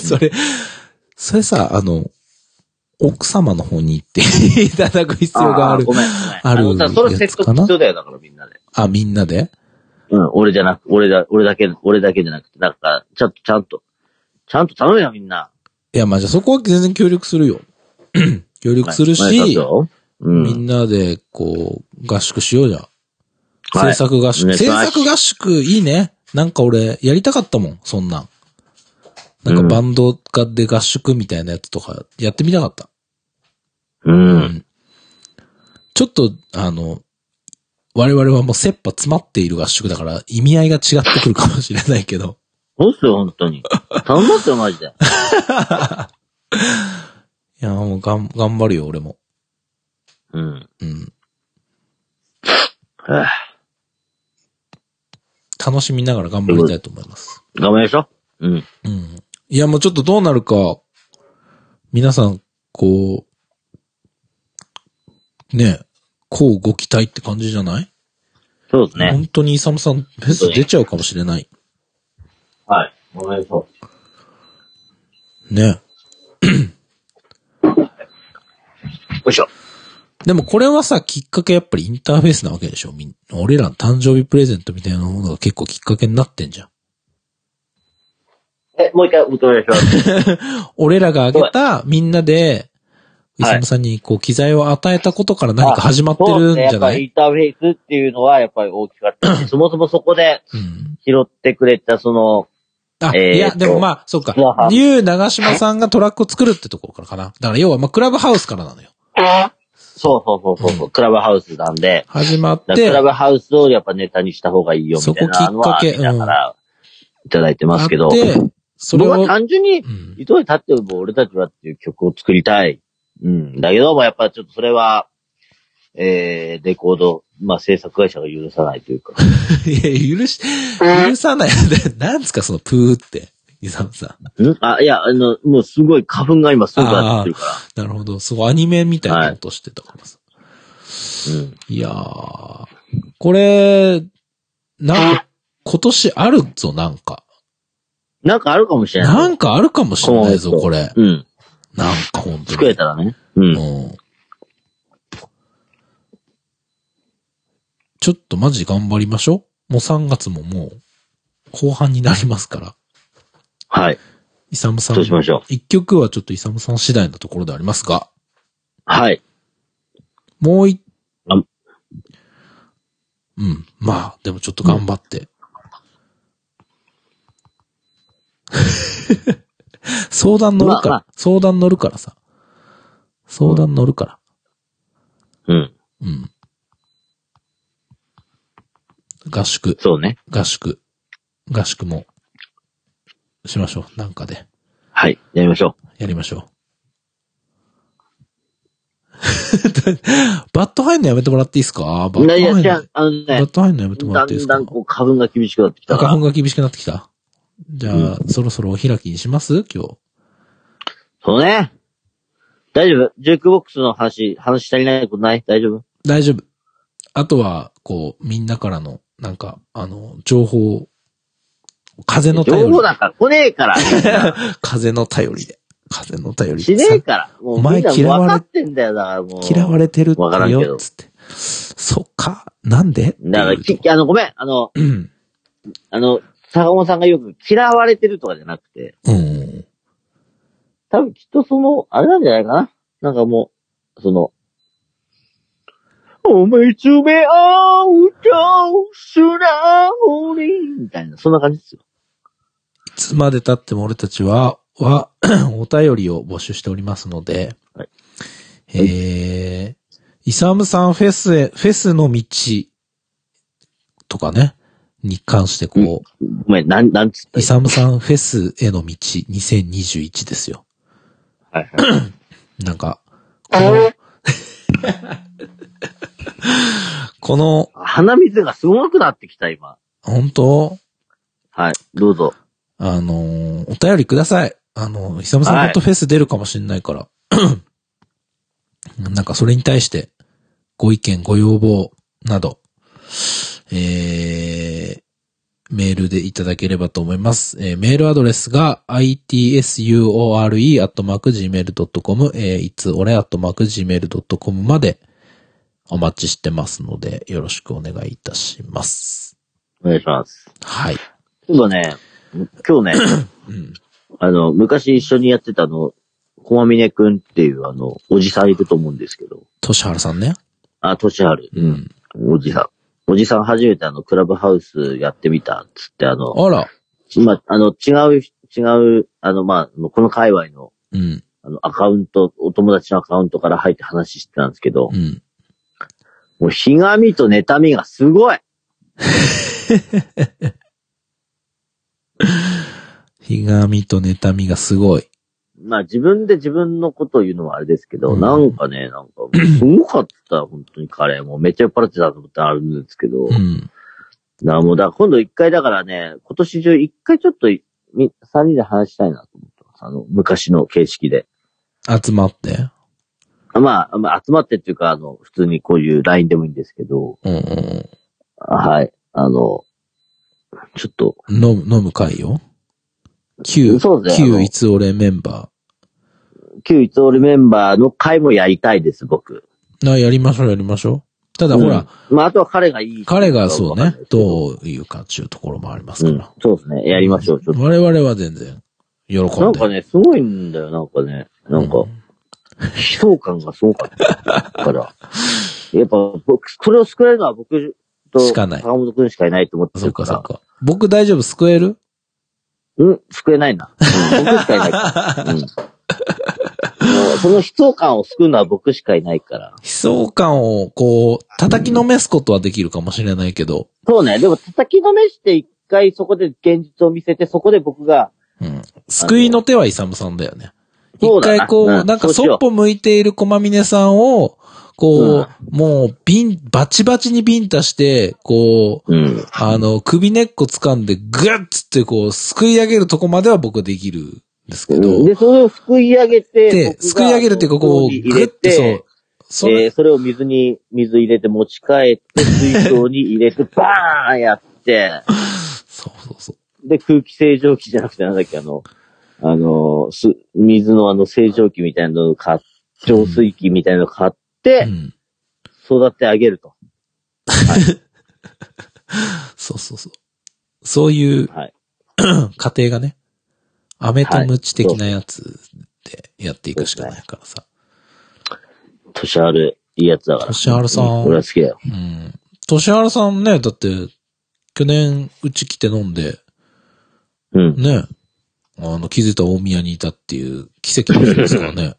[SPEAKER 1] それ、それさ、あの、奥様の方に行っていただく必要があ
[SPEAKER 2] ー
[SPEAKER 1] る
[SPEAKER 2] ご。めん、ごめん。
[SPEAKER 1] ある
[SPEAKER 2] のさ、その説
[SPEAKER 1] やつか
[SPEAKER 2] 得
[SPEAKER 1] な
[SPEAKER 2] 必要だよ、だからみんなで。
[SPEAKER 1] あ、みんなで
[SPEAKER 2] うん、俺じゃなく、俺だ、俺だけ、俺だけじゃなくて、なんか、ちゃんと、ちゃんと、ちゃんと頼むよ、みんな。
[SPEAKER 1] いや、まあじゃあそこは全然協力するよ。 協力する
[SPEAKER 2] お前お前ち
[SPEAKER 1] し、
[SPEAKER 2] ょっとう
[SPEAKER 1] み
[SPEAKER 2] ん。
[SPEAKER 1] んなで、こう、合宿しようじゃん。
[SPEAKER 2] はい
[SPEAKER 1] 制作合宿。
[SPEAKER 2] お願いし
[SPEAKER 1] 制
[SPEAKER 2] ます
[SPEAKER 1] 作合宿いいね。なんか俺、やりたかったもん、そんなん。なんか
[SPEAKER 2] うん
[SPEAKER 1] バンドがで合宿みたいなやつとか、やってみたかった。
[SPEAKER 2] うん。
[SPEAKER 1] ちょっと、あの、我々はもう切羽詰まっている合宿だから意味合いが違ってくるかもしれないけど。
[SPEAKER 2] そうっすよ、本当に。頼むっすよ、マジ で。
[SPEAKER 1] いや、もうがん、頑張るよ、俺も。
[SPEAKER 2] うん。
[SPEAKER 1] うん。
[SPEAKER 2] はぁ
[SPEAKER 1] 楽しみながら頑張りたいと思います。
[SPEAKER 2] 頑張りましょう。うん。
[SPEAKER 1] うん。いや、もうちょっとどうなるか、皆さん、こう、ねえ、こうご期待って感じじゃない、
[SPEAKER 2] そうですね。
[SPEAKER 1] 本当にイサムさん、フェス出ちゃうかもしれない。
[SPEAKER 2] はい。おめでとう。
[SPEAKER 1] ねえ。
[SPEAKER 2] よいしょ。
[SPEAKER 1] でもこれはさ、きっかけやっぱりインターフェースなわけでしょみん俺らの誕生日プレゼントみたいなものが結構きっかけになってんじゃん。
[SPEAKER 2] え、もう一回お願いします。
[SPEAKER 1] 俺らが挙げたみんなで、イ
[SPEAKER 2] はい
[SPEAKER 1] サムさんにこう機材を与えたことから何か始まってるんじ
[SPEAKER 2] や
[SPEAKER 1] ゃ
[SPEAKER 2] っぱ
[SPEAKER 1] な
[SPEAKER 2] りイ
[SPEAKER 1] い
[SPEAKER 2] ンターフェースっていうのはやっぱり大きかったし。そもそもそこで
[SPEAKER 1] うん。
[SPEAKER 2] 拾ってくれたその、
[SPEAKER 1] あ、
[SPEAKER 2] えー
[SPEAKER 1] いや、
[SPEAKER 2] と
[SPEAKER 1] でもまあ、そうか
[SPEAKER 2] うわ。
[SPEAKER 1] 竜長島さんがトラックを作るってところからかな。だから要はまあ、クラブハウスからなのよ。
[SPEAKER 2] そうそうそうそう、
[SPEAKER 1] う
[SPEAKER 2] うクラブハウスなんで、
[SPEAKER 1] 始まっ
[SPEAKER 2] だから
[SPEAKER 1] て
[SPEAKER 2] ク、ラブハウスをやっぱネタにした方がいいよみたいなのは、
[SPEAKER 1] そこきっかけうん
[SPEAKER 2] だから、いただいてますけど、
[SPEAKER 1] で、それ
[SPEAKER 2] 僕
[SPEAKER 1] を
[SPEAKER 2] は、単純に
[SPEAKER 1] う、ん
[SPEAKER 2] 糸に立っても俺たちはっていう曲を作りたい。うん。だけども、やっぱちょっとそれは、えー、レコード、まあ制作会社が許さないという か。
[SPEAKER 1] いや、許し、許さない。 なんですか、そのプーって。イサムさん。
[SPEAKER 2] んあ、いや、あの、もうすごい花粉が今すごくなってるから。
[SPEAKER 1] なるほど。そう、アニメみたいな音してたからさ。
[SPEAKER 2] うん。
[SPEAKER 1] い、やー、これ、なんか、今年あるぞ、なんか。
[SPEAKER 2] なんかあるかもしれない。
[SPEAKER 1] なんかあるかもしれないぞ、これ。
[SPEAKER 2] うん。
[SPEAKER 1] なんか本当
[SPEAKER 2] 作れ
[SPEAKER 1] に。
[SPEAKER 2] たらね。うん。
[SPEAKER 1] うん。ちょっとマジ頑張りましょう。もう3月ももう、後半になりますから。
[SPEAKER 2] はい。
[SPEAKER 1] イサムさん
[SPEAKER 2] そう。しましょう。
[SPEAKER 1] 一曲はちょっとイサムさん次第のところでありますが、
[SPEAKER 2] はい。
[SPEAKER 1] もう一
[SPEAKER 2] あん、
[SPEAKER 1] うん。まあ、でもちょっと頑張って。 相談乗るから、
[SPEAKER 2] まあま
[SPEAKER 1] 相談乗るからさ。相談乗るから。
[SPEAKER 2] うん。
[SPEAKER 1] うん。合宿、
[SPEAKER 2] そうね。
[SPEAKER 1] 合宿、合宿も、しましょう。なんかで、
[SPEAKER 2] はい。やりましょ
[SPEAKER 1] やりましょう。 バット入んのやめてもらっていいですかバ
[SPEAKER 2] う。
[SPEAKER 1] ッ
[SPEAKER 2] い
[SPEAKER 1] ト
[SPEAKER 2] やい
[SPEAKER 1] 入
[SPEAKER 2] や、
[SPEAKER 1] ん
[SPEAKER 2] じゃ
[SPEAKER 1] の
[SPEAKER 2] あ、、あの
[SPEAKER 1] バ
[SPEAKER 2] ね
[SPEAKER 1] ッ、ト入んのやめてもら
[SPEAKER 2] だ
[SPEAKER 1] っていいで
[SPEAKER 2] ん
[SPEAKER 1] すか
[SPEAKER 2] だんこう、花粉が厳しくなってきたか
[SPEAKER 1] 赤
[SPEAKER 2] ら
[SPEAKER 1] 本、が厳しくなってきたじゃあ、そろそろお開きにします今日。
[SPEAKER 2] そうね。大丈夫ジュークボックスの話、話足りないことない大丈夫
[SPEAKER 1] 大丈夫。あとは、こう、みんなからの、なんか、あの、情報を、風の
[SPEAKER 2] 情
[SPEAKER 1] 頼り
[SPEAKER 2] 報。なんか来ね えから。
[SPEAKER 1] 風の頼りで。風の頼り
[SPEAKER 2] し
[SPEAKER 1] で。
[SPEAKER 2] ねえから。もうみんな
[SPEAKER 1] お前嫌われ
[SPEAKER 2] 分かってんだよ、だからもう。
[SPEAKER 1] 嫌われてる
[SPEAKER 2] わ
[SPEAKER 1] っ
[SPEAKER 2] からん
[SPEAKER 1] て
[SPEAKER 2] け
[SPEAKER 1] よ、
[SPEAKER 2] ど
[SPEAKER 1] つって。そっか、なんで
[SPEAKER 2] だから、
[SPEAKER 1] っていう
[SPEAKER 2] きあの、ごめん。あの、
[SPEAKER 1] うん。
[SPEAKER 2] あの、坂本さんがよく嫌われてるとかじゃなくて、
[SPEAKER 1] うん。
[SPEAKER 2] 多分きっとその、あれなんじゃないかな。なんかもう、その、おめつめあうとすらおり、みたいな、そんな感じですよ。
[SPEAKER 1] いつまで経っても俺たちは、は、 お便りを募集しておりますので、
[SPEAKER 2] はい
[SPEAKER 1] えー、イサムさんフェスへ、フェスの道とかね、に関してこう、
[SPEAKER 2] ごめん、なん、なんつった
[SPEAKER 1] イサムさんフェスへの道2021ですよ。
[SPEAKER 2] はいは い。
[SPEAKER 1] なんか、この、 この、
[SPEAKER 2] 鼻水がすごくなってきた、今。
[SPEAKER 1] 本当
[SPEAKER 2] はい、どうぞ。
[SPEAKER 1] あのーお便りください。あのー、イサムさん
[SPEAKER 2] はい
[SPEAKER 1] 本当フェス出るかもしれないから。 なんかそれに対して、ご意見、ご要望など、えー、メールでいただければと思います。えーメールアドレスが itsure.gmail.com、えー、いつ俺 .gmail.com までお待ちしてますので、よろしくお願いいたします。
[SPEAKER 2] お願いします。
[SPEAKER 1] はい。
[SPEAKER 2] 今度ね、今日 ね、
[SPEAKER 1] うん。
[SPEAKER 2] あの、昔一緒にやってたあの、コマミネくんっていうあの、おじさんいると思うんですけど、
[SPEAKER 1] としはるさんね。
[SPEAKER 2] あ、としはる。
[SPEAKER 1] うん。
[SPEAKER 2] おじさん。おじさん初めてあの、クラブハウスやってみた、つってあの、
[SPEAKER 1] あら。
[SPEAKER 2] ま、あの、違う、違う、あの、まああの、この界隈の、
[SPEAKER 1] うん。
[SPEAKER 2] あの、アカウント、お友達のアカウントから入って話してたんですけど
[SPEAKER 1] う、ん。
[SPEAKER 2] もう、ひがみと妬みがすごい
[SPEAKER 1] ひがみと妬みがすごい。
[SPEAKER 2] まあ自分で自分のことを言うのはあれですけど、
[SPEAKER 1] うん
[SPEAKER 2] なんかね、なんか、すごかった、本当に彼。もうめっちゃ酔っ払ってたと思ってあるんですけど、
[SPEAKER 1] うん。
[SPEAKER 2] なあもうだ、今度一回だからね、今年中一回ちょっとい、み三人で話したいなと思ってます。あの、昔の形式で。
[SPEAKER 1] 集まって。
[SPEAKER 2] あまあ、まあ、集まってっていうか、あの、普通にこういう LINE でもいいんですけど、
[SPEAKER 1] うんう
[SPEAKER 2] あはい。あの、ちょっと、
[SPEAKER 1] ん。飲む、飲む会よ。旧、
[SPEAKER 2] そうですねあ
[SPEAKER 1] 旧
[SPEAKER 2] の
[SPEAKER 1] いつ俺メンバ
[SPEAKER 2] 旧イツオールメンバーの会もやりたいです、僕。
[SPEAKER 1] ー。な、やりましょう、やりましょう。ただほら、
[SPEAKER 2] うんまあ、あとは彼がいい。
[SPEAKER 1] 彼がそうね、
[SPEAKER 2] う
[SPEAKER 1] どういうかっていうところもあります
[SPEAKER 2] うん
[SPEAKER 1] か、
[SPEAKER 2] そうですね。やりましょう、ちょ
[SPEAKER 1] ら。
[SPEAKER 2] っと。
[SPEAKER 1] 我々は全然、喜んで。
[SPEAKER 2] なんかね、すごいんだよ、なんかね。なん
[SPEAKER 1] う、
[SPEAKER 2] か悲壮感がすごかった から。やっぱ、僕、これを救えるのは僕と、
[SPEAKER 1] しかない
[SPEAKER 2] 坂本くんしかいないと思って
[SPEAKER 1] そっ
[SPEAKER 2] るか。
[SPEAKER 1] からそっか。僕大丈夫救える
[SPEAKER 2] うん、救えないな。うん、僕しかいないから。うん。もうその悲壮感を救うのは僕しかいないから。
[SPEAKER 1] 悲壮感を、こう、叩きのめすことはできるかもしれないけど、
[SPEAKER 2] そうね、でも叩きのめして一回そこで現実を見せて、そこで僕が、
[SPEAKER 1] うん。救いの手はイサムさんだよね。一
[SPEAKER 2] そうだな
[SPEAKER 1] 回こう、
[SPEAKER 2] うん
[SPEAKER 1] なんか
[SPEAKER 2] そうし
[SPEAKER 1] そ
[SPEAKER 2] よう
[SPEAKER 1] っぽ向いている駒峰さんを、こう、もう、ビン、バチバチにビンタして、こう、
[SPEAKER 2] うん。
[SPEAKER 1] あの、首根っこ掴んで、グッつってこう、すくい上げるとこまでは僕できるんですけど、
[SPEAKER 2] で、それをすくい上げて、
[SPEAKER 1] で、すくい上げるっていうかこう、
[SPEAKER 2] 入
[SPEAKER 1] グ
[SPEAKER 2] れ
[SPEAKER 1] ッてそう
[SPEAKER 2] て、、
[SPEAKER 1] そ
[SPEAKER 2] え
[SPEAKER 1] れ、
[SPEAKER 2] ーそれを水に、水入れて持ち帰って、水槽に入れて、バーンやって、
[SPEAKER 1] そうそうそう。
[SPEAKER 2] で、空気清浄機じゃなくて、なんだっけ、あの、あの、す、水のあの清浄機みたいなのを買っ、浄水器みたいなのを買って
[SPEAKER 1] う、ん。
[SPEAKER 2] 育て上げると。
[SPEAKER 1] そうそうそう。そういう
[SPEAKER 2] はい。
[SPEAKER 1] 過程がね、飴とムチ的なやつでやっていくしかないからさ。
[SPEAKER 2] 年ある、いいやつだから。
[SPEAKER 1] 年春さん
[SPEAKER 2] う俺は好きだよ。
[SPEAKER 1] うん。としはるさんね、だって、去年うち来て飲んで、
[SPEAKER 2] うん。
[SPEAKER 1] ね、あの、気づいたら大宮にいたっていう奇跡の日ですから ね。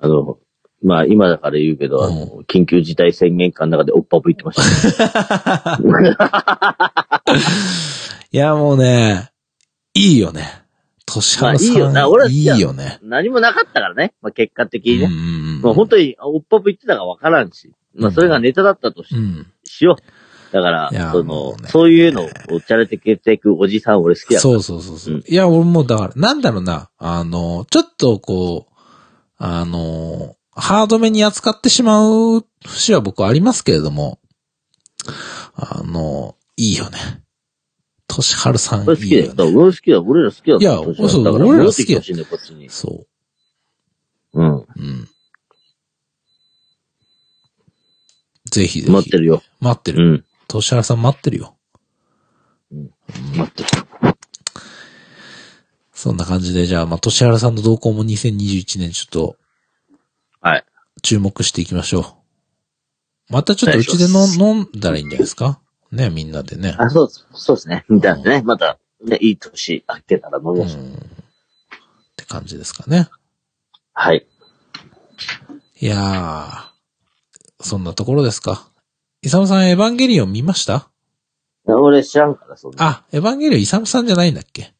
[SPEAKER 2] あの、まあ、今だから言うけど、あの緊急事態宣言下の中でおっぱぶいってました、
[SPEAKER 1] いや、もうね、いいよね。としはるさん、
[SPEAKER 2] まあいいよな俺はい
[SPEAKER 1] いよね。
[SPEAKER 2] 何もなかったからね。まあ、結果的
[SPEAKER 1] うん
[SPEAKER 2] に
[SPEAKER 1] う
[SPEAKER 2] ね。
[SPEAKER 1] んうん。
[SPEAKER 2] まあ、本当に、おっぱぶいってたかわからんし。まあ、それがネタだったとし,、
[SPEAKER 1] うん。
[SPEAKER 2] しよう。だから
[SPEAKER 1] いや、
[SPEAKER 2] そ
[SPEAKER 1] も
[SPEAKER 2] の、
[SPEAKER 1] うね
[SPEAKER 2] そういうのをおちゃれて消えていくおじさん俺好きだから。
[SPEAKER 1] そうそうそうそう、
[SPEAKER 2] うん
[SPEAKER 1] いや、俺もだから、なんだろうな。あの、ちょっとこう、あの、ハードめに扱ってしまう節は僕はありますけれども、あの、いいよね。としはるさん、
[SPEAKER 2] 俺好
[SPEAKER 1] いい
[SPEAKER 2] きだよ。
[SPEAKER 1] よ
[SPEAKER 2] だから
[SPEAKER 1] ね。
[SPEAKER 2] 俺好きだよ。俺ら好きだよ。
[SPEAKER 1] いや
[SPEAKER 2] 年上
[SPEAKER 1] そう
[SPEAKER 2] だから
[SPEAKER 1] 俺ら好
[SPEAKER 2] 戻って
[SPEAKER 1] き
[SPEAKER 2] きて
[SPEAKER 1] だよ
[SPEAKER 2] ほしいんだよ、こっちに。
[SPEAKER 1] そ
[SPEAKER 2] うん。
[SPEAKER 1] う。うん。ぜひぜひ。
[SPEAKER 2] 待ってるよ。
[SPEAKER 1] 待って
[SPEAKER 2] う
[SPEAKER 1] る。
[SPEAKER 2] ん。
[SPEAKER 1] としはるさん待ってるよ。
[SPEAKER 2] 待ってる。
[SPEAKER 1] そんな感じで、じゃあ、まあ、としはるさんの動向も2021年ちょっと、
[SPEAKER 2] はい。
[SPEAKER 1] 注目していきましょう。またちょっとうちで
[SPEAKER 2] お願
[SPEAKER 1] の
[SPEAKER 2] いし
[SPEAKER 1] 飲んだらいいんじゃないですかね、みんなでね。
[SPEAKER 2] あ、そう、そうですね。みたいなね。また、ね、いい年明けたら飲み
[SPEAKER 1] うん。
[SPEAKER 2] ま
[SPEAKER 1] っ
[SPEAKER 2] しょう。
[SPEAKER 1] て感じですかね。
[SPEAKER 2] はい。
[SPEAKER 1] いやー、そんなところですか。イサムさん、エヴァンゲリオン見ました
[SPEAKER 2] 俺知らんから、そんな。
[SPEAKER 1] あ、エヴァンゲリオンイサムさんじゃないんだっけ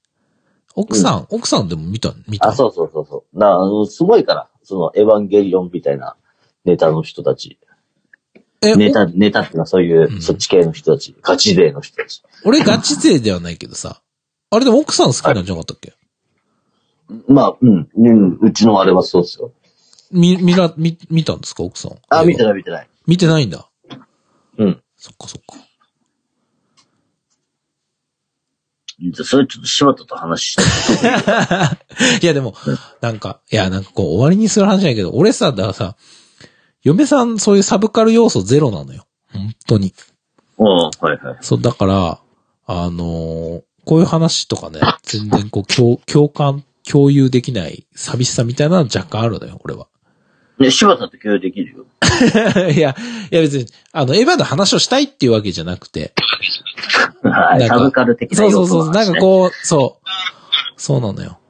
[SPEAKER 1] 奥さん、奥さんでも見た、見た。
[SPEAKER 2] あ、そうそうそうそう。な、あの、すごいから。その、エヴァンゲリオンみたいなネタの人たち。
[SPEAKER 1] え、
[SPEAKER 2] ネタ、ネタっていうのはそういう、
[SPEAKER 1] うん
[SPEAKER 2] そっち系の人たち。ガチ勢の人たち。
[SPEAKER 1] お俺ガチ勢ではないけどさ。あれでも奥さん好きなんじゃなかったっけ、
[SPEAKER 2] まあ、うん、うん、うちのあれはそうですよ。
[SPEAKER 1] み、見ら、見、見たんですか奥さん。
[SPEAKER 2] あ、見て
[SPEAKER 1] い。
[SPEAKER 2] ない見てない。
[SPEAKER 1] 見てないんだ。
[SPEAKER 2] うん。
[SPEAKER 1] そっかそっか。
[SPEAKER 2] それちょっと柴田と話して。
[SPEAKER 1] いや、でも、なんか、いや、なんかこう、終わりにする話じゃないけど、俺さ、だからさ、嫁さん、そういうサブカル要素ゼロなのよ。本当に。
[SPEAKER 2] うん、はいはい。
[SPEAKER 1] そう、だから、あのーこういう話とかね、全然こう、共、共感、共有できない寂しさみたいなのは若干あるのよ、俺は。
[SPEAKER 2] ね、柴田と共有できるよ。
[SPEAKER 1] いや、いや別に、あの、エヴァの話をしたいっていうわけじゃなくて、
[SPEAKER 2] は
[SPEAKER 1] なん
[SPEAKER 2] い。
[SPEAKER 1] か
[SPEAKER 2] サブカル的な
[SPEAKER 1] そうそ
[SPEAKER 2] 要
[SPEAKER 1] う
[SPEAKER 2] 素
[SPEAKER 1] そう、
[SPEAKER 2] の
[SPEAKER 1] な
[SPEAKER 2] 話
[SPEAKER 1] ん
[SPEAKER 2] ね
[SPEAKER 1] かこう、そう。そうなのよ。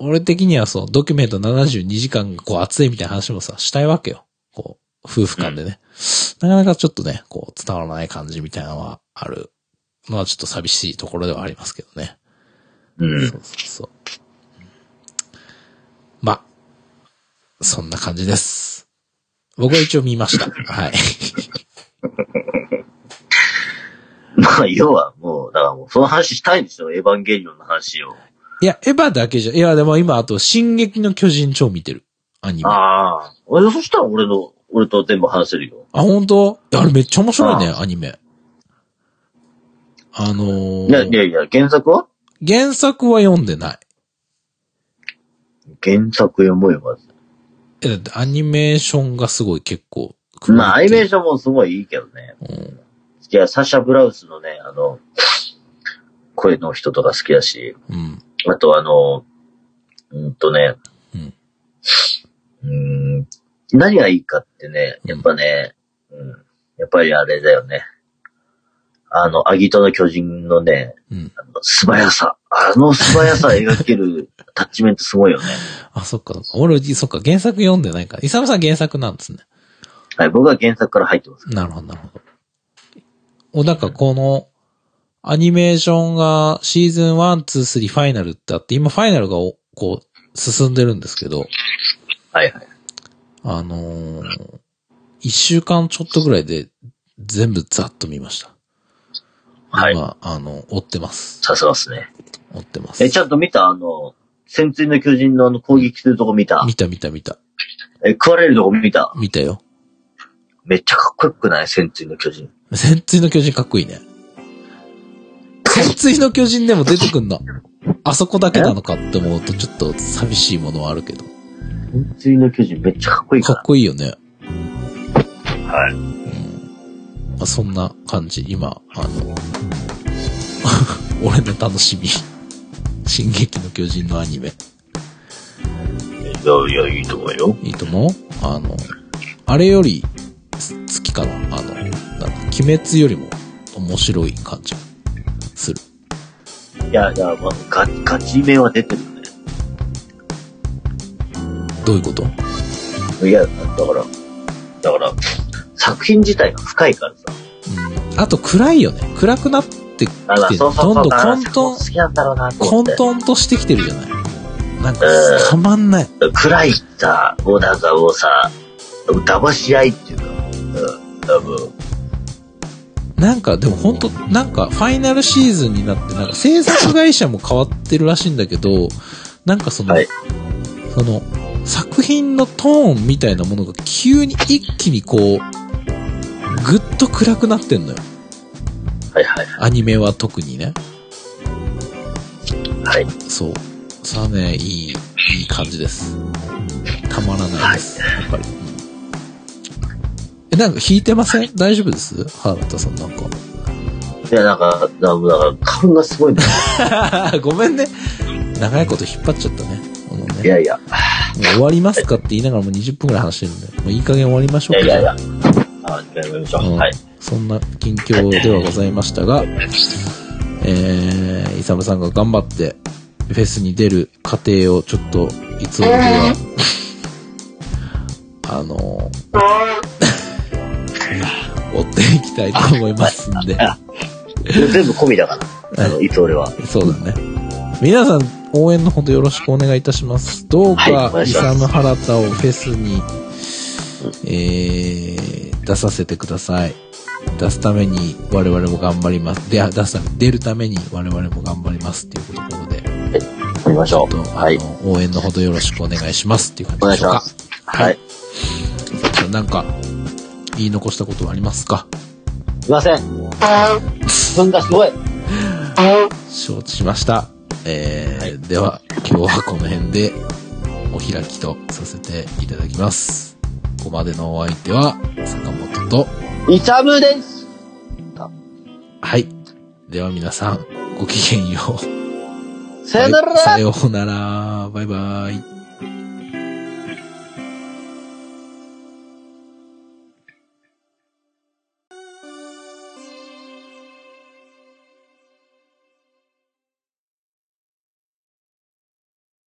[SPEAKER 1] 俺的にはそう、ドキュメント72時間がこう熱いみたいな話もさ、したいわけよ。こう、夫婦間でね。なかなかちょっとね、こう、伝わらない感じみたいなのはあるのはちょっと寂しいところではありますけどね。
[SPEAKER 2] うん
[SPEAKER 1] そうそうそう。ま、そんな感じです。僕は一応見ま した。はい。
[SPEAKER 2] まあ、要はもう、だからもう、その話したいんですよ。エヴァンゲリオンの話を。
[SPEAKER 1] いや、エヴァだけじゃ、いや、でも今、あと、進撃の巨人超見てる。アニメ。あ、
[SPEAKER 2] ああ。俺、そしたら俺の、俺と全部話せるよ。
[SPEAKER 1] 本当いやあれめっちゃ面白いね、
[SPEAKER 2] あ
[SPEAKER 1] アニメ。あの
[SPEAKER 2] いやい
[SPEAKER 1] ー、
[SPEAKER 2] やいや、原作は
[SPEAKER 1] 原作は読んでない。
[SPEAKER 2] 原作読もうよ、まず。
[SPEAKER 1] え、だってアニメーションがすごい結構。
[SPEAKER 2] まあ、アニメー
[SPEAKER 1] シ
[SPEAKER 2] ションもすごいいいけどね。
[SPEAKER 1] ョン。うん。
[SPEAKER 2] いや、サシャ・ブラウスのね、あの、声の人とか好きだし、
[SPEAKER 1] うん。
[SPEAKER 2] あとあの、うんとね、
[SPEAKER 1] うん
[SPEAKER 2] うん、何がいいかってね、やっぱね、うん、やっぱりあれだよね。あの、アギトの巨人のね、
[SPEAKER 1] うん。
[SPEAKER 2] あの素早さ。あの素早さ描けるタッチメントすごい よね。
[SPEAKER 1] あ、そっか。俺、そっか、原作読んでないから。イサムさん原作なんですね。
[SPEAKER 2] はい、僕は原作から入ってます。
[SPEAKER 1] なるほど、なるほど。お、なんかこの、アニメーションがシーズン1、2、3ファイナルってあって、今ファイナルがおこう、進んでるんですけど、
[SPEAKER 2] はいはい。
[SPEAKER 1] あのー一週間ちょっとぐらいで全部ざっと見ました。
[SPEAKER 2] はい。
[SPEAKER 1] まあ、あの、追ってます。
[SPEAKER 2] さすがですね。
[SPEAKER 1] 追ってます。
[SPEAKER 2] え、ちゃんと見たあの、潜水の巨人のあの攻撃するとこ見た
[SPEAKER 1] 見た見た見た。
[SPEAKER 2] え、食われるとこ見た
[SPEAKER 1] 見たよ。
[SPEAKER 2] めっちゃかっこよくない潜水の巨人。
[SPEAKER 1] 潜水の巨人かっこいいね。潜水の巨人でも出てくんだ。あそこだけなのかって思うと、ちょっと寂しいものはあるけど。
[SPEAKER 2] 潜水の巨人めっちゃかっこいい
[SPEAKER 1] か
[SPEAKER 2] か
[SPEAKER 1] っこいいよね。
[SPEAKER 2] ら。はい。
[SPEAKER 1] まあ、そんな感じ。今、あの、 俺の楽しみ。進撃の巨人のアニメ。
[SPEAKER 2] いやいや、いいと思うよ。
[SPEAKER 1] いいと思うあの、あれよりす好きかな。あの、なんだ鬼滅よりも面白い感じがする。
[SPEAKER 2] いや、だから、まあ、ガガチめは出てるね。
[SPEAKER 1] どういうこと
[SPEAKER 2] いや、だから、だから、作品自体が深いからさ。
[SPEAKER 1] うんあと暗いよね。暗くなってきて、
[SPEAKER 2] あら、そうそうそう。
[SPEAKER 1] どんどん
[SPEAKER 2] だから
[SPEAKER 1] 混沌
[SPEAKER 2] 好、きなんだろうなと思
[SPEAKER 1] 混
[SPEAKER 2] って。
[SPEAKER 1] 沌としてきてるじゃないなんか
[SPEAKER 2] うん、
[SPEAKER 1] たまんない。
[SPEAKER 2] 暗いさ、もうなんかもうさ、騙し合いっていうか、うん、多分。
[SPEAKER 1] なんか、でも本当なんか、ファイナルシーズンになって、なんか制作会社も変わってるらしいんだけど、なんかその、
[SPEAKER 2] はい
[SPEAKER 1] その、作品のトーンみたいなものが急に一気にこう、ぐっと暗くなってんのよ。
[SPEAKER 2] はいはい
[SPEAKER 1] アニメは特にね。
[SPEAKER 2] はい。
[SPEAKER 1] そう。さあね、いい、いい感じです。たまらないです。やっぱり。うんえ、なんか弾いてません大丈夫です原田さんなんか。
[SPEAKER 2] いや、なんか、なんか、なんか花粉がすごいんだよ。
[SPEAKER 1] ごめんね。長いこと引っ張っちゃったね。この
[SPEAKER 2] い
[SPEAKER 1] ね。
[SPEAKER 2] やいや、
[SPEAKER 1] もう終わりますかって言いながらもう20分くらい話してるんで。もういい加減終わりましょ
[SPEAKER 2] いうや
[SPEAKER 1] か。
[SPEAKER 2] いやいや。あ、やめましょ
[SPEAKER 1] うん
[SPEAKER 2] う。はい。
[SPEAKER 1] そんな近況ではございましたが、えー、イサムさんが頑張って、フェスに出る過程をちょっと、いつもでは、あのー追っていきたいと思いますんで。
[SPEAKER 2] 全部込みだから。あの、いつ俺は。
[SPEAKER 1] そうだね。皆さん、応援のほどよろしくお願いいたします。どう
[SPEAKER 2] はいお
[SPEAKER 1] か、
[SPEAKER 2] 願い
[SPEAKER 1] イ
[SPEAKER 2] します
[SPEAKER 1] サム・ハラタをフェスに、えー、出させてください。出すために我々も頑張ります。で、出すため、出るために我々も頑張りますっていうことで、
[SPEAKER 2] 込みましょ
[SPEAKER 1] と
[SPEAKER 2] う。
[SPEAKER 1] あ
[SPEAKER 2] はい。
[SPEAKER 1] の、応援のほどよろしくお願いしますっていう感
[SPEAKER 2] お
[SPEAKER 1] じでし
[SPEAKER 2] 願いし
[SPEAKER 1] ょう
[SPEAKER 2] ま
[SPEAKER 1] か。
[SPEAKER 2] す。はい。
[SPEAKER 1] じゃあなんか、言い残したことはありますか
[SPEAKER 2] すいません。花粉がすごい。
[SPEAKER 1] 承知しました。えーでは、今日はこの辺でお開きとさせていただきます。ここまでのお相手は、坂本と、
[SPEAKER 2] イサムです。
[SPEAKER 1] はい。では皆さん、ごきげんよう。
[SPEAKER 2] さよなら
[SPEAKER 1] はいさようなら。バイバイ。